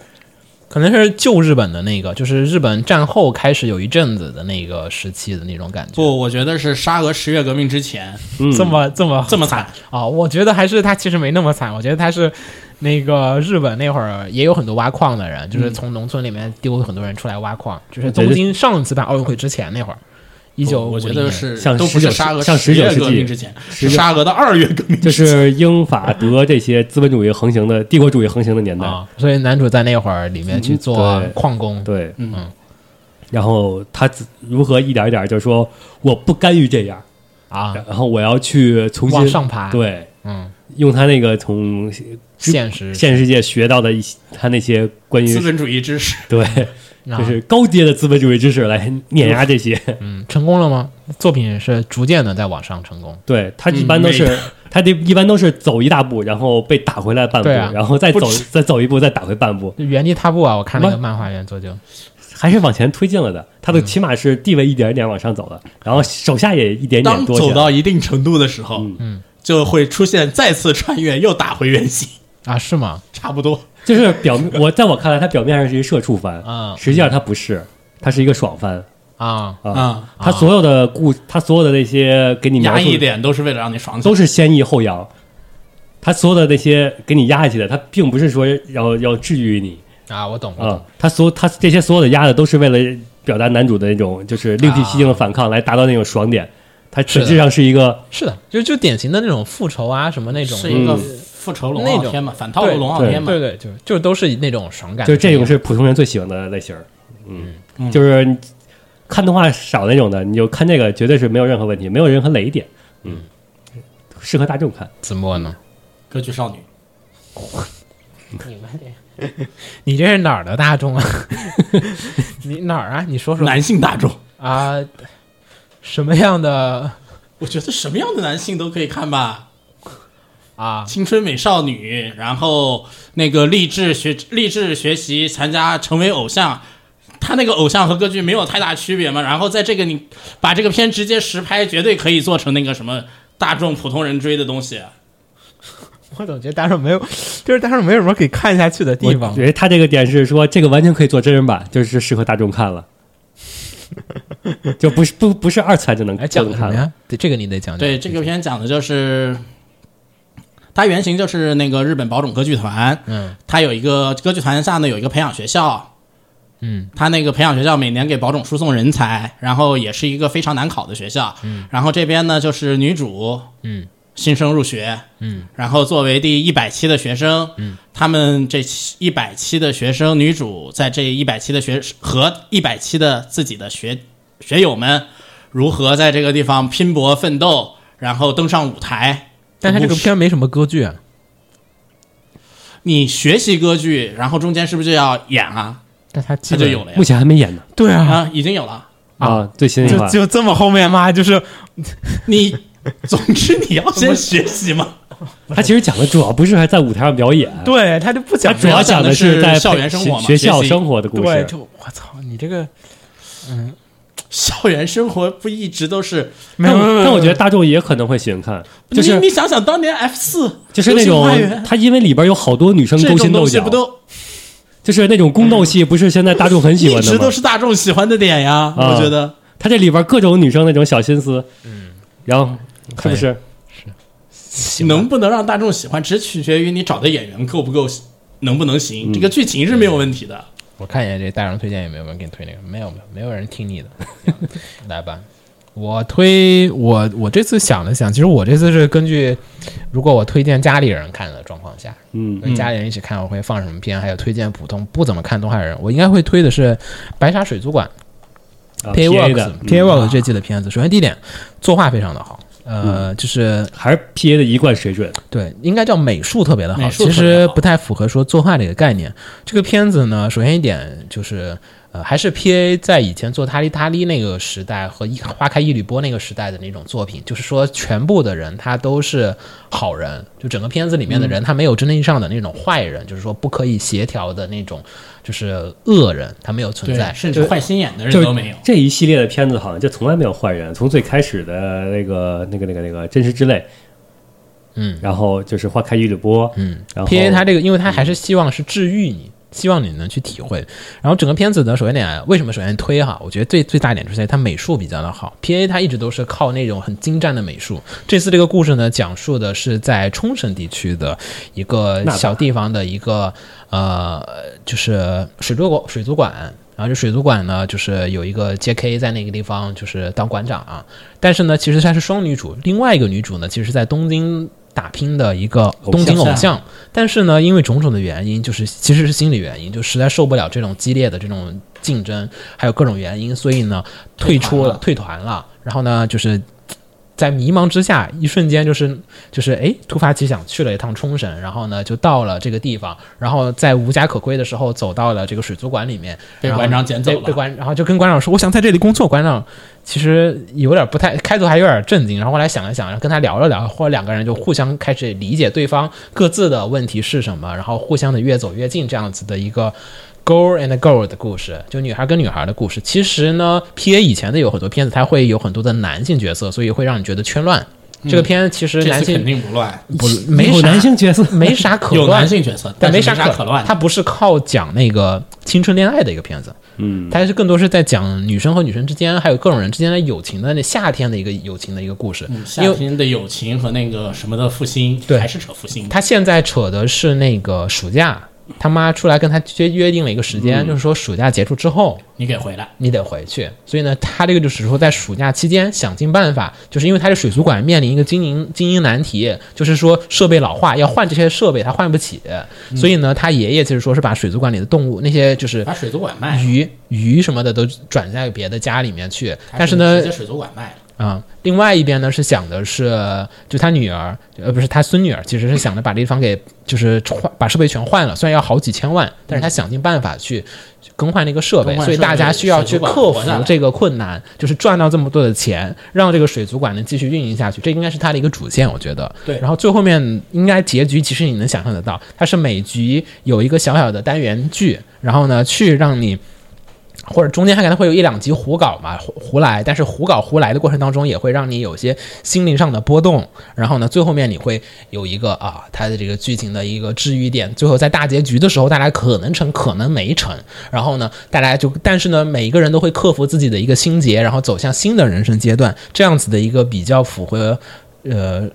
[SPEAKER 5] 可能是旧日本的那个，就是日本战后开始有一阵子的那个时期的那种感觉。
[SPEAKER 7] 不，我觉得是沙俄十月革命之前，
[SPEAKER 5] 这么这么
[SPEAKER 7] 这么惨
[SPEAKER 5] 啊、我觉得还是他其实没那么惨，我觉得他是那个日本那会儿也有很多挖矿的人，就是从农村里面丢很多人出来挖矿，就是
[SPEAKER 6] 觉得
[SPEAKER 5] 东京上一次办奥运会之前那会儿，一九
[SPEAKER 7] 我觉得是
[SPEAKER 6] 像
[SPEAKER 7] 都不是
[SPEAKER 6] 19
[SPEAKER 7] 沙俄
[SPEAKER 6] 像
[SPEAKER 7] 十月
[SPEAKER 6] 19世纪
[SPEAKER 7] 革命之前，是沙俄的二月革命
[SPEAKER 6] 这
[SPEAKER 7] 之前。
[SPEAKER 6] 是英法德这些资本主义横行的帝国主义横行的年代。
[SPEAKER 5] 啊，所以男主在那会儿里面去做
[SPEAKER 6] 嗯对
[SPEAKER 5] 矿工，
[SPEAKER 6] 对，
[SPEAKER 5] 嗯，
[SPEAKER 6] 然后他自如何一点一点就说我不甘于这样，
[SPEAKER 5] 啊，
[SPEAKER 6] 然后我要去重新
[SPEAKER 5] 往上爬
[SPEAKER 6] 对，
[SPEAKER 5] 嗯，
[SPEAKER 6] 用他那个从
[SPEAKER 5] 现实
[SPEAKER 6] 现实世界学到的一些他那些关
[SPEAKER 7] 资
[SPEAKER 6] 于
[SPEAKER 7] 本主义知识，
[SPEAKER 6] 对，
[SPEAKER 5] 啊
[SPEAKER 6] 就是高阶的资本主义知识来碾压
[SPEAKER 5] [laughs]
[SPEAKER 6] 这些。
[SPEAKER 5] 嗯成功了吗？作品是逐渐的在往上成功，
[SPEAKER 6] 对他一般都
[SPEAKER 7] 嗯
[SPEAKER 6] 是
[SPEAKER 7] 没
[SPEAKER 6] 他这一般都是走一大步，然后被打回来半步，
[SPEAKER 5] 对啊
[SPEAKER 6] 然后再
[SPEAKER 7] 不
[SPEAKER 6] 走
[SPEAKER 7] 止
[SPEAKER 6] 再走一步，再打回半步，
[SPEAKER 5] 原地踏步啊！我看那个
[SPEAKER 6] 慢
[SPEAKER 5] 漫画原作就
[SPEAKER 6] 还是往前推进了的。他的起码是地位一点一点往上走的，然后手下也一点点
[SPEAKER 7] 当
[SPEAKER 6] 多起来。
[SPEAKER 7] 走到一定程度的时候，嗯，就会出现再次穿越，又打回原 [laughs] 形，
[SPEAKER 5] 啊，是吗？
[SPEAKER 7] 差不多。
[SPEAKER 6] 就是表面，我在我看来，他表面上是一社畜番
[SPEAKER 5] 啊
[SPEAKER 6] 实际上他不是，他是一个爽番
[SPEAKER 5] 啊，
[SPEAKER 6] 啊
[SPEAKER 7] 啊。
[SPEAKER 6] 他所有的故，他所有的那些给你描
[SPEAKER 7] 压
[SPEAKER 6] 述
[SPEAKER 7] 抑
[SPEAKER 6] 的
[SPEAKER 7] 点都是为了让你爽起来
[SPEAKER 6] 都是先抑后扬，他所有的那些给你压下去的，他并不是说要要治愈你
[SPEAKER 5] 啊，我懂，我懂
[SPEAKER 6] 啊，他所他这些所有的压的都是为了表达男主的那种就是另辟蹊
[SPEAKER 5] 啊
[SPEAKER 6] 径的反抗，来达到那种爽点。他实际上是一个
[SPEAKER 5] 是的，就就典型的那种复仇啊什么那种，
[SPEAKER 7] 是一个
[SPEAKER 6] 嗯
[SPEAKER 7] 复仇龙
[SPEAKER 5] 那
[SPEAKER 7] 傲
[SPEAKER 5] 种
[SPEAKER 7] 天嘛，反套路龙傲天嘛。
[SPEAKER 5] 对对，就就都是那种爽感，
[SPEAKER 6] 就是这种是普通人最喜欢的类型儿，嗯，
[SPEAKER 7] 嗯
[SPEAKER 6] 就是你看动画少那种的，你就看这个绝对是没有任何问题，没有任何雷点，嗯，适合大众看。
[SPEAKER 5] 子墨呢？
[SPEAKER 7] 歌剧少女，
[SPEAKER 5] 你这是哪儿的大众啊？你哪儿啊？你说说
[SPEAKER 7] 男性大众，
[SPEAKER 5] 啊？什么样的
[SPEAKER 7] 我觉得什么样的男性都可以看吧，
[SPEAKER 5] 啊？
[SPEAKER 7] 青春美少女，然后那个励志学励志学习，参加成为偶像。他那个偶像和歌剧没有太大区别嘛，然后在这个你把这个片直接实拍，绝对可以做成那个什么大众普通人追的东西。
[SPEAKER 5] 我总觉得大众没有，就是大众没有什么可以看下去的地
[SPEAKER 6] 我
[SPEAKER 5] 方
[SPEAKER 6] 觉得他这个点是说，这个完全可以做真人版，就是适合大众
[SPEAKER 5] [laughs]
[SPEAKER 6] 看了，就不是不不是二次元就能
[SPEAKER 5] 哎，
[SPEAKER 6] 就
[SPEAKER 5] 讲
[SPEAKER 6] 能
[SPEAKER 5] 的什
[SPEAKER 6] 看
[SPEAKER 5] 么
[SPEAKER 6] 了。
[SPEAKER 5] 呀？对，这个你得讲讲。
[SPEAKER 7] 对，这个片讲的就是，它原型就是那个日本宝冢歌剧团，
[SPEAKER 5] 嗯，
[SPEAKER 7] 它有一个歌剧团下呢有一个培养学校，
[SPEAKER 5] 嗯，
[SPEAKER 7] 它那个培养学校每年给宝冢输送人才，然后也是一个非常难考的学校，嗯，然后这边呢就是女主，
[SPEAKER 5] 嗯，
[SPEAKER 7] 新生入学，
[SPEAKER 5] 嗯，
[SPEAKER 7] 然后作为第一百期的学生，嗯，他们这一百期的学生，女主在这一百期的学和一百期的自己的学学友们如何在这个地方拼搏奋斗，然后登上舞台。
[SPEAKER 5] 但他这个
[SPEAKER 7] 不是
[SPEAKER 5] 片儿没什么歌剧啊，
[SPEAKER 7] 你学习歌剧，然后中间是不是就要演啊？
[SPEAKER 5] 但他
[SPEAKER 7] 它
[SPEAKER 5] 基
[SPEAKER 7] 就
[SPEAKER 5] 本
[SPEAKER 7] 有了呀
[SPEAKER 6] 目。前还没演呢
[SPEAKER 5] 对啊，
[SPEAKER 7] 啊，已经有了。
[SPEAKER 6] 啊，最新一
[SPEAKER 5] 就
[SPEAKER 6] 款
[SPEAKER 5] 就这么后面吗？就是
[SPEAKER 7] 你总之你要先学习嘛。
[SPEAKER 6] [laughs] 他其实讲的主要不是还在舞台上表演，
[SPEAKER 5] 对他就不讲
[SPEAKER 6] 他主要讲的是在
[SPEAKER 7] 校园生活嘛
[SPEAKER 6] 学学校
[SPEAKER 7] 学习
[SPEAKER 6] 生活的故
[SPEAKER 5] 对，
[SPEAKER 6] 事。
[SPEAKER 5] 就我操，你这个
[SPEAKER 7] 校园生活不一直都是？
[SPEAKER 5] 没有
[SPEAKER 6] 但
[SPEAKER 5] 没有没
[SPEAKER 6] 我
[SPEAKER 5] 有
[SPEAKER 6] 但我觉得大众也可能会喜欢看，就是
[SPEAKER 7] 你你想想，当年 F 四
[SPEAKER 6] 就是那种
[SPEAKER 7] 这
[SPEAKER 6] 他因为里边有好多女生勾
[SPEAKER 7] 种
[SPEAKER 6] 心斗
[SPEAKER 7] 东西
[SPEAKER 6] 角
[SPEAKER 7] 不，都
[SPEAKER 6] 就是那种宫斗戏，不是现在大众很喜
[SPEAKER 7] 一
[SPEAKER 6] 欢
[SPEAKER 7] 直
[SPEAKER 6] 的
[SPEAKER 7] 都
[SPEAKER 6] 吗？
[SPEAKER 7] 是大众喜欢的点呀？
[SPEAKER 6] 啊
[SPEAKER 7] 我觉得
[SPEAKER 6] 他这里边各种女生那种小心思，嗯，然后是不是？
[SPEAKER 7] 能不能让大众喜欢，只取决于你找的演员够不够，能不能行。这个剧情是没有问题的。
[SPEAKER 5] 我看一眼这大众推荐有没有人给你推那个，没有没有，没有人听你的， [laughs] 来吧。我推我我这次想了想，其实我这次是根据，如果我推荐家里人看的状况下，
[SPEAKER 6] 嗯，
[SPEAKER 5] 跟家里人一起看我会放什么片，还有推荐普通不怎么看动画的人，我应该会推的是《白沙水族馆》
[SPEAKER 6] 啊
[SPEAKER 5] p a y w o r
[SPEAKER 6] PA
[SPEAKER 5] k
[SPEAKER 6] 的嗯
[SPEAKER 5] s p a y w o r k 这季的片子。首先第一点，作画非常的好，
[SPEAKER 6] 嗯
[SPEAKER 5] 呃，就是
[SPEAKER 6] 还是 P A 的一贯水准，
[SPEAKER 5] 对，应该叫美术特别的好，
[SPEAKER 7] 美
[SPEAKER 5] 其
[SPEAKER 7] 术特别
[SPEAKER 5] 实
[SPEAKER 7] 好
[SPEAKER 5] 不太符合说作画这个概念。这个片子呢，首先一点就是，呃，还是 P A 在以前做《塔利塔利》那个时代和一《花开一缕波》那个时代的那种作品，就是说全部的人他都是好人，就整个片子里
[SPEAKER 7] 嗯
[SPEAKER 5] 面的人、他没有真正意义上的那种坏人，就是说不可以协调的那种，就是恶人，他没有存在。
[SPEAKER 7] 甚至坏心眼
[SPEAKER 6] 就
[SPEAKER 7] 的人
[SPEAKER 6] 是
[SPEAKER 7] 都没有。
[SPEAKER 6] 这一系列的片子好像就从来没有坏人，从最开始的那个、那个、那个、那个《真实之泪》，
[SPEAKER 5] 嗯
[SPEAKER 6] 然后就是《花开一缕波》，
[SPEAKER 5] 嗯
[SPEAKER 6] 然后
[SPEAKER 5] ，P A 他这个，因为他还是希望是治愈你。希望你能去体会。然后整个片子的首先点，为什么首先推哈？我觉得最最大一点就是在于它美术比较的好，P A 它一直都是靠那种很精湛的美术。这次这个故事呢，讲述的是在冲绳地区的一个小地方的一个呃，就是水族馆水族馆。然后这水族馆呢，就是有一个 J.K. 在那个地方就是当馆长啊，但是呢，其实她是双女主，另外一个女主呢，其实是在东京打拼的一个东京偶像，但是呢，因为种种的原因，就是其实是心理原因，就实在受不了这种激烈的这种竞争，还有各种原因，所以呢，退出了，退团了，然后呢，就是。在迷茫之下，一瞬间就是就是哎，突发奇想去了一趟冲绳，然后呢就到了这个地方，然后在无家可归的时候走到了这个水族馆里面，
[SPEAKER 7] 被
[SPEAKER 5] 然后
[SPEAKER 7] 馆长捡走
[SPEAKER 5] 被
[SPEAKER 7] 了
[SPEAKER 5] 被馆，然后就跟馆长说，我想在这里工作。馆长其实有点不太，开头还有点震惊，然后后来想了想，然后跟他聊了聊，或者两个人就互相开始理解对方各自的问题是什么，然后互相的越走越近这样子的一个 girl and girl 的故事，就女孩跟女孩的故事。其实呢，P A 以前的有很多片子，它会有很多的男性角色，所以会让你觉得圈乱。这个片其实
[SPEAKER 7] 嗯这
[SPEAKER 5] 男
[SPEAKER 7] 次
[SPEAKER 5] 性
[SPEAKER 7] 肯定不乱，
[SPEAKER 5] 不没
[SPEAKER 6] 有
[SPEAKER 5] 啥
[SPEAKER 6] 男性角色
[SPEAKER 5] 没
[SPEAKER 6] [laughs]
[SPEAKER 5] 啥可
[SPEAKER 7] 有
[SPEAKER 5] 乱
[SPEAKER 7] 男性角色，
[SPEAKER 5] 但
[SPEAKER 7] 没
[SPEAKER 5] 啥
[SPEAKER 7] 啥
[SPEAKER 5] 可
[SPEAKER 7] 可乱的。
[SPEAKER 5] 它不是靠讲那个青春恋爱的一个片子，嗯，它是更多是在讲女生和女生之间，还有各种人之间的友情的那夏天的一个友情的一个故事，因
[SPEAKER 7] 嗯夏
[SPEAKER 5] 为。
[SPEAKER 7] 天的友情和那个什么的复兴，
[SPEAKER 5] 对
[SPEAKER 7] 还是扯复兴。
[SPEAKER 5] 他现在扯的是那个暑假，他妈出来跟他约约定了一个时间，就是说暑假结束之后，
[SPEAKER 7] 你给回来，
[SPEAKER 5] 你得回去。所以呢，他这个就只是说在暑假期间想尽办法，就是因为他这水族馆面临一个经营经营难题，就是说设备老化，要换这些设备他换不起。所以呢，他爷爷就是说是把水族馆里的动物那些就是
[SPEAKER 7] 把水族馆卖了，
[SPEAKER 5] 鱼鱼什么的都转在别的家里面去，
[SPEAKER 7] 还
[SPEAKER 5] 但是呢
[SPEAKER 7] 直，接水族馆卖了。
[SPEAKER 5] 啊、另外一边呢是想的是，就他女儿，呃，不是他孙女儿，其实是想着把这地方给就是换，把设备全换了，虽然要好几千万，但是他想尽办法去更换那个设备，
[SPEAKER 7] 嗯更换设
[SPEAKER 5] 所以
[SPEAKER 7] 备
[SPEAKER 5] 大家需要去克服这个困难，就是赚到这么多的钱，让这个水族馆能继续运营下去，这应该是他的一个主线，我觉得。
[SPEAKER 7] 对
[SPEAKER 5] 然后最后面应该结局其实你能想象得到，它是每局有一个小小的单元剧，然后呢去让你。或者中间还可能会有一两集胡搞嘛，胡胡来，但是胡搞胡来的过程当中，也会让你有些心灵上的波动。然后呢，最后面你会有一个啊，它的这个剧情的一个治愈点。最后在大结局的时候，大家可能成，可能没成。然后呢，大家就，但是呢，每一个人都会克服自己的一个心结，然后走向新的人生阶段，这样子的一个比较符合，呃。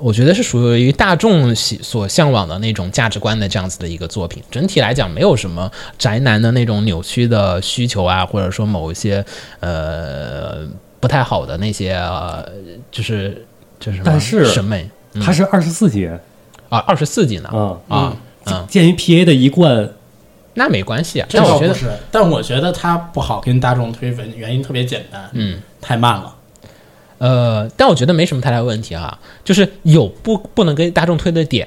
[SPEAKER 5] 我觉得是属于大众喜所向往的那种价值观的这样子的一个作品。整体来讲，没有什么宅男的那种扭曲的需求啊，或者说某一些呃不太好的那些，呃、就是就是什么
[SPEAKER 6] 但是
[SPEAKER 5] 审美
[SPEAKER 6] 它是二十四集
[SPEAKER 5] 啊，二十四集呢、
[SPEAKER 6] 啊。
[SPEAKER 5] 啊，嗯，
[SPEAKER 6] 鉴于 P A 的一贯，
[SPEAKER 5] 那没关系啊。
[SPEAKER 7] 这
[SPEAKER 5] 但我
[SPEAKER 7] 倒
[SPEAKER 5] 觉
[SPEAKER 7] 不
[SPEAKER 5] 得
[SPEAKER 7] 是，但我觉得它不好跟大众推文，原因特别简单，嗯，太慢了。
[SPEAKER 5] 呃，但我觉得没什么太大问题啊，就是有不不能给大众推的点，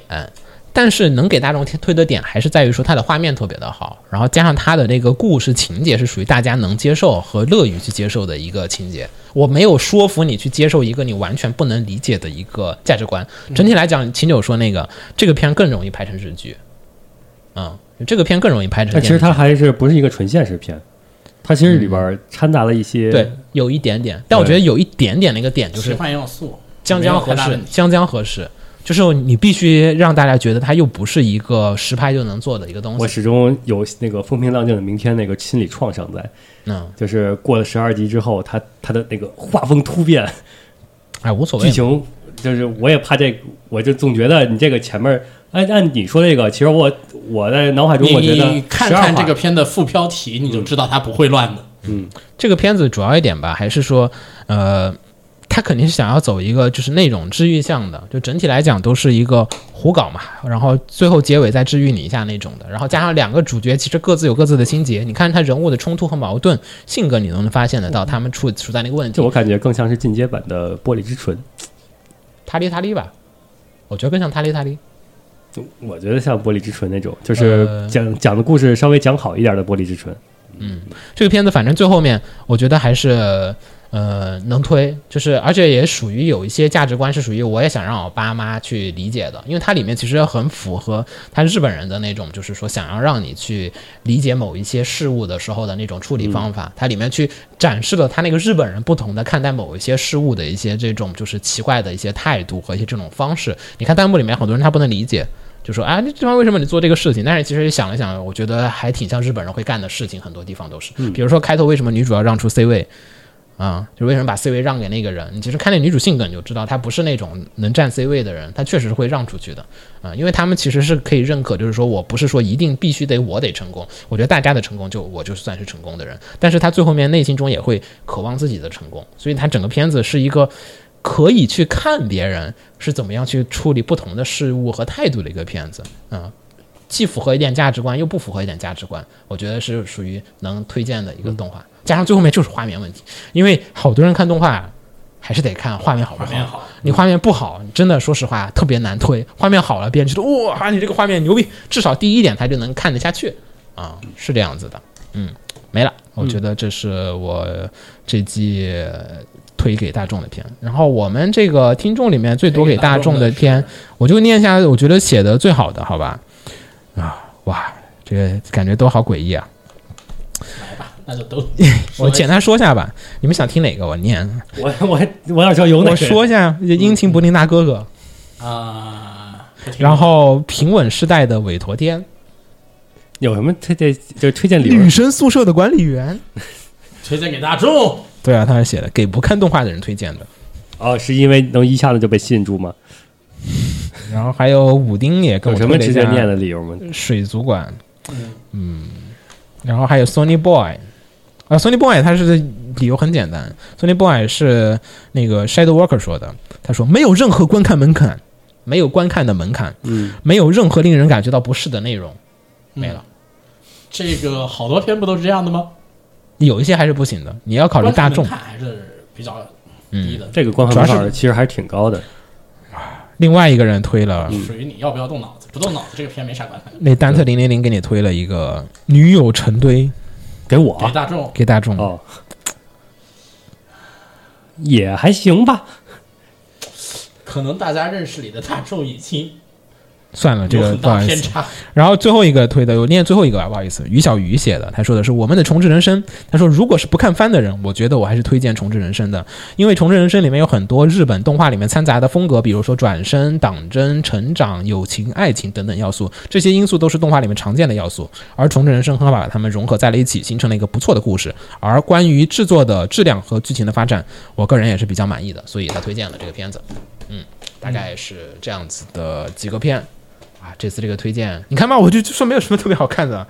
[SPEAKER 5] 但是能给大众推推的点还是在于说它的画面特别的好，然后加上它的那个故事情节是属于大家能接受和乐于去接受的一个情节。我没有说服你去接受一个你完全不能理解的一个价值观。
[SPEAKER 6] 嗯
[SPEAKER 5] 整体来讲，秦九说那个这个片更容易拍成日剧，嗯，这个片更容易拍成电
[SPEAKER 6] 但其
[SPEAKER 5] 视剧。嗯
[SPEAKER 6] 实它还是不是一个纯现实片，它其实里边掺杂了一些
[SPEAKER 5] 对有一点点，但我觉得有一点点那个点就是
[SPEAKER 7] 奇幻要素，
[SPEAKER 5] 将将合
[SPEAKER 7] 没有太大
[SPEAKER 5] 适
[SPEAKER 7] 问，题
[SPEAKER 5] 将将合适，就是你必须让大家觉得它又不是一个实拍就能做的一个东
[SPEAKER 6] 我
[SPEAKER 5] 西。
[SPEAKER 6] 始终有那个风平浪静的明天那个心理创伤在，
[SPEAKER 5] 嗯，
[SPEAKER 6] 就是过了十二集之后，他他的那个画风突变，
[SPEAKER 5] 哎，无所谓
[SPEAKER 6] 剧。情就是我也怕这，我就总觉得你这个前面，按按你说这个，其实我我在脑海中我觉得
[SPEAKER 7] 你看
[SPEAKER 6] 12
[SPEAKER 7] 看这
[SPEAKER 6] 话
[SPEAKER 7] 个片的副标题，你
[SPEAKER 5] 嗯
[SPEAKER 7] 就知道它不会乱的。
[SPEAKER 5] 这个片子主要一点吧，还是说，呃，他肯定是想要走一个就是那种治愈向的，就整体来讲都是一个胡搞嘛，然后最后结尾再治愈你一下那种的，然后加上两个主角其实各自有各自的心结，你看他人物的冲突和矛盾、性格，你都能发现得到他们处处在那个问题
[SPEAKER 6] 就。我感觉更像是进阶版的《玻璃之唇》，
[SPEAKER 5] 塔里塔里吧，我觉得更像塔里塔里。
[SPEAKER 6] 就我觉得像《玻璃之唇》那种，就是
[SPEAKER 5] 呃
[SPEAKER 6] 讲、讲的故事稍微讲好一点的《玻璃之唇》。
[SPEAKER 5] 这个片子反正最后面，我觉得还是呃能推，就是而且也属于有一些价值观是属于我也想让我爸妈去理解的，因为它里面其实很符合他日本人的那种，就是说想要让你去理解某一些事物的时候的那种处理方法。它里面去展示了他那个日本人不同的看待某一些事物的一些这种就是奇怪的一些态度和一些这种方式。你看弹幕里面很多人他不能理解。就就说啊，你这方为什么你做这个事情？但是其实想了想，我觉得还挺像日本人会干的事情，很多地方都是。比如说开头为什么女主要让出 C 位？啊、就为什么把 C 位让给那个人？你其实看那女主性格你就知道，她不是那种能占 C 位的人，她确实会让出去的啊、因为他们其实是可以认可，就是说我不是说一定必须得我得成功，我觉得大家的成功就我就算是成功的人，但是他最后面内心中也会渴望自己的成功，所以他整个片子是一个可以去看别人是怎么样去处理不同的事物和态度的一个片子啊、既符合一点价值观，又不符合一点价值观，我觉得是属于能推荐的一个动画。加上最后面就是画面问题，因为好多人看动画还是得看画面好不好。
[SPEAKER 7] 画面好
[SPEAKER 5] 你画面不好，真的说实话特别难推。画面好了，别人觉得哇，你这个画面牛逼，至少第一点他就能看得下去啊，是这样子的。嗯，没了，我觉得这是我这季推给大众的片。然后我们这个听众里面最多给大众的片，我就念一下，我觉得写的最好的，好吧？啊，哇，这个感觉都好诡异啊！
[SPEAKER 7] 那就都
[SPEAKER 5] [laughs] 我简单说一下吧，你们想听哪个？我念，
[SPEAKER 6] [laughs] 我我我想知道有哪
[SPEAKER 5] 我
[SPEAKER 6] 些
[SPEAKER 5] 说一下《殷勤柏林大哥哥》
[SPEAKER 7] 啊，不听
[SPEAKER 5] 然后《平稳世代的委托天》
[SPEAKER 6] 有什么推荐就是推荐理
[SPEAKER 5] 女
[SPEAKER 6] 由？
[SPEAKER 5] 生宿舍的管理员。
[SPEAKER 7] 推荐给大众，
[SPEAKER 5] 对啊，他是写的给不看动画的人推荐的。
[SPEAKER 6] 哦，是因为能一下子就被吸引住吗？
[SPEAKER 5] 然后还有武丁也跟
[SPEAKER 6] 有
[SPEAKER 5] 我
[SPEAKER 6] 什
[SPEAKER 5] 推
[SPEAKER 6] 么
[SPEAKER 5] 了一
[SPEAKER 6] 值得念
[SPEAKER 5] 下
[SPEAKER 6] 的理由吗？
[SPEAKER 5] 水族馆，嗯，然后还有 Sony Boy，啊，Sony Boy 他是理由很简单，Sony Boy 是那个 Shadow Walker 说的，他说没有任何观看门槛，没有观看的门槛，
[SPEAKER 6] 嗯，
[SPEAKER 5] 没有任何令人感觉到不适的内容，没了。
[SPEAKER 7] 这个好多片不都是这样的吗？
[SPEAKER 5] 有一些还是不行的，你要考虑大众嗯
[SPEAKER 7] 观。看还是比较低的，
[SPEAKER 6] 这个观看门槛其实还是挺高的。
[SPEAKER 5] 另外一个人推
[SPEAKER 6] 嗯
[SPEAKER 5] 了，
[SPEAKER 7] 属于你要不要动脑子，不动脑子这个片没啥观看。
[SPEAKER 5] 那丹特零零零给你推了一个女友成堆
[SPEAKER 6] 给我
[SPEAKER 7] 给大众
[SPEAKER 5] 给大众，
[SPEAKER 6] 哦，也还行吧。
[SPEAKER 7] 可能大家认识里的大众已经
[SPEAKER 5] 算了，这
[SPEAKER 7] 有
[SPEAKER 5] 个
[SPEAKER 7] 很
[SPEAKER 5] 不好
[SPEAKER 7] 大
[SPEAKER 5] 意
[SPEAKER 7] 偏
[SPEAKER 5] 思。
[SPEAKER 7] 差。
[SPEAKER 5] 然后最后一个推的，我念最后一个吧，不好意思，于小鱼写的，他说的是《我们的重置人生》。他说，如果是不看番的人，我觉得我还是推荐《重置人生》的，因为《重置人生》里面有很多日本动画里面掺杂的风格，比如说转身、党争、成长、友情、爱情等等要素，这些因素都是动画里面常见的要素。而《重置人生》很好把它们融合在了一起，形成了一个不错的故事。而关于制作的质量和剧情的发展，我个人也是比较满意的，所以他推荐了这个片子。嗯，大概是这样子的几个片。啊，这次这个推荐，你看吧，我就就说没有什么特别好看的，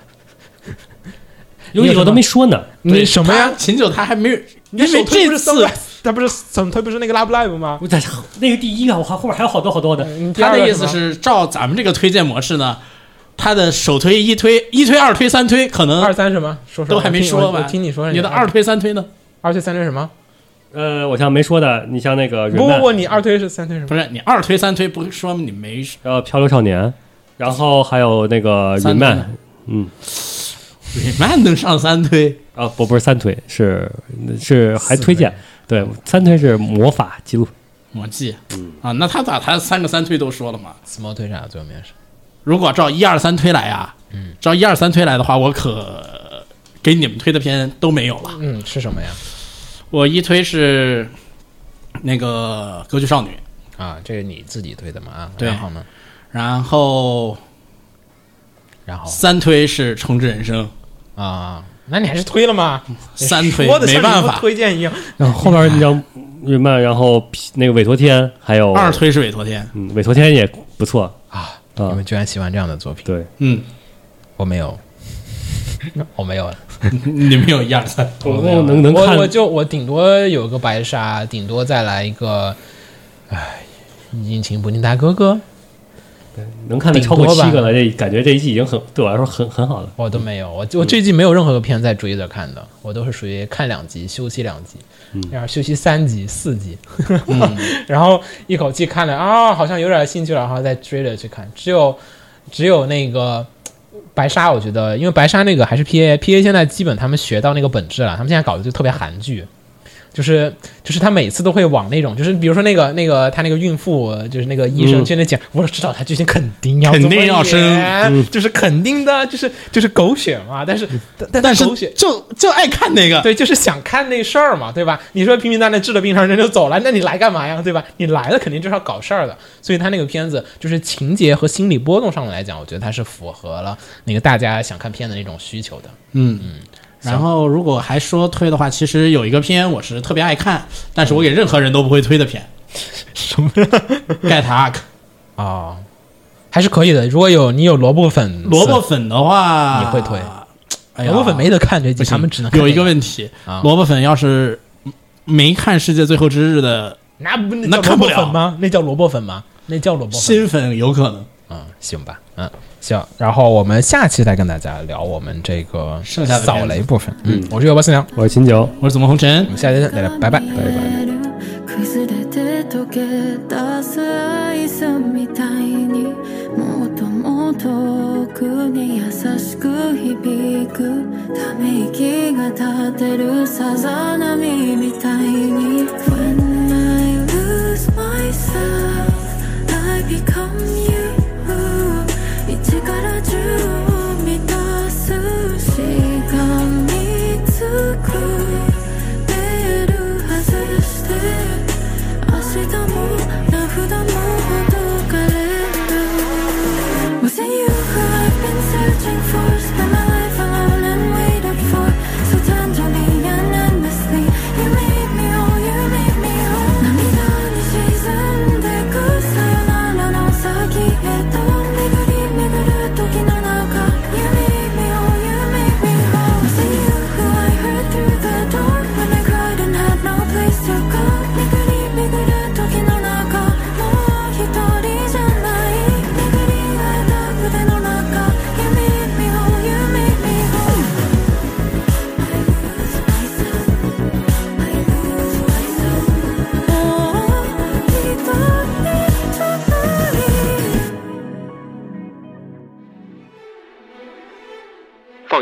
[SPEAKER 6] 有几个都没说呢。
[SPEAKER 5] 你哎什么呀
[SPEAKER 7] 他？秦九他还没有，你
[SPEAKER 5] 因为
[SPEAKER 7] 首推不
[SPEAKER 5] 这
[SPEAKER 7] 是
[SPEAKER 5] 次
[SPEAKER 7] Sunrise
[SPEAKER 5] 他不是怎他不是那个 Love Live 吗？
[SPEAKER 6] 我在那个第一啊个，我还后面还有好多好多的。
[SPEAKER 5] 第
[SPEAKER 7] 嗯他
[SPEAKER 5] 二个
[SPEAKER 7] 的意
[SPEAKER 5] 什么
[SPEAKER 7] 思是照咱们这个推荐模式呢，他的首推、一推、一推、二推、三推，可
[SPEAKER 5] 二
[SPEAKER 7] 能
[SPEAKER 5] 三什么？说说
[SPEAKER 7] 都还没
[SPEAKER 5] 我
[SPEAKER 7] 说
[SPEAKER 5] 听我
[SPEAKER 7] 完。
[SPEAKER 5] 我听你说什么，
[SPEAKER 7] 你的二推、三推呢？
[SPEAKER 5] 二推三推什么？
[SPEAKER 6] 呃，我像没说的，你像那个
[SPEAKER 5] 不
[SPEAKER 6] 人
[SPEAKER 5] 不
[SPEAKER 6] 漫
[SPEAKER 5] 不，你二推是三推什
[SPEAKER 7] 不
[SPEAKER 5] 么？
[SPEAKER 7] 是你二推、三推，不是说你没
[SPEAKER 6] 然后漂流少年，然后还有那个
[SPEAKER 7] 三
[SPEAKER 6] 云
[SPEAKER 7] 推
[SPEAKER 6] 漫
[SPEAKER 7] 呢，
[SPEAKER 6] 嗯，
[SPEAKER 7] 美漫能上三推，
[SPEAKER 6] 啊不不是三推，是是还推荐，对三推是魔法记录，
[SPEAKER 7] 魔戒啊，那他咋他三个三推都说了嘛？
[SPEAKER 5] 死猫推啥？最后面是
[SPEAKER 7] 如果照一二三推来啊，照一二三推来的话，我可给你们推的片都没有了。
[SPEAKER 5] 嗯是什么呀？
[SPEAKER 7] 我一推是那个《歌剧少女》，
[SPEAKER 5] 啊，这是你自己推的嘛啊？
[SPEAKER 7] 对
[SPEAKER 5] 然后呢？
[SPEAKER 7] 然后
[SPEAKER 5] 然后
[SPEAKER 7] 三推是《重置人生
[SPEAKER 5] 啊，那你还是推了吗？》，
[SPEAKER 7] 三推
[SPEAKER 5] 哎说的
[SPEAKER 7] 没
[SPEAKER 5] 像
[SPEAKER 7] 办
[SPEAKER 5] 你不
[SPEAKER 7] 法，
[SPEAKER 5] 推荐一样。
[SPEAKER 6] 然后后面让云漫，然后那个委托天，还
[SPEAKER 5] 哦
[SPEAKER 6] 有
[SPEAKER 7] 二推是委托天，
[SPEAKER 6] 嗯委托天也不错，
[SPEAKER 5] 啊，
[SPEAKER 6] 啊
[SPEAKER 5] 你们居然喜欢这样的作品？
[SPEAKER 6] 对，
[SPEAKER 7] 嗯，
[SPEAKER 5] 我没有， [laughs] 我没有了。
[SPEAKER 7] 你没有一二三，
[SPEAKER 6] 总共能能
[SPEAKER 5] 我我
[SPEAKER 6] 看
[SPEAKER 5] 就我顶多有个白鲨，顶多再来一个，哎，殷勤不宁大哥哥，
[SPEAKER 6] 能看的
[SPEAKER 5] 顶
[SPEAKER 6] 超过
[SPEAKER 5] 多吧
[SPEAKER 6] 七个了，这感觉这一季已经很对我来说很很好了。
[SPEAKER 5] 我
[SPEAKER 7] 嗯
[SPEAKER 5] 都没有，我我这季没有任何个片在追着看的，我都是属于看两集休息两集，
[SPEAKER 7] 嗯
[SPEAKER 5] 然后休息三集四集， [laughs] 然后一口气看了啊，好像有点兴趣了，然后再追着去看。只有只有那个白鲨，我觉得因为白鲨那个还是 P A P A 现在基本他们学到那个本质了，他们现在搞的就特别韩剧。就是就是他每次都会往那种，就是比如说那个那个他那个孕妇，就是那个医生去那讲，我知道他剧情肯定要
[SPEAKER 7] 嗯肯定
[SPEAKER 5] 这么
[SPEAKER 7] 要生
[SPEAKER 5] 演
[SPEAKER 7] 嗯
[SPEAKER 5] 就是肯定的，就是就是狗血嘛。但是但
[SPEAKER 7] 但是
[SPEAKER 5] 狗血。
[SPEAKER 7] 就就爱看那个，
[SPEAKER 5] 对，就是想看那事儿嘛，对吧？你说平平淡淡治了病，让人就走了，那你来干嘛呀，对吧？你来了肯定就是要搞事儿的，所以他那个片子就是情节和心理波动上来讲，我觉得它是符合了那个大家想看片的那种需求的。
[SPEAKER 7] 然后，如果还说推的话，其实有一个片我是特别爱看，但是我给任何人都不会推的
[SPEAKER 5] [laughs]
[SPEAKER 7] 片，
[SPEAKER 5] 什么
[SPEAKER 7] 盖塔 ark
[SPEAKER 5] 哦，还是可以的。如果有你有萝卜粉丝，
[SPEAKER 7] 萝卜粉的话，
[SPEAKER 5] 你会推
[SPEAKER 7] 哎呀？
[SPEAKER 5] 萝卜粉没得看这集，
[SPEAKER 7] 不行，
[SPEAKER 5] 他们只能看
[SPEAKER 7] 有一
[SPEAKER 5] 这
[SPEAKER 7] 个问题
[SPEAKER 5] 啊，
[SPEAKER 7] 萝卜粉要是没看《世界最后之日》的
[SPEAKER 5] 那不
[SPEAKER 7] 那
[SPEAKER 5] 叫萝
[SPEAKER 7] 看
[SPEAKER 5] 卜
[SPEAKER 7] 不了
[SPEAKER 5] 粉吗？那叫萝卜粉吗？那叫萝卜粉
[SPEAKER 7] 新粉，有可能
[SPEAKER 5] 啊、行吧，嗯，行。然后我们下期再跟大家聊我们这个
[SPEAKER 7] 剩下的片
[SPEAKER 5] 扫
[SPEAKER 7] 子
[SPEAKER 5] 雷部分。嗯，我是幺八四娘，
[SPEAKER 6] 我是秦九，
[SPEAKER 7] 我是怎么红尘
[SPEAKER 5] 我。们下期再见，大家拜拜。
[SPEAKER 8] 崩れて溶け出すアイスみたいにもっともっと奥に優しく響くため息が立てるさざ波みたいに When I lose myself I become you 1から10を満たすしがみつくベール外して明日も名札もほどかれる Was it you who I've been searching for? Spend my life alone and waited for So tenderly and endlessly You made me all, you made me all 涙に沈んでくさよならの先へと巡り巡る時の中 You made me all, you made me all Was it you who I heard through the door When I cried and had no place to go 巡り巡る時の中もう一人じゃない巡り合えた腕の中 You made me all, you made me all I lose myself I lose myself もう一人じゃない
[SPEAKER 9] 放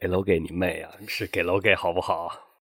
[SPEAKER 10] 给楼给你妹啊！是给楼给好不好？